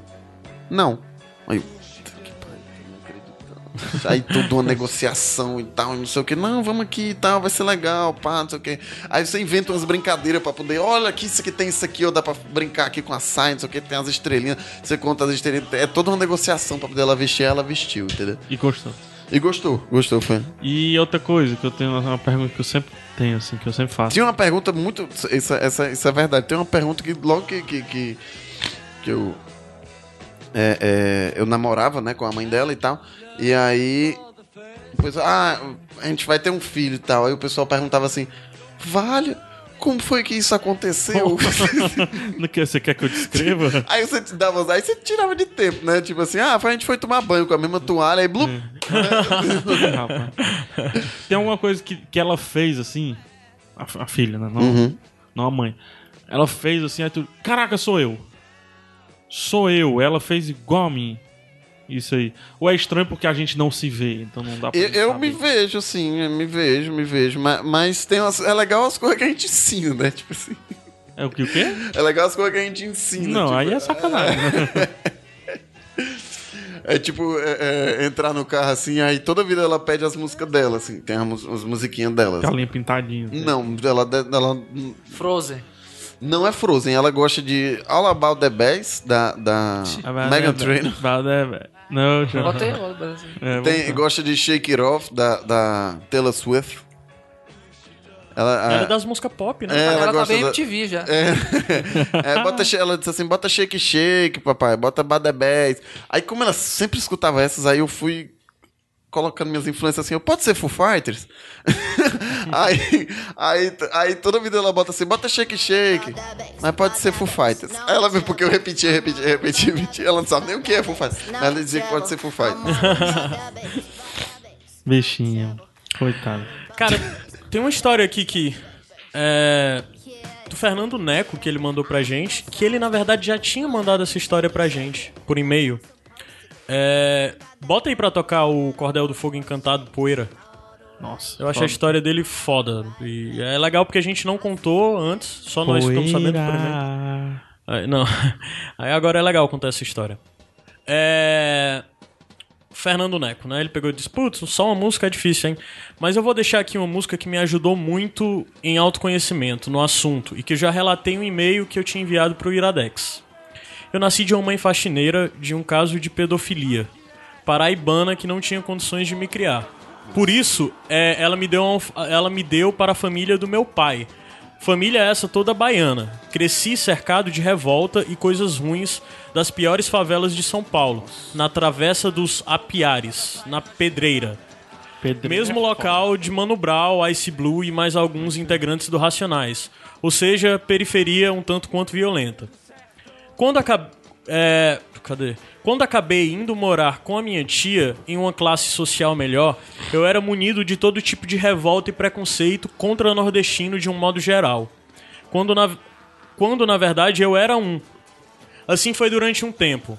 Speaker 3: Não. Aí eu. "Puta que pariu, não acredito, não." Aí toda uma negociação e tal, e não sei o que. Não, vamos aqui e tal, vai ser legal, pá, não sei o que. Aí você inventa umas brincadeiras pra poder. Olha aqui, isso aqui tem isso aqui, ó, dá pra brincar aqui com a saia, não sei o que, tem as estrelinhas. Você conta as estrelinhas. É toda uma negociação pra poder ela vestir, ela vestiu, entendeu?
Speaker 1: E gostou.
Speaker 3: E gostou, gostou, foi.
Speaker 1: E outra coisa que eu tenho, uma pergunta que eu sempre tenho, assim, que eu sempre faço.
Speaker 3: Tinha uma pergunta muito. Isso, essa, isso é verdade. Tem uma pergunta que logo que. que, que, que eu. é, é, eu namorava, né, com a mãe dela e tal. E aí. Depois, ah, a gente vai ter um filho e tal. Aí o pessoal perguntava assim: Vale, como foi que isso aconteceu?
Speaker 1: No que você quer que eu descreva?
Speaker 3: aí você te dava. Aí você tirava de tempo, né? Tipo assim: ah, foi- a gente foi tomar banho com a mesma toalha. Aí
Speaker 1: É.
Speaker 3: blup.
Speaker 1: Rapaz. Tem alguma coisa que, que ela fez assim. A, f- a filha, né? Não,
Speaker 3: Uhum.
Speaker 1: não a mãe. Ela fez assim, aí tu. Caraca, sou eu! Sou eu, ela fez igual a mim. Isso aí. Ou é estranho porque a gente não se vê, então não dá pra.
Speaker 3: Eu,
Speaker 1: gente
Speaker 3: eu
Speaker 1: saber.
Speaker 3: me vejo, assim, eu me vejo, me vejo. Mas, mas tem umas- é legal as coisas que a gente ensina, né? Tipo assim.
Speaker 1: É o que o quê?
Speaker 3: É legal as coisas que a gente ensina.
Speaker 1: não,
Speaker 3: tipo,
Speaker 1: aí é sacanagem. né?
Speaker 3: É tipo é, é, entrar no carro assim, aí toda vida ela pede as músicas dela, assim, tem as, mus- as musiquinhas delas.
Speaker 1: Fica linha pintadinha. né?
Speaker 3: Não, ela, de- ela
Speaker 4: Frozen.
Speaker 3: não é Frozen, ela gosta de All About the Bass, da, da
Speaker 1: né?
Speaker 3: Megan Trainor.
Speaker 1: Não, já.
Speaker 4: Bota aí, bota aí.
Speaker 1: É,
Speaker 3: Tem,
Speaker 1: vamos lá.
Speaker 3: gosta de Shake It Off, da, da Taylor Swift. Ela,
Speaker 2: Era
Speaker 3: a-
Speaker 2: das músicas pop, né?
Speaker 3: É, ela
Speaker 4: Ela tá
Speaker 3: gosta
Speaker 4: bem
Speaker 3: da-
Speaker 4: MTV já.
Speaker 3: É, é, bota, she- ela disse assim, bota shake shake, papai, bota badabés. Aí como ela sempre escutava essas, aí eu fui colocando minhas influências assim, eu pode ser Foo Fighters? aí, aí, aí toda vida ela bota assim, bota shake shake, mas pode ser Foo Fighters. Aí ela viu porque eu repeti, repeti, repeti, repeti, ela não sabe nem o que é Foo Fighters. Mas ela dizia que pode ser Foo Fighters.
Speaker 1: Bichinha. Coitado.
Speaker 2: Cara, tem uma história aqui que. É. Do Fernando Neco, que ele mandou pra gente, que ele na verdade já tinha mandado essa história pra gente, por e-mail. É, bota aí pra tocar o Cordel do Fogo Encantado, Poeira.
Speaker 1: Nossa.
Speaker 2: Eu acho a história dele foda. E é legal porque a gente não contou antes, só nós ficamos sabendo por e-mail.
Speaker 1: Poeira.
Speaker 2: Aí, não. Aí agora é legal contar essa história. É. Fernando Neco, né? Ele pegou e disse: Putz, só uma música é difícil, hein? Mas eu vou deixar aqui uma música que me ajudou muito em autoconhecimento, no assunto, e que eu já relatei em um e-mail que eu tinha enviado pro Iradex. Eu nasci de uma mãe faxineira de um caso de pedofilia paraibana que não tinha condições de me criar. Por isso, é, ela, me deu um- ela me deu para a família do meu pai. Família essa toda baiana. Cresci cercado de revolta e coisas ruins das piores favelas de São Paulo, na Travessa dos Apiares, na Pedreira.
Speaker 1: É
Speaker 2: Mesmo local de Mano Brown, Ice Blue e mais alguns integrantes do Racionais. Ou seja, periferia um tanto quanto violenta. Quando acabei. É, cadê? Quando acabei indo morar com a minha tia em uma classe social melhor, eu era munido de todo tipo de revolta e preconceito contra nordestino de um modo geral. Quando na, quando na verdade eu era um. Assim foi durante um tempo.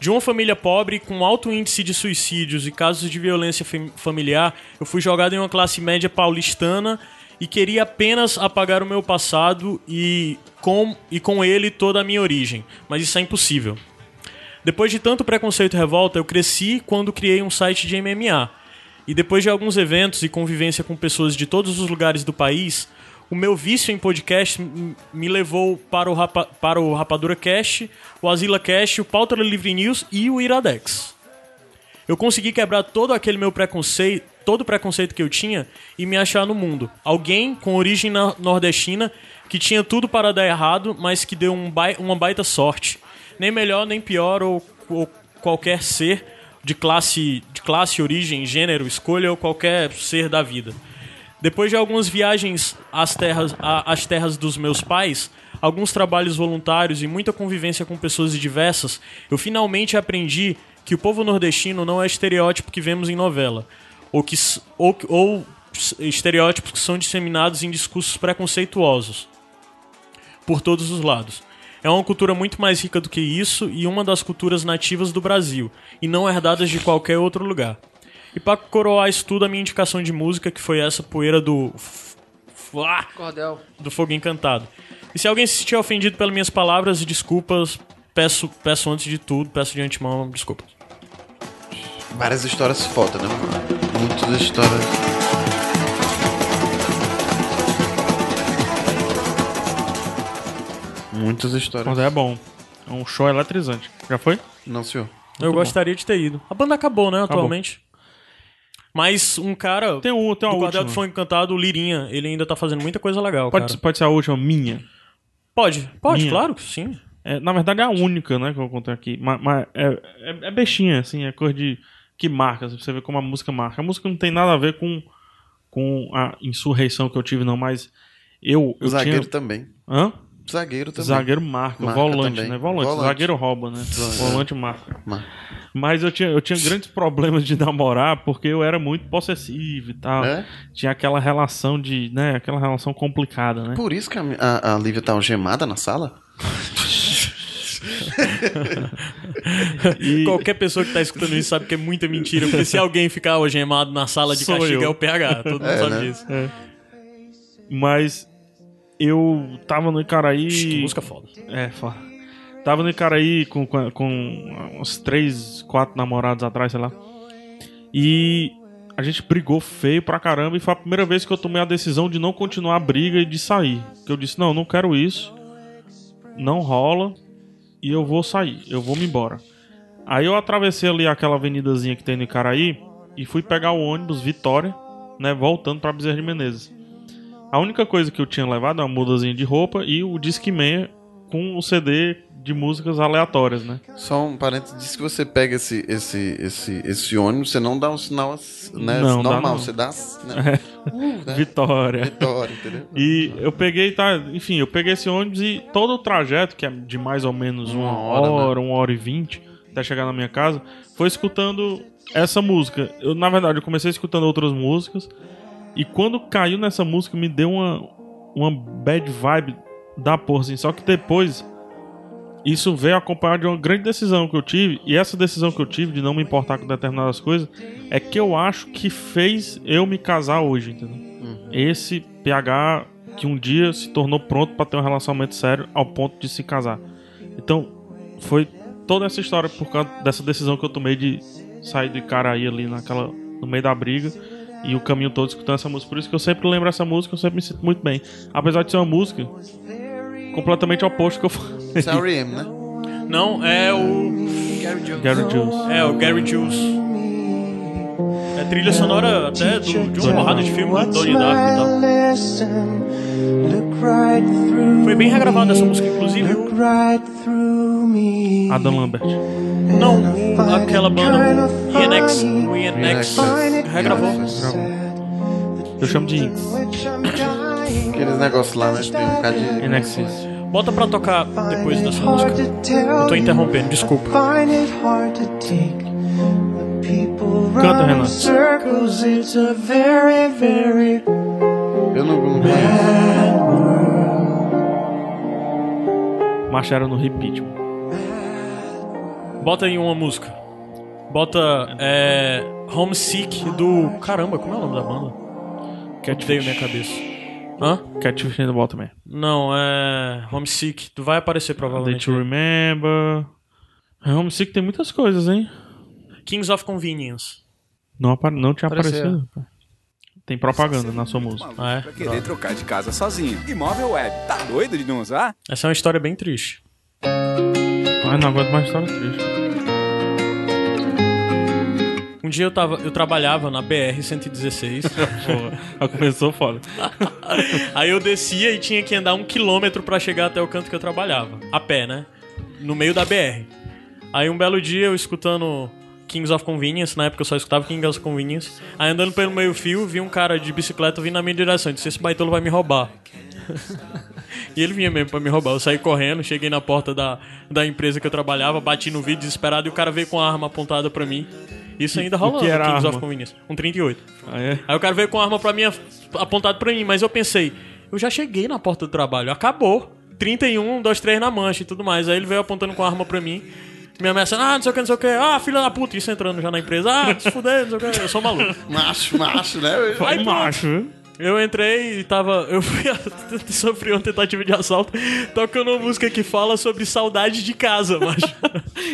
Speaker 2: De uma família pobre, com alto índice de suicídios e casos de violência fam- familiar, eu fui jogado em uma classe média paulistana e queria apenas apagar o meu passado e com, e com ele toda a minha origem. Mas isso é impossível. Depois de tanto preconceito e revolta, eu cresci quando criei um site de MMA. E depois de alguns eventos e convivência com pessoas de todos os lugares do país, o meu vício em podcast m- me levou para o, Rapa- para o Rapadura Cast, o Asila Cast, o Pauta Livre News e o Iradex. Eu consegui quebrar todo aquele meu preconceito, todo o preconceito que eu tinha e me achar no mundo. Alguém com origem na- nordestina que tinha tudo para dar errado, mas que deu um bai- uma baita sorte. Nem melhor, nem pior ou, ou qualquer ser de classe, de classe, origem, gênero, escolha ou qualquer ser da vida. Depois de algumas viagens às terras, a- às terras dos meus pais, alguns trabalhos voluntários e muita convivência com pessoas diversas, eu finalmente aprendi que o povo nordestino não é estereótipo que vemos em novela, ou, que, s- ou, ou s- estereótipos que são disseminados em discursos preconceituosos por todos os lados. É uma cultura muito mais rica do que isso e uma das culturas nativas do Brasil, e não herdadas de qualquer outro lugar. E para coroar isso tudo, a minha indicação de música, que foi essa poeira do. f- f- ah,
Speaker 4: Cordel.
Speaker 2: do Fogo Encantado. E se alguém se sentir ofendido pelas minhas palavras, desculpas, peço, peço antes de tudo, peço de antemão desculpas.
Speaker 3: Várias histórias foda, né? Muitas histórias. Muitas histórias.
Speaker 1: Mas é bom. É um show eletrizante. Já foi?
Speaker 3: Não, senhor.
Speaker 2: Eu gostaria de ter ido. A banda acabou, né,
Speaker 1: Acabou.
Speaker 2: atualmente. Mas um cara.
Speaker 1: Tem um, tem uma
Speaker 2: do Cordel do
Speaker 1: última.
Speaker 2: Fogo Encantado, o Lirinha, ele ainda tá fazendo muita coisa legal.
Speaker 1: Pode,
Speaker 2: cara.
Speaker 1: pode ser a última, minha.
Speaker 2: Pode, pode,
Speaker 1: Minha.
Speaker 2: claro que sim.
Speaker 1: É, na verdade é a única, né, que eu contei aqui. Mas, mas é, é, é bestinha, assim, é coisa de. que marca, assim, pra você ver como a música marca. A música não tem nada a ver com, com a insurreição que eu tive, não, mas eu, eu
Speaker 3: Zagueiro
Speaker 1: tinha.
Speaker 3: também.
Speaker 1: Hã?
Speaker 3: Zagueiro também.
Speaker 1: Zagueiro marca,
Speaker 3: Marca
Speaker 1: volante,
Speaker 3: também.
Speaker 1: né? Volante.
Speaker 3: Volante.
Speaker 1: Zagueiro rouba, né? Volante marca.
Speaker 3: Mas-
Speaker 1: Mas eu tinha, eu tinha grandes problemas de namorar porque eu era muito possessivo e tal.
Speaker 3: É?
Speaker 1: Tinha aquela relação de, né? Aquela relação complicada, né?
Speaker 3: Por isso que a, mi- a, a Lívia tá algemada na sala?
Speaker 1: E-
Speaker 2: Qualquer pessoa que tá escutando isso sabe que é muita mentira, porque se alguém ficar algemado na sala de
Speaker 1: Sou
Speaker 2: castigo
Speaker 1: eu.
Speaker 2: é o PH, todo mundo
Speaker 3: É,
Speaker 2: sabe
Speaker 3: né?
Speaker 2: disso.
Speaker 1: Mas eu tava no Icaraí.
Speaker 2: Que música foda.
Speaker 1: É, foda. Tava no Icaraí com, com, com uns três, quatro namorados atrás, sei lá. E a gente brigou feio pra caramba e foi a primeira vez que eu tomei a decisão de não continuar a briga e de sair. Que eu disse, não, eu não quero isso. Não rola. E eu vou sair, eu vou me embora. Aí eu atravessei ali aquela avenidazinha que tem no Icaraí e fui pegar o ônibus Vitória, né, voltando pra Bezerra de Menezes. A única coisa que eu tinha levado é uma mudazinha de roupa e o Discman com o CD de músicas aleatórias, né?
Speaker 3: Só um parênteses. Diz que você pega esse, esse, esse, esse ônibus, você não dá um sinal ass- né,
Speaker 1: Não, dá
Speaker 3: normal.
Speaker 1: não.
Speaker 3: Você dá. ass- Né? Uh, né?
Speaker 1: Vitória.
Speaker 3: Vitória, entendeu?
Speaker 1: E eu peguei, tá? Enfim, eu peguei esse ônibus e todo o trajeto, que é de mais ou menos uma,
Speaker 3: Uma hora,
Speaker 1: hora, uma hora e vinte, até chegar na minha casa, foi escutando essa música. Eu, na verdade, eu comecei escutando outras músicas. E quando caiu nessa música, me deu uma, uma bad vibe da porra, assim. Só que depois, isso veio acompanhado de uma grande decisão que eu tive. E essa decisão que eu tive de não me importar com determinadas coisas é que eu acho que fez eu me casar hoje, entendeu? Esse PH que um dia se tornou pronto pra ter um relacionamento sério ao ponto de se casar. Então, foi toda essa história por causa dessa decisão que eu tomei de saí de Caraí ali naquela, no meio da briga. E o caminho todo escutando essa música. Por isso que eu sempre lembro essa música, eu sempre me sinto muito bem. Apesar de ser uma música completamente oposta que eu falei.
Speaker 3: Isso é o R.E.M., né?
Speaker 2: Não, é o.
Speaker 1: Gary Jules.
Speaker 2: É o Gary Jules. É trilha sonora até do- de uma porrada de filme do Tony Dark e tal. Foi bem regravada essa música, inclusive.
Speaker 1: Adam Lambert.
Speaker 2: Não, aquela banda INX. O INX
Speaker 3: INX.
Speaker 2: regravou.
Speaker 1: Eu chamo de Inks.
Speaker 3: Aqueles negócios lá, né? que Tem um bocado de...
Speaker 1: Inexis.
Speaker 2: Bota pra tocar depois dessa música. Eu tô interrompendo, desculpa.
Speaker 1: Canta, Renan.
Speaker 3: Eu não, não conheço.
Speaker 1: Marcharam no repeat.
Speaker 2: Bota aí uma música. Bota é, Homesick do. Caramba, como é o nome da banda? Veio minha cabeça. Hã?
Speaker 1: Catfish in the Bottom. Man.
Speaker 2: Não, é. Homesick. Tu vai aparecer
Speaker 1: Day
Speaker 2: provavelmente.
Speaker 1: to Remember. É, Homesick tem muitas coisas, hein?
Speaker 2: Kings of Convenience.
Speaker 1: Não, apa- não tinha
Speaker 4: Apareceu.
Speaker 1: aparecido. cara. Tem propaganda na sua música. Tá.
Speaker 2: Ah, é?
Speaker 8: Pra querer trocar de casa sozinho. Imóvel web. Tá doido de não usar?
Speaker 2: Essa é uma história bem triste.
Speaker 1: Ai, Ah, não aguento mais história triste.
Speaker 2: Um dia eu, tava, eu trabalhava na BR-116.
Speaker 1: Porra, já começou foda.
Speaker 2: Aí eu descia e tinha que andar um quilômetro pra chegar até o canto que eu trabalhava. A pé, né? No meio da BR. Aí um belo dia eu escutando Kings of Convenience, na época eu só escutava Kings of Convenience. Aí andando pelo meio fio, vi um cara de bicicleta vindo na minha direção. Eu Disse, esse baitolo vai me roubar. e ele vinha mesmo pra me roubar. Eu saí correndo, cheguei na porta da, da empresa que eu trabalhava, bati no vídeo desesperado e o cara veio com a arma apontada pra mim. Isso ainda
Speaker 1: o que
Speaker 2: rolando,
Speaker 1: era a
Speaker 2: Kings of
Speaker 1: arma?
Speaker 2: Convenience. Um 38.
Speaker 1: Aí é.
Speaker 2: Aí o cara veio com a arma pra mim, apontado pra mim, mas eu pensei, eu já cheguei na porta do trabalho, acabou. 31, 2, 3 na mancha e tudo mais. Aí ele veio apontando com a arma pra mim, me ameaçando, ah, não sei o que, não sei o que, ah, filha da puta, isso entrando já na empresa, ah, se fuder, não sei o que, eu sou maluco.
Speaker 3: Macho, macho, né?
Speaker 1: Vai
Speaker 2: pronto.
Speaker 1: um macho, viu?
Speaker 2: Eu entrei e tava. Eu fui a- sofri uma tentativa de assalto, tocando uma música que fala sobre saudade de casa, macho.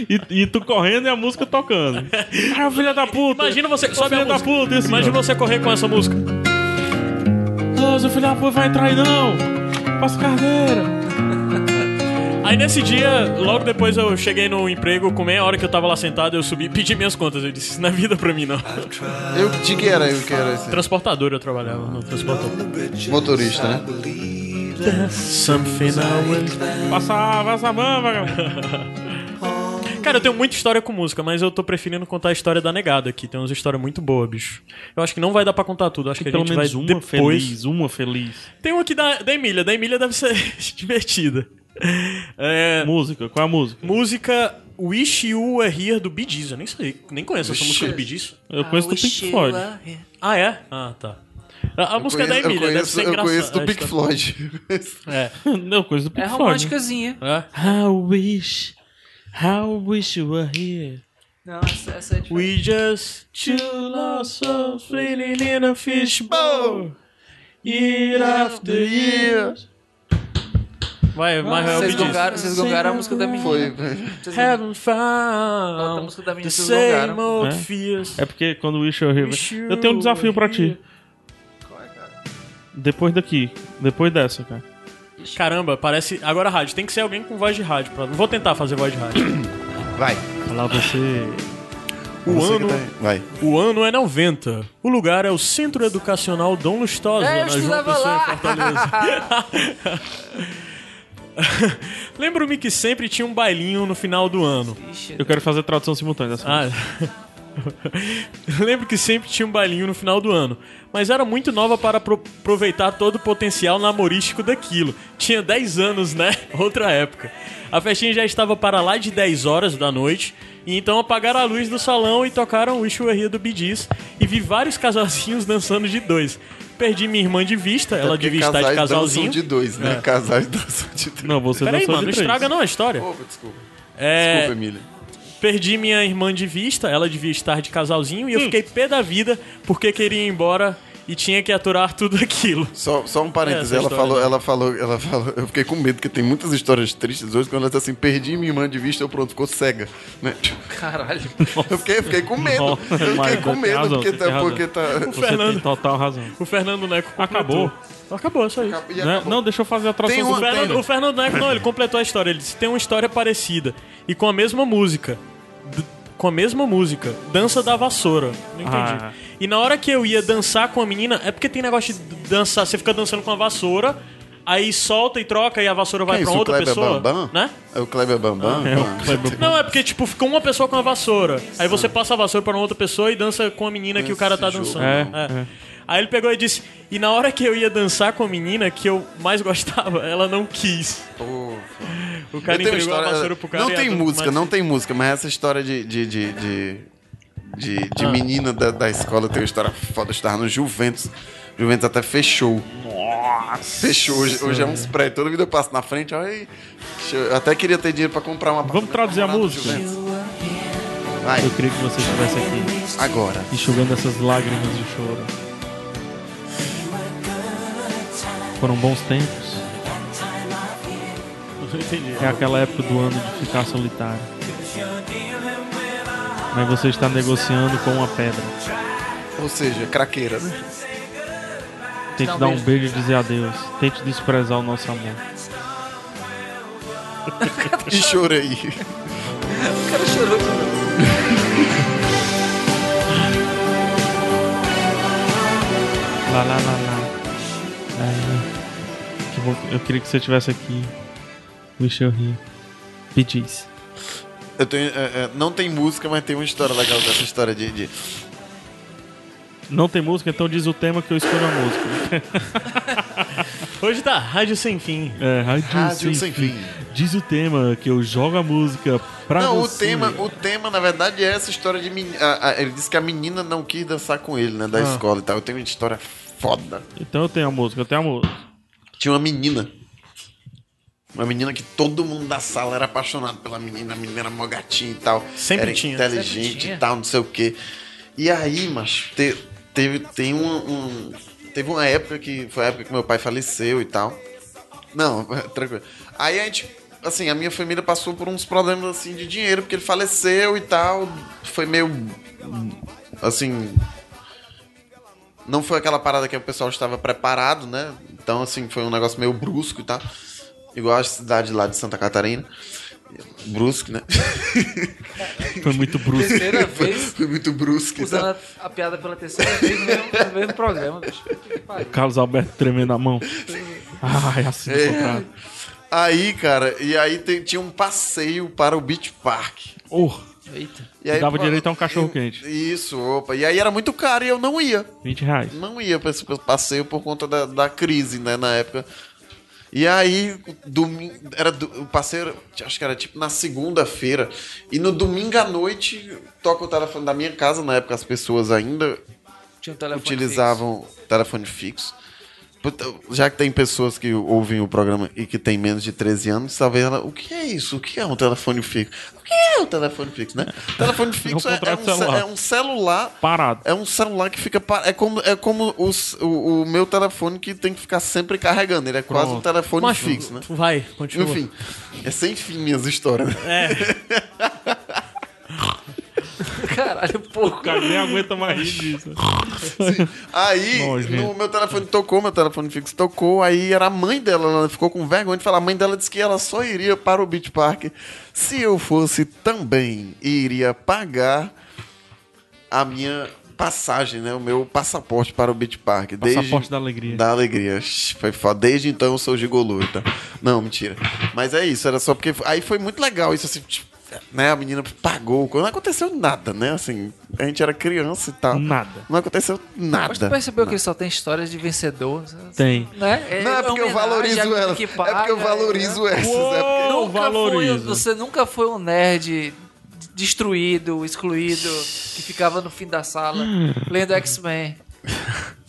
Speaker 1: E, e tu correndo e a música tocando. Ah, filha da puta!
Speaker 2: Imagina você.
Speaker 1: Ô,
Speaker 2: Sobe a
Speaker 1: filha da
Speaker 2: música.
Speaker 1: puta, esse
Speaker 2: Imagina você correr com essa música.
Speaker 1: Ô, seu filho da puta, vai entrar aí não! Passa carteira!
Speaker 2: Aí nesse dia, logo depois eu cheguei no emprego, com meia hora que eu tava lá sentado, eu subi, pedi minhas contas. Eu disse, isso não é vida pra mim, não.
Speaker 3: Eu de que era, eu que era esse
Speaker 2: Transportador eu trabalhava no transportador.
Speaker 3: motorista, né?
Speaker 2: Something I will-
Speaker 1: Passa, passa a mão, vagabundo!
Speaker 2: Cara, eu tenho muita história com música, mas eu tô preferindo contar a história da negada aqui. Tem umas histórias muito boas, bicho. Eu acho que não vai dar pra contar tudo. Acho que a
Speaker 1: Pelo
Speaker 2: gente vai
Speaker 1: menos uma
Speaker 2: depois.
Speaker 1: feliz, uma feliz.
Speaker 2: Tem uma aqui da, da Emília. Da Emília deve ser divertida. É,
Speaker 1: Música, qual é a música?
Speaker 2: música Wish You Were Here do Bee Gees. Eu nem sei, nem conheço essa música do Bee Gees.
Speaker 1: Eu conheço do Pink Floyd.
Speaker 2: Ah, é? Ah, tá. A, a música é da
Speaker 3: Conheço- eu
Speaker 2: Emília, deve
Speaker 3: conheço,
Speaker 2: ser
Speaker 3: eu
Speaker 2: engraçada.
Speaker 3: conheço do
Speaker 2: a
Speaker 3: Pink
Speaker 2: história.
Speaker 3: Floyd.
Speaker 2: É.
Speaker 1: Não, coisa do
Speaker 4: É
Speaker 1: Pink Floyd. né?
Speaker 4: românticazinha.
Speaker 2: é.
Speaker 1: I wish, I wish you were here.
Speaker 4: Não, essa, essa é diferente.
Speaker 2: We just two lost souls flailing in a fishbowl. Year after year. Vai, mas é o
Speaker 4: Vocês
Speaker 2: que diz.
Speaker 4: gongaram, vocês gongaram a música da menina.
Speaker 3: Foi.
Speaker 4: Vocês
Speaker 2: Haven't
Speaker 4: Bota a
Speaker 2: found
Speaker 4: música da menina,
Speaker 2: the
Speaker 4: vocês
Speaker 2: same
Speaker 4: gongaram.
Speaker 2: old
Speaker 1: É?
Speaker 2: fears.
Speaker 1: É porque quando o Wish You Were
Speaker 2: Wish
Speaker 1: Here. Eu tenho um
Speaker 2: you
Speaker 1: desafio pra ti.
Speaker 2: were
Speaker 1: Depois daqui, depois dessa, cara.
Speaker 2: Caramba, parece... Agora rádio. Tem que ser alguém com voz de rádio. Pra... Vou tentar fazer voz de rádio.
Speaker 3: Vai.
Speaker 1: Falar você.
Speaker 2: O
Speaker 3: Você que
Speaker 2: ano,
Speaker 3: tá aí. Vai.
Speaker 2: o ano é 90. O lugar é o Centro Educacional Dom Lustosa,
Speaker 4: É, eu
Speaker 2: na João
Speaker 4: estudava
Speaker 2: Pessoa, em
Speaker 4: lá.
Speaker 2: Fortaleza. Lembro-me que sempre tinha um bailinho no final do ano.
Speaker 1: Eu quero fazer tradução simultânea dessa.
Speaker 2: Ah. Lembro que sempre tinha um bailinho no final do ano, mas era muito nova para apro- aproveitar todo o potencial namorístico daquilo. Tinha 10 anos, né? Outra época. A festinha já estava para lá de 10 horas da noite, e então apagaram a luz do salão e tocaram o Ixuerria do Bidiz e vi vários casalzinhos dançando de dois. Perdi minha irmã de
Speaker 3: É
Speaker 2: vista, ela devia estar de casalzinho. É.
Speaker 3: de dois, né? Casais dançam de dois.
Speaker 1: Não, você
Speaker 2: Ah, Peraí,
Speaker 1: dançou
Speaker 2: mano, não
Speaker 1: de três.
Speaker 2: estraga não a história.
Speaker 3: Desculpa, desculpa.
Speaker 2: É,
Speaker 3: Desculpa, Emília.
Speaker 2: Perdi
Speaker 1: Hum.
Speaker 2: minha irmã de vista, ela devia estar de casalzinho, e eu fiquei pé da vida porque queria ir embora e tinha que aturar tudo aquilo.
Speaker 3: Só, só um parênteses,
Speaker 2: É, Essa
Speaker 3: ela
Speaker 2: história.
Speaker 3: falou, ela falou, ela falou, eu fiquei com medo, porque tem muitas histórias tristes hoje, quando ela diz assim, perdi minha irmã de vista, eu pronto, ficou cega, né?
Speaker 4: Caralho.
Speaker 3: Eu fiquei, eu fiquei com medo,
Speaker 1: Nossa,
Speaker 3: eu fiquei
Speaker 1: Maicon,
Speaker 3: com
Speaker 1: tem
Speaker 3: medo,
Speaker 1: razão,
Speaker 3: porque
Speaker 1: tem
Speaker 3: tá,
Speaker 1: razão.
Speaker 3: porque tá...
Speaker 1: Você
Speaker 2: Fernando.
Speaker 1: tem total razão.
Speaker 2: O Fernando Neco completou.
Speaker 1: Acabou.
Speaker 2: Acabou, isso aí.
Speaker 3: e
Speaker 1: Né?
Speaker 3: acabou.
Speaker 1: Não, deixa eu fazer a atração
Speaker 3: Tem
Speaker 1: do
Speaker 3: uma-
Speaker 2: O
Speaker 1: Fernando.
Speaker 2: Fernando, o Fernando Neco, não, ele completou a história. Ele disse: tem uma história parecida e com a mesma música. D- com a mesma música. Dança da vassoura. Não entendi.
Speaker 1: Ah.
Speaker 2: E na hora que eu ia dançar com a menina, é porque tem negócio de dançar, você fica dançando com a vassoura, aí solta e troca e a vassoura vai
Speaker 3: Quem é
Speaker 2: pra
Speaker 3: isso, o
Speaker 2: outra
Speaker 3: Kleber
Speaker 2: pessoa.
Speaker 3: Bambam?
Speaker 2: Né?
Speaker 3: É o Kleber Bambam?
Speaker 1: É,
Speaker 3: Ah.
Speaker 1: o Kleber-
Speaker 2: Não, é porque, tipo, fica uma pessoa com a vassoura. Aí você passa a vassoura pra outra pessoa e dança com a menina que o cara tá
Speaker 3: Esse jogo,
Speaker 2: dançando.
Speaker 1: não.
Speaker 2: É,
Speaker 1: É, é.
Speaker 2: Aí ele pegou e disse: E na hora que eu ia dançar com a menina que eu mais gostava, ela não quis. O cara
Speaker 3: Eu tenho
Speaker 2: entregou a vassoura pro cara.
Speaker 3: não
Speaker 2: e a
Speaker 3: tem
Speaker 2: dança-
Speaker 3: música,
Speaker 2: mas-
Speaker 3: não tem música, mas essa história de. de, de, de, de-
Speaker 2: Ah.
Speaker 3: de menina da, da escola tem uma história foda. Eu estava no Juventus. Juventus até fechou. Nossa! Fechou. Hoje, hoje é uns prédios. Toda vida eu passo na frente. Olha aí. Deixa Eu eu até queria ter dinheiro pra comprar uma
Speaker 1: Vamos traduzir a música?
Speaker 3: Vai,
Speaker 1: Eu queria que você estivesse aqui,
Speaker 3: agora.
Speaker 1: enxugando essas lágrimas de choro. Foram bons tempos. É aquela época do ano de ficar solitário. Mas você está negociando com uma pedra.
Speaker 3: Ou seja, craqueira, né?
Speaker 1: Tente
Speaker 4: Dá um
Speaker 1: dar um
Speaker 4: beijo.
Speaker 1: beijo e dizer adeus. Tente desprezar o nosso amor.
Speaker 3: E chorei.
Speaker 1: Lá, lá, lá, lá. Ai, que bom. Eu queria que você estivesse aqui. Wish you here. Pedis.
Speaker 3: Eu tenho, é, é, não tem música, mas tem uma história legal dessa história de- de
Speaker 1: Não tem música, então diz o tema que eu escolho a música.
Speaker 2: Hoje tá Rádio Sem Fim.
Speaker 1: É, rádio,
Speaker 3: Rádio Sem Fim.
Speaker 1: Diz o tema que eu jogo a música pra
Speaker 3: Não, o
Speaker 1: você.
Speaker 3: tema, o tema, na verdade, é essa história de menina. a- a- Ele disse que a menina não quis dançar com ele,
Speaker 1: Ah.
Speaker 3: né? Da escola e tal. Eu tenho uma história foda.
Speaker 1: Então eu tenho a música, eu tenho a música.
Speaker 3: Tinha uma menina. Uma menina que todo mundo da sala era apaixonado pela menina, a menina era mó gatinha e tal.
Speaker 2: Sempre
Speaker 3: era
Speaker 2: tinha.
Speaker 3: inteligente
Speaker 4: Sempre tinha.
Speaker 3: e tal, não sei o quê. E aí, macho, te- teve, tem uma- um- teve uma época que. Foi a época que meu pai faleceu e tal. Não, tranquilo. Aí a gente. Assim, a minha família passou por uns problemas assim de dinheiro, porque ele faleceu e tal. Foi meio. Assim, não foi aquela parada que o pessoal estava preparado, né? Então, assim, foi um negócio meio brusco e tal. Igual a cidade lá de Santa Catarina. Brusco, né?
Speaker 1: Foi muito brusco.
Speaker 4: Terceira vez
Speaker 3: foi muito brusco e tal.
Speaker 4: usando a, a piada pela terceira vez no mesmo, no mesmo programa, bicho. Que pariu.
Speaker 1: Carlos Alberto tremendo a mão. Ai, assim
Speaker 3: É.
Speaker 1: soprado.
Speaker 3: Aí, cara, e aí tem- tinha um passeio para o Beach Park.
Speaker 1: Oh,
Speaker 4: Eita.
Speaker 3: E aí,
Speaker 1: Dava
Speaker 3: pô,
Speaker 1: direito a um cachorro-quente.
Speaker 3: e- Isso, opa. E aí era muito caro e eu não ia.
Speaker 1: 20 reais.
Speaker 3: Não ia pra esse passeio por conta da, da crise, né, na época. E aí, domingo, era do- o passeio, era- acho que era tipo na segunda-feira. E no domingo à noite, toca o telefone da minha casa, na época as pessoas ainda
Speaker 4: Tinha um telefone
Speaker 3: utilizavam telefone fixo. Puta, Já que tem pessoas que ouvem o programa e que tem menos de 13 anos, talvez ela. O que é isso? O que é um telefone fixo? O que é um telefone fixo, né? Telefone fixo é, é
Speaker 1: contrato
Speaker 3: um, ce-
Speaker 1: celular.
Speaker 3: é um celular
Speaker 1: Parado.
Speaker 3: é um celular que fica. pa- É como, é como os- o, o meu telefone que tem que ficar sempre carregando. Ele é quase um
Speaker 1: Pronto.
Speaker 3: telefone
Speaker 2: Macho,
Speaker 3: fixo, né?
Speaker 2: Vai, continua.
Speaker 3: Enfim, é sem fim minhas histórias. né?
Speaker 1: É.
Speaker 4: fixo. Caralho, porco.
Speaker 1: Cara, nem aguenta mais rir disso.
Speaker 3: Aí,
Speaker 1: Nojento.
Speaker 3: no meu telefone tocou, meu telefone fixo tocou. Aí era a mãe dela, ela ficou com vergonha de falar. A mãe dela disse que ela só iria para o Beach Park se eu fosse também. E iria pagar a minha passagem, né? O meu passaporte para o Beach Park.
Speaker 1: Passaporte da alegria.
Speaker 3: Da alegria. Shhh, Foi foda. Desde então eu sou gigolô, tá? Não, mentira. Mas é isso, era só porque. Aí foi muito legal isso, assim. tipo, Né, a menina pagou, não aconteceu nada, né? Assim, a gente era criança e tal.
Speaker 1: Nada.
Speaker 3: Não aconteceu
Speaker 4: Mas tu
Speaker 3: nada.
Speaker 4: percebeu que ele só tem histórias de vencedor?
Speaker 1: Tem.
Speaker 4: Né?
Speaker 3: Não, é porque eu
Speaker 4: homenagem
Speaker 3: valorizo
Speaker 4: à menina
Speaker 3: ela.
Speaker 4: que
Speaker 3: é porque eu
Speaker 4: paga,
Speaker 3: valorizo
Speaker 4: né?
Speaker 3: essas. É porque...
Speaker 1: Eu
Speaker 4: Nunca foi,
Speaker 1: valorizo.
Speaker 4: você nunca foi um nerd destruído, excluído, que ficava no fim da sala lendo X-Men.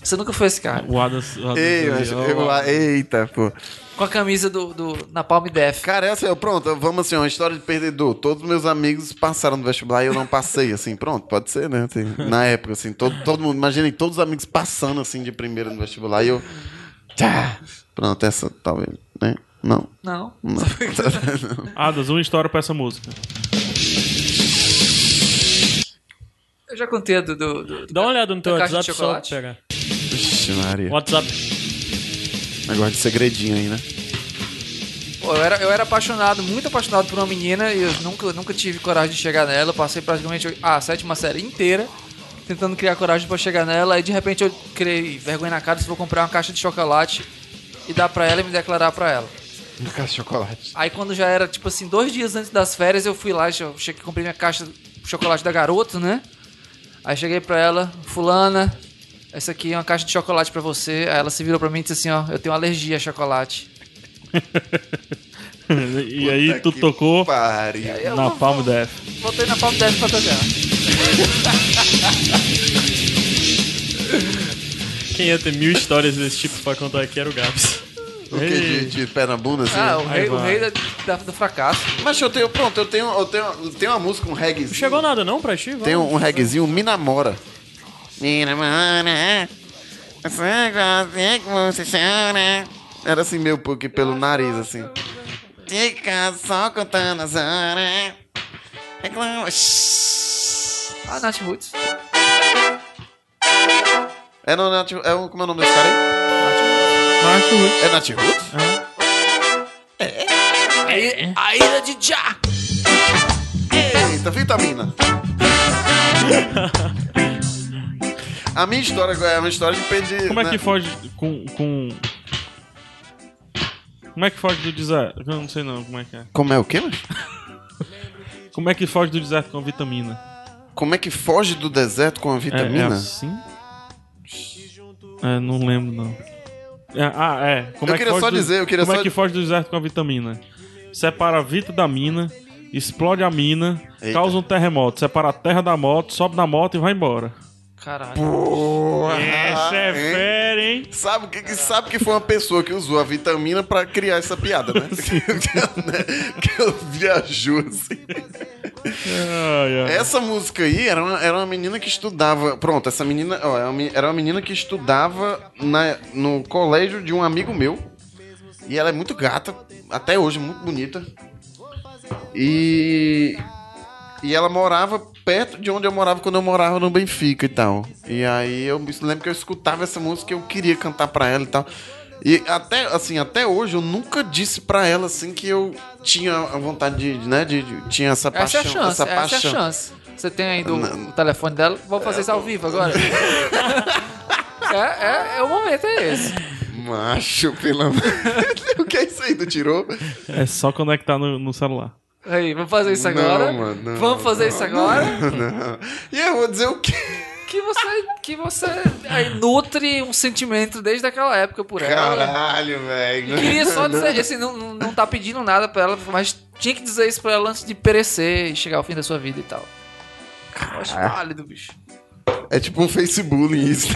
Speaker 4: Você nunca foi esse cara.
Speaker 1: O Adas. o Adas
Speaker 3: Ei,
Speaker 1: ali,
Speaker 3: mas
Speaker 1: ó,
Speaker 3: eu-
Speaker 1: ó.
Speaker 3: eita, pô.
Speaker 4: com a camisa do, do Napalm Death.
Speaker 3: Cara, é assim, ó, pronto, vamos assim, uma história de perdedor. Todos os meus amigos passaram no vestibular e eu não passei, assim, pronto, pode ser, né? Assim, na época, assim, todo, todo mundo, imaginem todos os amigos passando, assim, de primeira no vestibular e eu... Tchá! Pronto, essa talvez, né? Não.
Speaker 4: Não.
Speaker 3: não.
Speaker 1: Adas, uma história pra essa música.
Speaker 4: Eu já contei a do. do, do-
Speaker 2: Dá uma olhada no teu
Speaker 4: da caixa
Speaker 2: WhatsApp
Speaker 4: de
Speaker 2: só pra
Speaker 4: chocolate.
Speaker 2: pegar.
Speaker 3: Vixe, Maria.
Speaker 2: WhatsApp.
Speaker 3: Negócio de segredinho aí, né?
Speaker 4: Pô, eu, era, eu era apaixonado, muito apaixonado por uma menina e eu nunca, nunca tive coragem de chegar nela. Eu passei praticamente a sétima série inteira tentando criar coragem pra chegar nela. E de repente eu criei vergonha na cara se vou comprar uma caixa de chocolate e dar pra ela e me declarar pra ela.
Speaker 3: Na casa de chocolate.
Speaker 4: Aí quando já era, tipo assim, dois dias antes das férias, eu fui lá, che- cheguei, comprei minha caixa de chocolate da garoto, né? Aí cheguei pra ela, fulana, essa aqui é uma caixa de chocolate pra você. Aí ela se virou pra mim e disse assim, ó, eu tenho alergia a chocolate.
Speaker 1: e aí
Speaker 3: Puta
Speaker 1: tu
Speaker 3: que
Speaker 1: tocou
Speaker 3: Pariu.
Speaker 4: Aí eu
Speaker 1: na
Speaker 4: vou-
Speaker 1: Palm Death.
Speaker 4: Botei na palma dessa pra tocar.
Speaker 2: Quem ia ter mil histórias desse tipo pra contar aqui era o Gabs.
Speaker 3: O que? De, de pé na bunda, assim?
Speaker 4: Ah, o
Speaker 1: Aí
Speaker 4: rei, o
Speaker 1: vai.
Speaker 4: rei da, da- do fracasso.
Speaker 3: Mas eu tenho, pronto, eu tenho, eu tenho, eu tenho uma música, um reggaezinho.
Speaker 2: Não chegou nada não pra ti? Vamos.
Speaker 3: Tem um, um reggaezinho, Minamora. Minamora, eu só gosto que você chora. Era assim, meio porque pelo nariz, assim. Fica só contando as horas. É Reclama.
Speaker 4: Ah, Nath Roots.
Speaker 3: É, não, Nath, é um, como é o nome desse cara aí? É Nath Roots?
Speaker 1: É.
Speaker 4: É. A ira de Já!
Speaker 3: Eita, vitamina. A minha história é uma história que perdi.
Speaker 1: Como é
Speaker 3: né?
Speaker 1: que foge com. com... Como é que foge do deserto? Eu não sei não como é que é.
Speaker 3: Como é o quê, mano?
Speaker 1: Como é que foge do deserto com vitamina?
Speaker 3: Como é que foge do deserto com a
Speaker 1: É, é
Speaker 3: vitamina?
Speaker 1: assim? É, não lembro não. É, ah, é. Como
Speaker 3: Eu
Speaker 1: é que
Speaker 3: queria
Speaker 1: foge
Speaker 3: só
Speaker 1: do-
Speaker 3: dizer, eu queria
Speaker 1: Como
Speaker 3: só-
Speaker 1: é que foge do deserto com a vitamina? Separa a Vita da mina, explode a mina,
Speaker 3: Eita.
Speaker 1: causa um terremoto, separa a terra da moto, sobe na moto e vai embora.
Speaker 4: Caralho.
Speaker 3: Porra,
Speaker 1: Essa é
Speaker 3: hein?
Speaker 1: fera, hein?
Speaker 3: Sabe que, que sabe que foi uma pessoa que usou a vitamina pra criar essa piada, né? que eu viajou assim.
Speaker 1: Ai, ai.
Speaker 3: Essa música aí era uma, era uma menina que estudava. Pronto, essa menina. ó, era uma me- era uma menina que estudava na, no colégio de um amigo meu. E ela é muito gata, até hoje, muito bonita. E. E ela morava perto de onde eu morava quando eu morava no Benfica e tal. E aí eu me lembro que eu escutava essa música e eu queria cantar pra ela e tal. E até, assim, até hoje eu nunca disse pra ela, assim, que eu tinha a vontade de, de, né, de, de- tinha essa
Speaker 4: Essa
Speaker 3: paixão.
Speaker 4: é a chance,
Speaker 3: essa
Speaker 4: essa, é a
Speaker 3: paixão.
Speaker 4: chance. Você tem ainda o, o telefone dela? Vou fazer isso ao vivo agora. é, é, é, o momento é esse.
Speaker 3: Macho, pelo amor O que é isso aí? Tu tirou?
Speaker 1: É só conectar no, no celular.
Speaker 4: Aí, vamos fazer isso
Speaker 3: Não,
Speaker 4: agora.
Speaker 3: mano, não,
Speaker 4: vamos fazer isso agora.
Speaker 3: Não. E eu vou dizer o quê?
Speaker 4: Que você, que você aí, nutre um sentimento desde aquela época por ela.
Speaker 3: Caralho, velho.
Speaker 4: Queria só dizer, assim, não, não, não tá pedindo nada pra ela, mas tinha que dizer isso pra ela antes de perecer e chegar ao fim da sua vida e tal. Eu acho
Speaker 3: Ah.
Speaker 4: válido, bicho.
Speaker 3: É tipo um Facebook isso.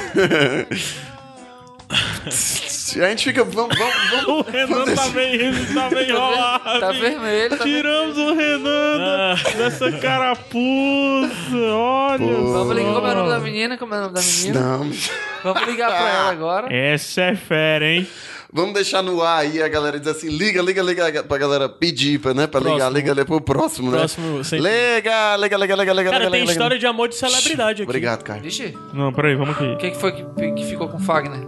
Speaker 3: A gente fica. Vamos, vamos,
Speaker 1: O
Speaker 3: vamos.
Speaker 1: Renan tá bem, tá bem enrolado.
Speaker 4: Tá
Speaker 1: hein?
Speaker 4: vermelho, tá
Speaker 1: Tiramos o Renan
Speaker 2: Ah.
Speaker 1: da- dessa carapuça, olha.
Speaker 4: Vamos ligar. Como é o nome da menina? Como é o nome da menina?
Speaker 3: Não.
Speaker 4: Vamos ligar pra ela agora.
Speaker 1: Essa é fera, hein?
Speaker 3: Vamos deixar no ar aí a galera diz assim: liga, liga, liga pra galera pedir, pra, né? Pra ligar,
Speaker 2: Próximo.
Speaker 3: liga, liga pro próximo, né?
Speaker 2: Próximo, sem-
Speaker 3: Liga, liga, liga, liga, liga.
Speaker 2: Cara,
Speaker 3: liga,
Speaker 2: tem
Speaker 3: liga,
Speaker 2: história
Speaker 3: liga.
Speaker 2: de amor de celebridade aqui.
Speaker 3: Obrigado, cara.
Speaker 4: Vixe,
Speaker 1: Não, peraí, vamos aqui.
Speaker 4: quem que foi que, que ficou com o Fagner?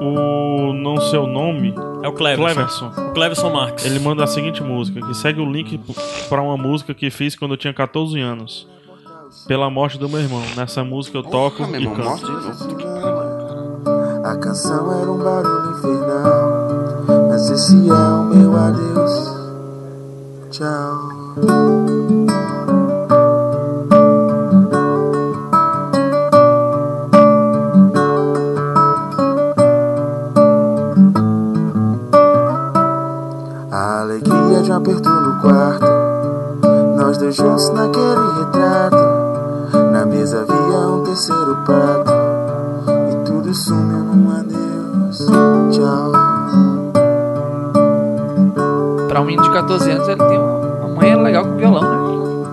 Speaker 1: O não seu nome,
Speaker 2: É o Cleverson.
Speaker 1: Cleverson.
Speaker 2: O Cleverson Marques.
Speaker 1: Ele manda a seguinte música, que segue o link p- pra uma música que fiz quando eu tinha 14 anos. Pela morte do meu irmão. Nessa música eu toco
Speaker 3: Porra, meu
Speaker 1: e
Speaker 3: irmão,
Speaker 1: canto.
Speaker 3: morte né? de novo.
Speaker 9: A canção era um barulho infernal, mas esse é o meu adeus. Tchau. A alegria de um aperto no quarto. Nós dois juntos naquele retrato. Na mesa havia um terceiro prato. E tudo sumiu num adeus. Tchau.
Speaker 4: um menino de 14 anos, ele tem uma uma mãe legal com violão, né?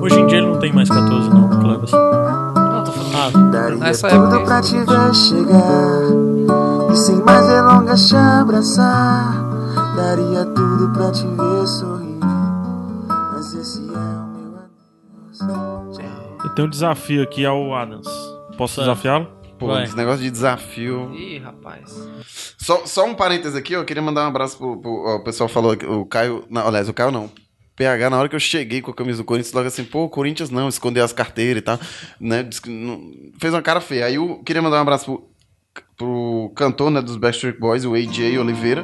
Speaker 2: Hoje em dia ele não tem mais 14, não, Cleves.
Speaker 4: Não, tô falando.
Speaker 2: Ah,
Speaker 9: Daria
Speaker 4: Nessa
Speaker 9: tudo
Speaker 4: época-
Speaker 9: pra te ver chegar E sem mais delongas te abraçar Daria tudo pra te ver sorrir Mas esse é o meu adeus Tchau.
Speaker 1: Eu tenho um desafio aqui ao Adams. Posso
Speaker 2: Certo.
Speaker 1: desafiá-lo?
Speaker 3: Pô,
Speaker 2: Vai.
Speaker 3: esse negócio de desafio.
Speaker 4: Ih, rapaz.
Speaker 3: Só, só um parêntese aqui, eu queria mandar um abraço pro. pro- ó, o pessoal falou que o Caio. Não, aliás, o Caio não. PH, na hora que eu cheguei com a camisa do Corinthians, logo assim, pô, Corinthians não, esconder as carteiras e tal. Né? Diz que não- fez uma cara feia. Aí eu queria mandar um abraço pro, pro cantor né, dos Backstreet Boys, o AJ Oliveira.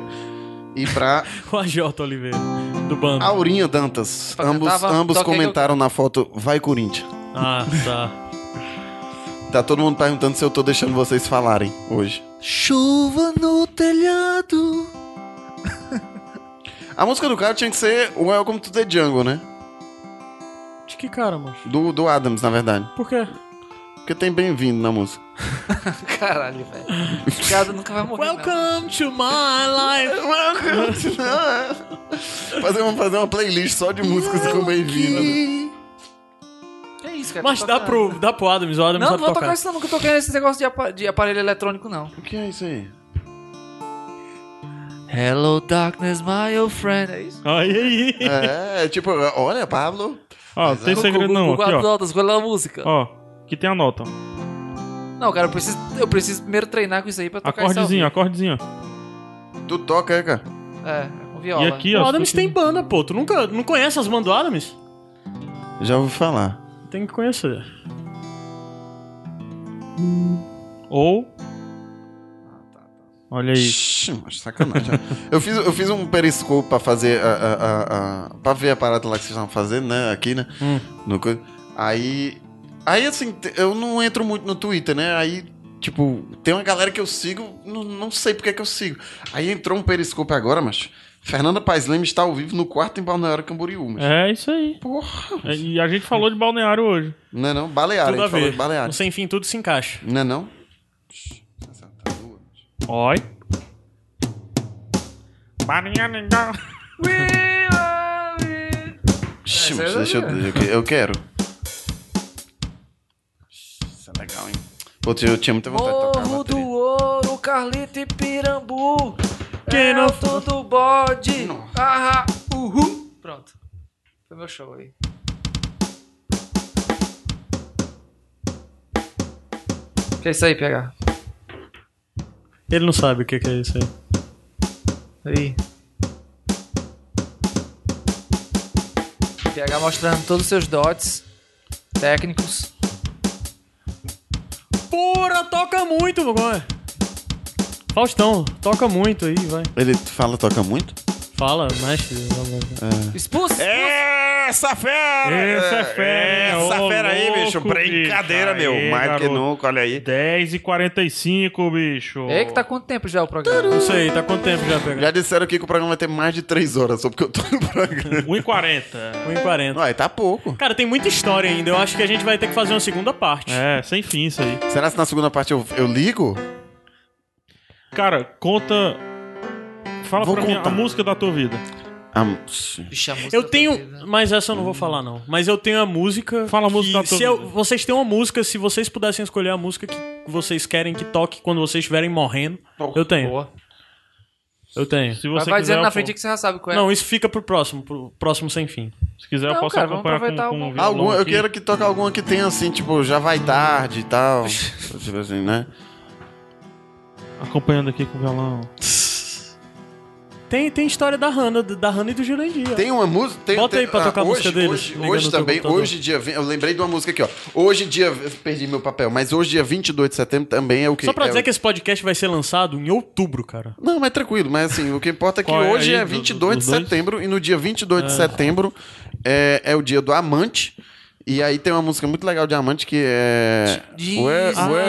Speaker 3: E pra
Speaker 2: o AJ Oliveira, do bando.
Speaker 3: Aurinha Dantas.
Speaker 4: Pra
Speaker 3: Ambos,
Speaker 4: cantar, vai,
Speaker 3: ambos
Speaker 4: toca aí que eu-
Speaker 3: comentaram na foto, vai Corinthians.
Speaker 2: Ah, tá.
Speaker 3: Tá todo mundo perguntando se eu tô deixando vocês falarem hoje. Chuva no telhado. A música do cara tinha que ser Welcome to the Jungle, né?
Speaker 2: De que cara, mano?
Speaker 3: Do, do Adams, na verdade.
Speaker 2: Por quê?
Speaker 3: Porque tem bem-vindo na música.
Speaker 4: Caralho, velho. O cara nunca vai morrer. Não.
Speaker 2: Welcome to my life.
Speaker 3: fazer, uma, fazer uma playlist só de músicas com bem-vindo.
Speaker 4: Que isso, cara?
Speaker 2: Mas
Speaker 4: Tô
Speaker 2: dá
Speaker 4: tocando.
Speaker 2: pro, dá pro Adams, o Adams
Speaker 4: Não, não
Speaker 2: sabe
Speaker 4: vou tocar
Speaker 2: tocar.
Speaker 4: isso, não. Nunca toquei nesse negócio de, apa- de aparelho eletrônico, não.
Speaker 3: O que é isso aí?
Speaker 4: Hello, darkness, my old friend. É isso?
Speaker 1: Aí, aí.
Speaker 3: É, tipo, olha, Pablo.
Speaker 1: Ó, não tem
Speaker 3: Exato.
Speaker 1: segredo não. Aqui, ó.
Speaker 4: Guardotas, qual é a música?
Speaker 1: Ó, aqui tem a nota. ó.
Speaker 4: Não, cara, eu preciso, eu preciso primeiro treinar com isso aí pra tocar
Speaker 1: Acordezinho,
Speaker 4: isso.
Speaker 1: acordezinho.
Speaker 3: Tu toca, é, cara?
Speaker 4: Acordezinho, É, com viola.
Speaker 1: E aqui,
Speaker 2: O
Speaker 1: ó.
Speaker 2: Adams
Speaker 1: se você-
Speaker 2: tem banda, pô. Tu nunca não conhece as bandas do Adams?
Speaker 3: Já ouvi falar.
Speaker 2: Tem que conhecer.
Speaker 1: Ou.
Speaker 3: Ah, tá,
Speaker 1: Olha
Speaker 2: É
Speaker 1: aí.
Speaker 3: Ixi, mas sacanagem. eu, fiz, eu fiz um periscope pra fazer. A, a, a- a- pra ver a parada lá que vocês estavam fazendo, né? Aqui, né?
Speaker 2: Hum.
Speaker 3: No co- aí. Aí, assim, te- eu não entro muito no Twitter, né? Aí, tipo, tem uma galera que eu sigo, não, não sei porque é que eu sigo. Aí entrou um periscope agora, mas. Fernanda Paes Leme está ao vivo no quarto em Balneário Camboriú, mas.
Speaker 1: É isso aí.
Speaker 3: Porra!
Speaker 1: É, E a gente falou de balneário hoje.
Speaker 3: Não é não? Baleário,
Speaker 2: Tudo
Speaker 3: a
Speaker 2: a
Speaker 3: gente falou
Speaker 2: ver.
Speaker 3: de baleário.
Speaker 2: No Sem Fim tudo se encaixa.
Speaker 3: Não é não? tá
Speaker 1: Oi. Balneário, então.
Speaker 3: Ixi,
Speaker 4: Essa
Speaker 3: mas
Speaker 4: eu
Speaker 3: deixa eu, eu, que- eu quero. Isso é legal, hein? Pô, eu tinha muita vontade de tocar a
Speaker 4: Morro
Speaker 3: bateria.
Speaker 4: do Ouro, Carlito e Pirambu.
Speaker 2: Quem
Speaker 4: Quem
Speaker 2: não
Speaker 4: não do bode. Ahá, uhul. Pronto. Foi meu show aí. Que é isso aí, PH?
Speaker 2: Ele não sabe o que que é isso aí.
Speaker 4: Aí. PH mostrando todos os seus dotes técnicos.
Speaker 2: Pura, toca muito, Bogó. Faustão, toca muito aí, vai.
Speaker 3: Ele fala, toca muito?
Speaker 2: Fala, mexe. vai, vai.
Speaker 3: É.
Speaker 4: Expulso!
Speaker 3: Essa fera!
Speaker 1: Essa é fera,
Speaker 3: Essa
Speaker 1: ô,
Speaker 3: fera aí,
Speaker 1: louco,
Speaker 3: bicho. Brincadeira,
Speaker 1: bicho. Aí,
Speaker 3: meu. Mais do que
Speaker 1: garoto.
Speaker 3: nunca, olha aí.
Speaker 1: 10h45, bicho.
Speaker 4: Ei, que tá quanto tempo já o programa?
Speaker 2: Não sei, tá quanto tempo já pegando?
Speaker 3: Já disseram aqui que o programa vai ter mais de 3 horas, só porque eu tô no programa.
Speaker 1: 1h40.
Speaker 2: 1h40.
Speaker 3: Ué, tá pouco.
Speaker 2: Cara, tem muita história ainda. Eu acho que a gente vai ter que fazer uma segunda parte.
Speaker 1: É, sem fim isso aí.
Speaker 3: Será que na segunda parte eu, eu ligo?
Speaker 1: Cara, conta. Fala
Speaker 3: Vou
Speaker 1: pra mim
Speaker 3: contar.
Speaker 1: a música da tua vida.
Speaker 3: Ah, sim.
Speaker 4: Bicho, a música tá
Speaker 2: Eu
Speaker 4: da vida.
Speaker 2: tenho. Mas essa eu não vou falar, não. Mas eu tenho a música.
Speaker 1: Fala a
Speaker 2: que
Speaker 1: música da tua
Speaker 2: se eu-
Speaker 1: vida.
Speaker 2: Vocês têm uma música, se vocês pudessem escolher a música que vocês querem que toque quando vocês estiverem morrendo. Eu tenho.
Speaker 4: Boa.
Speaker 2: Eu tenho.
Speaker 1: Se
Speaker 4: Vai,
Speaker 1: você
Speaker 4: vai
Speaker 1: quiser,
Speaker 4: dizendo na
Speaker 1: eu-
Speaker 4: frente que você já sabe qual é.
Speaker 2: Não, isso fica pro próximo, pro próximo sem fim.
Speaker 1: se quiser, eu
Speaker 4: Não,
Speaker 1: posso
Speaker 4: cara, vamos
Speaker 1: acompanhar com,
Speaker 4: aproveitar
Speaker 1: com
Speaker 4: o
Speaker 1: um
Speaker 4: momento.
Speaker 1: violão
Speaker 3: Alguma, eu
Speaker 1: aqui.
Speaker 3: quero que toque alguma que tenha assim, tipo, já vai tarde e tal. tipo assim, né?
Speaker 1: Acompanhando aqui com o violão.
Speaker 2: Tem, tem história da Hannah, da Hannah e do Jurandir.
Speaker 3: Tem uma música. Tem,
Speaker 2: Bota
Speaker 3: tem-
Speaker 2: aí pra
Speaker 3: ah,
Speaker 2: tocar a
Speaker 3: hoje,
Speaker 2: música deles,
Speaker 3: Hoje,
Speaker 2: liga
Speaker 3: hoje
Speaker 2: no teu
Speaker 3: também,
Speaker 2: computador.
Speaker 3: hoje dia. vi- Eu lembrei de uma música aqui, ó. Hoje dia. Perdi meu papel, mas hoje dia 22 de setembro também é o que?
Speaker 2: Só pra
Speaker 3: é
Speaker 2: dizer
Speaker 3: o-
Speaker 2: que esse podcast vai ser lançado em outubro, cara.
Speaker 3: Não, mas tranquilo, mas assim, o que importa é que
Speaker 1: Qual é
Speaker 3: hoje
Speaker 1: aí
Speaker 3: é
Speaker 1: do-
Speaker 3: 22 de
Speaker 1: dos dois?
Speaker 3: setembro e no dia 22 de setembro é, é o dia do amante. E aí tem uma música muito legal de amante que é.
Speaker 4: Diz
Speaker 3: Ué,
Speaker 4: aí
Speaker 3: ué.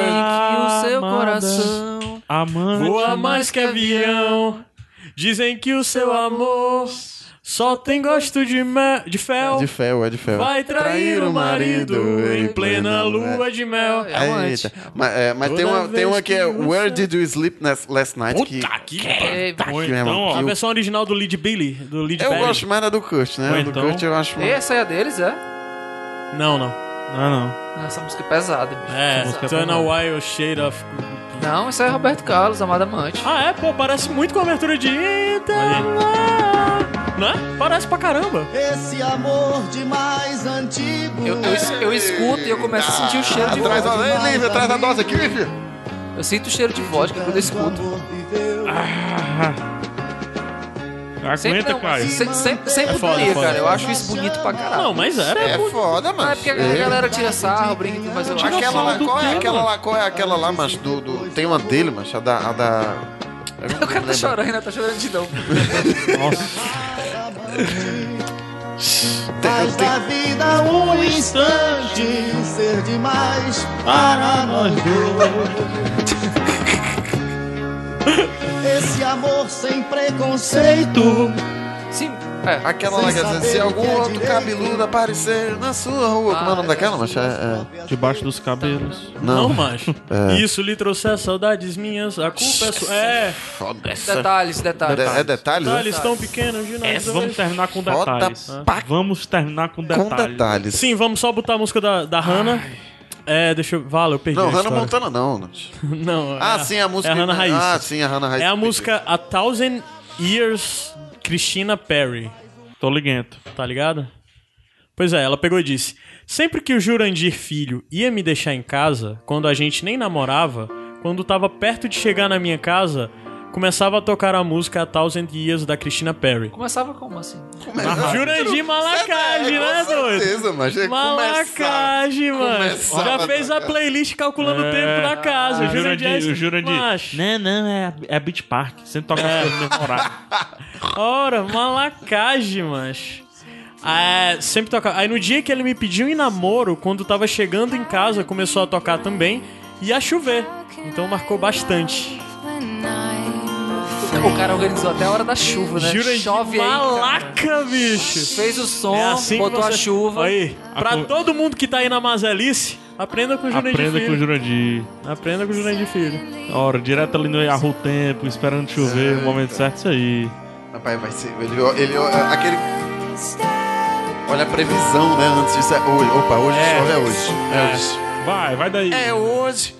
Speaker 4: que o seu
Speaker 1: Amada.
Speaker 4: coração
Speaker 1: Amante.
Speaker 2: Voa mais que avião. Dizem que o seu amor Só tem gosto de, me... de fel.
Speaker 3: De fel, é de fel.
Speaker 2: Vai trair o marido em plena lua de mel. É um
Speaker 3: Eita. Mas, é, mas tem,
Speaker 2: Toda
Speaker 3: uma, tem uma que é
Speaker 2: vez que
Speaker 3: Where Did You Sleep Nas- Last Night? que,
Speaker 2: Puta que.
Speaker 4: É,
Speaker 1: Ou
Speaker 3: que, meu
Speaker 1: então,
Speaker 3: irmão,
Speaker 1: ó,
Speaker 2: A
Speaker 3: que eu-
Speaker 2: versão original do Lead Billy. Do Lead
Speaker 3: eu
Speaker 2: Belly.
Speaker 3: gosto mais da do Kurt, né?
Speaker 1: Ou
Speaker 3: A do
Speaker 1: então-
Speaker 3: Kurt eu acho...
Speaker 4: essa é a deles, é?
Speaker 2: Não, não.
Speaker 1: Ah, não.
Speaker 4: Essa música é pesada, bicho.
Speaker 2: É,
Speaker 4: Essa música
Speaker 2: Turn a
Speaker 4: pesada.
Speaker 2: Wild Shade of.
Speaker 4: Não, isso é Roberto Carlos, Amada Amante.
Speaker 2: Ah, é, pô, parece muito com a abertura de. Não é? Parece pra caramba.
Speaker 9: Esse amor de mais antigo.
Speaker 4: Eu, eu, es- eu escuto e eu começo a sentir o cheiro de
Speaker 3: Traz,
Speaker 4: vodka.
Speaker 3: ó, ei, Lívia, traz a dose aqui, Lívia.
Speaker 4: Eu sinto o cheiro de vodka quando eu escuto.
Speaker 1: Aguenta,
Speaker 4: não,
Speaker 1: Caio.
Speaker 4: é um se- sempre, sempre
Speaker 2: foda,
Speaker 4: poderia,
Speaker 2: foda.
Speaker 4: cara. Eu acho isso bonito pra caralho.
Speaker 2: Não, mas era.
Speaker 3: É foda,
Speaker 4: Não,
Speaker 3: mano.
Speaker 4: é porque a galera tira sarro, brinca, mas eu acho
Speaker 3: Aquela lá,
Speaker 1: do
Speaker 3: qual é
Speaker 1: quê,
Speaker 3: aquela
Speaker 1: mano?
Speaker 3: lá, qual é aquela lá, mas do, do- Tem uma dele, mas a da... A da... eu não
Speaker 4: O cara
Speaker 3: lembro.
Speaker 4: tá chorando, né? Tá chorando de novo.
Speaker 3: Tem- eu tenho-
Speaker 9: vida um instante ser demais para nós dois. Esse amor sem preconceito.
Speaker 4: Sim, é.
Speaker 3: Aquela lá, quer dizer, se algum outro cabeludo aparecer na sua rua... Como é o nome daquela, mas é... é-
Speaker 1: Debaixo dos cabelos.
Speaker 2: Não, É.
Speaker 3: Não,
Speaker 2: macho. Isso lhe trouxe as saudades minhas. A culpa é sua. É,
Speaker 3: foda essa...
Speaker 4: Detalhes, detalhes.
Speaker 3: De- é detalhes? né?
Speaker 2: detalhes tão pequenos de nós
Speaker 1: É, Vamos
Speaker 2: dois.
Speaker 1: terminar com
Speaker 3: Foda
Speaker 1: detalhes.
Speaker 3: pra-
Speaker 1: Vamos terminar com detalhes.
Speaker 3: Com detalhes.
Speaker 2: Sim, vamos só botar a música da, da Hannah. É, deixa eu. Vale, eu perdi.
Speaker 3: Não,
Speaker 2: a
Speaker 3: Hannah
Speaker 2: história.
Speaker 3: Montana não. não.
Speaker 2: Não.
Speaker 3: Ah,
Speaker 2: é
Speaker 3: sim, a música.
Speaker 2: É a Hannah Raiz.
Speaker 3: Ah, sim, a Hannah Raiz.
Speaker 2: É a música A Thousand Years Christina Perry,
Speaker 1: Tô ligando.
Speaker 2: tá ligado? Pois é, ela pegou e disse: Sempre que o Jurandir filho ia me deixar em casa, quando a gente nem namorava, quando tava perto de chegar na minha casa, começava a tocar a música A Thousand Years da Christina Perry.
Speaker 4: Começava como assim?
Speaker 2: Jurandir
Speaker 3: É,
Speaker 2: Malacage, né,
Speaker 3: Ah, com
Speaker 2: doido?
Speaker 3: certeza, mas é começar.
Speaker 2: Malacage, mano.
Speaker 3: começava
Speaker 2: Já
Speaker 3: a
Speaker 2: fez a
Speaker 3: tocar.
Speaker 2: playlist calculando o tempo da casa.
Speaker 1: o É.
Speaker 2: é
Speaker 1: Ah, Jurandir, o Jurandir.
Speaker 2: Macho.
Speaker 1: Não, não, é, é Beach Park. Sempre toca
Speaker 2: É.
Speaker 1: as coisas no mesmo horário.
Speaker 2: Ora, malacage, macho. Ah, sempre toca. Aí no dia que ele me pediu em namoro, quando tava chegando em casa, começou a tocar também e a chover. Então marcou bastante.
Speaker 4: O cara organizou até a hora da chuva, né?
Speaker 2: Jura
Speaker 4: Chove
Speaker 2: de
Speaker 4: aí. cara.
Speaker 2: malaca, bicho.
Speaker 4: Fez o som,
Speaker 2: É assim que
Speaker 4: botou a
Speaker 2: você-
Speaker 4: chuva.
Speaker 2: Aí, pra
Speaker 1: co-
Speaker 2: todo mundo que tá aí na Mazelice, aprenda com o Jurandir
Speaker 1: Aprenda com o
Speaker 2: Filho.
Speaker 1: Jurandir.
Speaker 2: Aprenda com o Jurandir Filho.
Speaker 1: Ora, direto ali no Yahoo Tempo, esperando chover, o
Speaker 2: É.
Speaker 1: momento certo, isso aí.
Speaker 3: Rapaz, vai ser. Ele, ele, é aquele. Olha a previsão, né? Antes disso. É hoje. Opa, hoje
Speaker 2: É.
Speaker 3: chove é hoje. É hoje.
Speaker 1: Vai, vai daí.
Speaker 3: É hoje.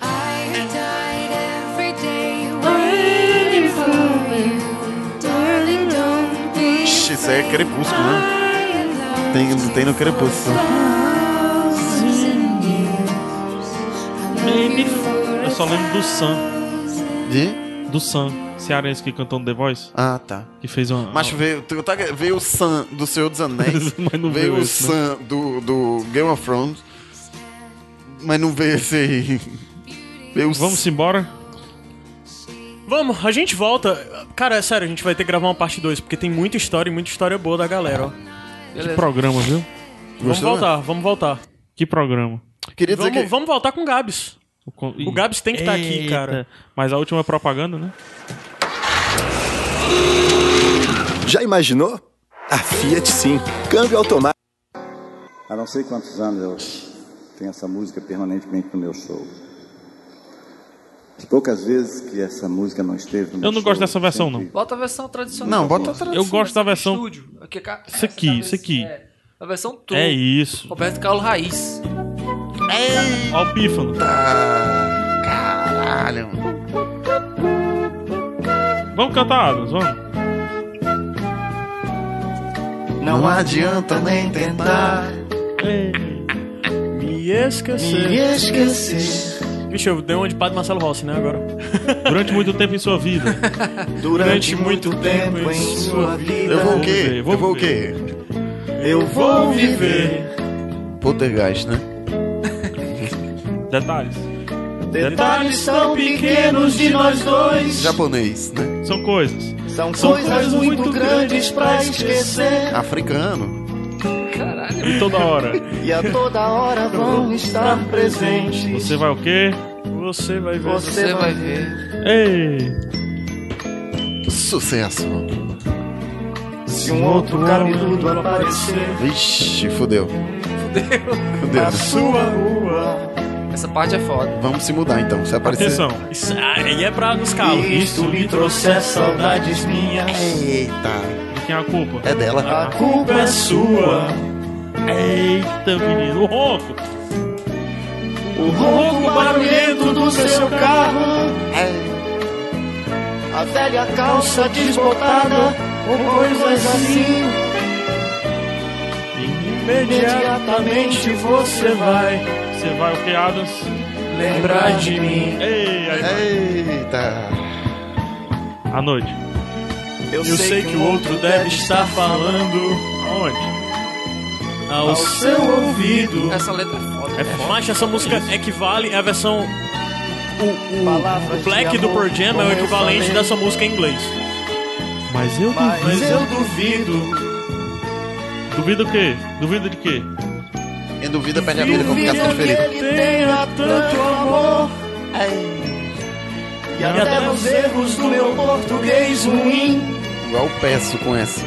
Speaker 3: Ixi, Isso aí é crepúsculo, né? Tem, tem no crepúsculo.
Speaker 1: Eu só lembro do Sam,
Speaker 3: De?
Speaker 1: do Sam, cearense que cantou no The Voice,
Speaker 3: Ah, tá.
Speaker 1: que fez uma...
Speaker 3: Mas veio, tu tá- veio o Sam do Senhor dos Anéis.
Speaker 1: Mas não
Speaker 3: veio
Speaker 1: veio
Speaker 3: o
Speaker 1: esse,
Speaker 3: Sam do, do Game of Thrones. Mas não veio esse aí. Veio o
Speaker 1: Vamos embora?
Speaker 2: Vamos, a gente volta. Cara, é sério, a gente vai ter que gravar uma parte 2, porque tem muita história e muita história boa da galera, ó.
Speaker 1: Que
Speaker 4: Beleza.
Speaker 1: programa, viu?
Speaker 2: Vamos
Speaker 3: Gostou? né?
Speaker 2: voltar, vamos voltar.
Speaker 1: Que programa.
Speaker 3: Queria dizer
Speaker 2: Vamos,
Speaker 3: que.
Speaker 2: vamos voltar com o Gabs.
Speaker 1: O, con-
Speaker 2: O Gabs tem que tá aqui,
Speaker 1: Eita.
Speaker 2: cara.
Speaker 1: Mas a última é propaganda, né?
Speaker 8: Já imaginou? A Fiat sim. Câmbio automático.
Speaker 10: Há não sei quantos anos eu tenho essa música permanentemente no meu show. As poucas vezes que essa música não esteve no meu
Speaker 1: Eu não
Speaker 10: show,
Speaker 1: gosto dessa versão,
Speaker 10: sempre-
Speaker 4: Bota a versão tradicional.
Speaker 3: Não, bota outra.
Speaker 1: Eu gosto da versão...
Speaker 4: Estúdio. Aqui, é ca-
Speaker 1: Isso aqui,
Speaker 4: essa
Speaker 1: isso aqui.
Speaker 4: É, a versão tu.
Speaker 1: É isso.
Speaker 4: Roberto Carlos Raiz.
Speaker 1: Ó o pífano.
Speaker 3: Caralho, mano.
Speaker 1: Vamos cantar, Adams, vamos.
Speaker 3: Não adianta nem tentar
Speaker 2: Me esquecer.
Speaker 9: Me esquecer.
Speaker 2: Vixe, eu dei uma de Padre Marcelo Rossi, né, agora?
Speaker 1: Durante muito tempo em sua vida.
Speaker 9: Durante muito tempo em sua vida.
Speaker 3: Eu vou o
Speaker 1: viver,
Speaker 3: quê?
Speaker 1: vou
Speaker 3: eu vou o quê?
Speaker 9: eu vou viver.
Speaker 3: Poltergeist, né?
Speaker 1: Detalhes.
Speaker 9: Detalhes tão pequenos de nós dois.
Speaker 3: Japonês, né?
Speaker 1: São coisas.
Speaker 9: São coisas muito grandes pra esquecer.
Speaker 3: Africano.
Speaker 4: Caralho.
Speaker 1: E toda hora.
Speaker 9: E a toda hora vão estar presentes.
Speaker 1: Você vai o quê?
Speaker 2: Você vai ver.
Speaker 4: Você vai ver.
Speaker 1: Ei!
Speaker 3: Sucesso.
Speaker 6: se um outro cabeludo aparecer.
Speaker 3: Vixe, fudeu. Meu
Speaker 6: A
Speaker 3: Deus.
Speaker 6: sua rua.
Speaker 4: Essa parte é foda.
Speaker 3: Vamos se mudar então. Se aparecer.
Speaker 1: Atenção.
Speaker 2: Isso aí é pra nos calos.
Speaker 6: Isso lhe trouxer saudades minhas.
Speaker 3: Eita.
Speaker 1: De quem é a culpa?
Speaker 3: É dela.
Speaker 6: A culpa é sua.
Speaker 1: Eita, menino. O ronco.
Speaker 6: O ronco barulhento do seu carro. A velha calça desbotada. Ou coisas assim. Imediatamente você vai
Speaker 1: Você vai o que, Adams?
Speaker 6: lembrar de mim.
Speaker 1: Ei, aí.
Speaker 3: Eita.
Speaker 1: À noite.
Speaker 6: Eu sei que o outro deve estar falando
Speaker 1: Aonde?
Speaker 2: Ao
Speaker 6: ao seu ouvido.
Speaker 4: Essa letra é foda.
Speaker 1: É foda.
Speaker 2: Macho, essa música equivale à versão. O, o, o Black do Pearl Jam é o equivalente dessa música em inglês.
Speaker 1: Mas eu
Speaker 6: Mas eu duvido.
Speaker 1: duvido. Duvido o quê? Duvido de quê?
Speaker 3: Quem duvida perde a vida com
Speaker 6: Duvido
Speaker 3: ficação de
Speaker 6: que
Speaker 3: Felipe.
Speaker 6: ele tenha tanto amor. E até os erros do meu português ruim.
Speaker 3: Igual peço com essa.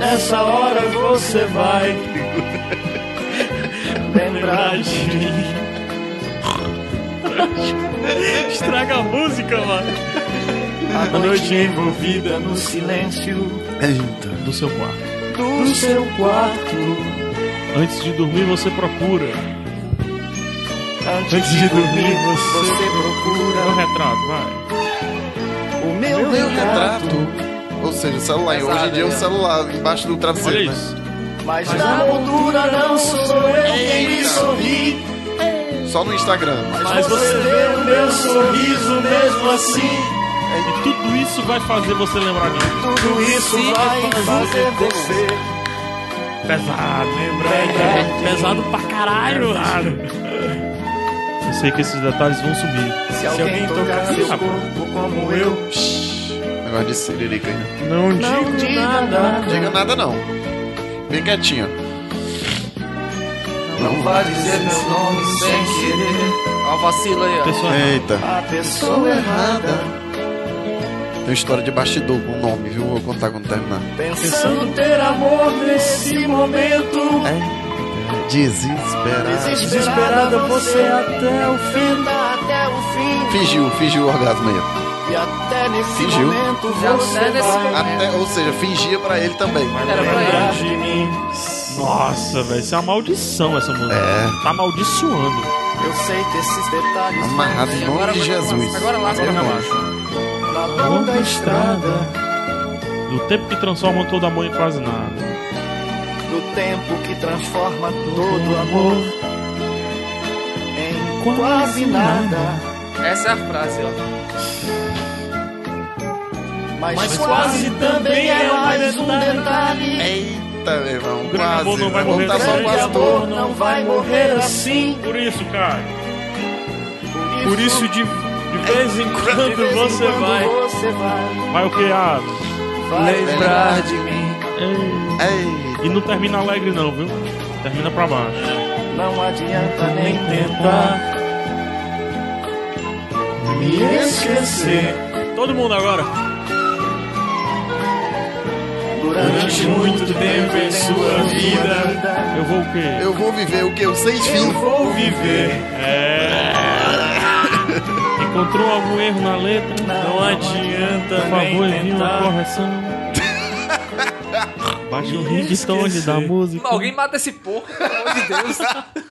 Speaker 6: Nessa hora você vai lembrar de mim.
Speaker 2: Estraga a música, mano.
Speaker 6: A noite envolvida no silêncio
Speaker 3: Eita.
Speaker 1: Do seu quarto.
Speaker 6: do seu quarto.
Speaker 1: Antes de dormir, você procura.
Speaker 6: Antes de dormir, você procura
Speaker 1: Meu É um retrato, vai.
Speaker 6: o meu, é
Speaker 3: Meu
Speaker 6: retrato.
Speaker 3: retrato. Ou seja, o celular. Hoje em dia é um celular embaixo do
Speaker 1: Olha
Speaker 3: travesseiro. né?
Speaker 1: isso.
Speaker 6: Mas É na moldura não sou eu quem lhe sorri.
Speaker 3: Só no Instagram.
Speaker 2: Mas você
Speaker 6: vê o meu sorriso mesmo assim.
Speaker 1: E tudo isso vai fazer você lembrar de mim.
Speaker 6: Tudo isso vai fazer você
Speaker 1: Pesado. É,
Speaker 6: lembrar.
Speaker 2: Pesado pra caralho.
Speaker 1: Eu sei que esses detalhes vão subir.
Speaker 6: Se alguém tocar ah, seu corpo como eu,
Speaker 3: Negócio de siririca aí. né?
Speaker 1: Não diga.
Speaker 6: não diga nada.
Speaker 3: Diga nada não. Bem quietinho. Não
Speaker 6: Vai dizer meu nome sem querer.
Speaker 4: Ó, vacila aí, ó.
Speaker 1: Pessoal,
Speaker 3: Eita.
Speaker 6: A pessoa errada,
Speaker 3: Tem uma história de bastidor com nome, viu? Vou contar quando terminar.
Speaker 6: pensando ter amor nesse momento.
Speaker 3: Desesperado.
Speaker 6: Desesperada você até o fim, Tá até o fim.
Speaker 3: Fingiu, fingiu o orgasmo aí.
Speaker 6: E até nesse
Speaker 3: Fingiu.
Speaker 6: momento
Speaker 4: Já
Speaker 6: você
Speaker 4: até nesse
Speaker 6: vai
Speaker 3: Até, ou seja, fingia pra ele também.
Speaker 4: Era pra ele.
Speaker 6: lembrar de mim.
Speaker 1: Nossa, velho. Isso é uma maldição essa música.
Speaker 3: É.
Speaker 1: Tá amaldiçoando.
Speaker 6: Eu sei que esses detalhes
Speaker 3: Amarrado em nome
Speaker 4: Agora
Speaker 3: de
Speaker 4: vai- um
Speaker 3: Jesus.
Speaker 4: agora lasca
Speaker 3: Meu
Speaker 4: pra
Speaker 3: irmão.
Speaker 4: baixo.
Speaker 6: na longa estrada,
Speaker 1: Do tempo que transformam todo amor em quase nada.
Speaker 6: do tempo que transforma todo amor em quase nada,
Speaker 4: Essa é a frase, ó.
Speaker 6: mas, quase também é mais um detalhe.
Speaker 3: Eita, meu irmão.
Speaker 1: grande amor
Speaker 3: Quase.
Speaker 1: não vai
Speaker 3: Vamos
Speaker 1: morrer
Speaker 3: tá só
Speaker 1: dessa
Speaker 6: Grande
Speaker 3: quase
Speaker 6: amor
Speaker 3: todo.
Speaker 6: não vai morrer assim.
Speaker 1: Por isso, cara.
Speaker 2: Por isso, de, de vez em
Speaker 6: de vez
Speaker 2: quando
Speaker 6: em
Speaker 2: você
Speaker 6: quando
Speaker 2: vai.
Speaker 6: você vai
Speaker 1: Vai o que, ah,
Speaker 6: vai lembrar de mim.
Speaker 1: ei.
Speaker 3: Ei.
Speaker 1: E não termina alegre, não, viu? Termina pra baixo.
Speaker 6: Não adianta nem tentar me esquecer.
Speaker 2: Todo mundo agora.
Speaker 6: Durante muito tempo em sua vida,
Speaker 1: Eu vou o quê?
Speaker 3: Eu vou viver o que eu sei
Speaker 6: eu
Speaker 3: fim.
Speaker 6: vou viver.
Speaker 1: Encontrou algum erro na letra?
Speaker 6: Não adianta
Speaker 1: Por favor,
Speaker 6: nem
Speaker 1: envie uma
Speaker 6: tentar
Speaker 1: correção. Baixe o ringtone da música.
Speaker 4: Alguém mata esse porco, pelo amor de Deus.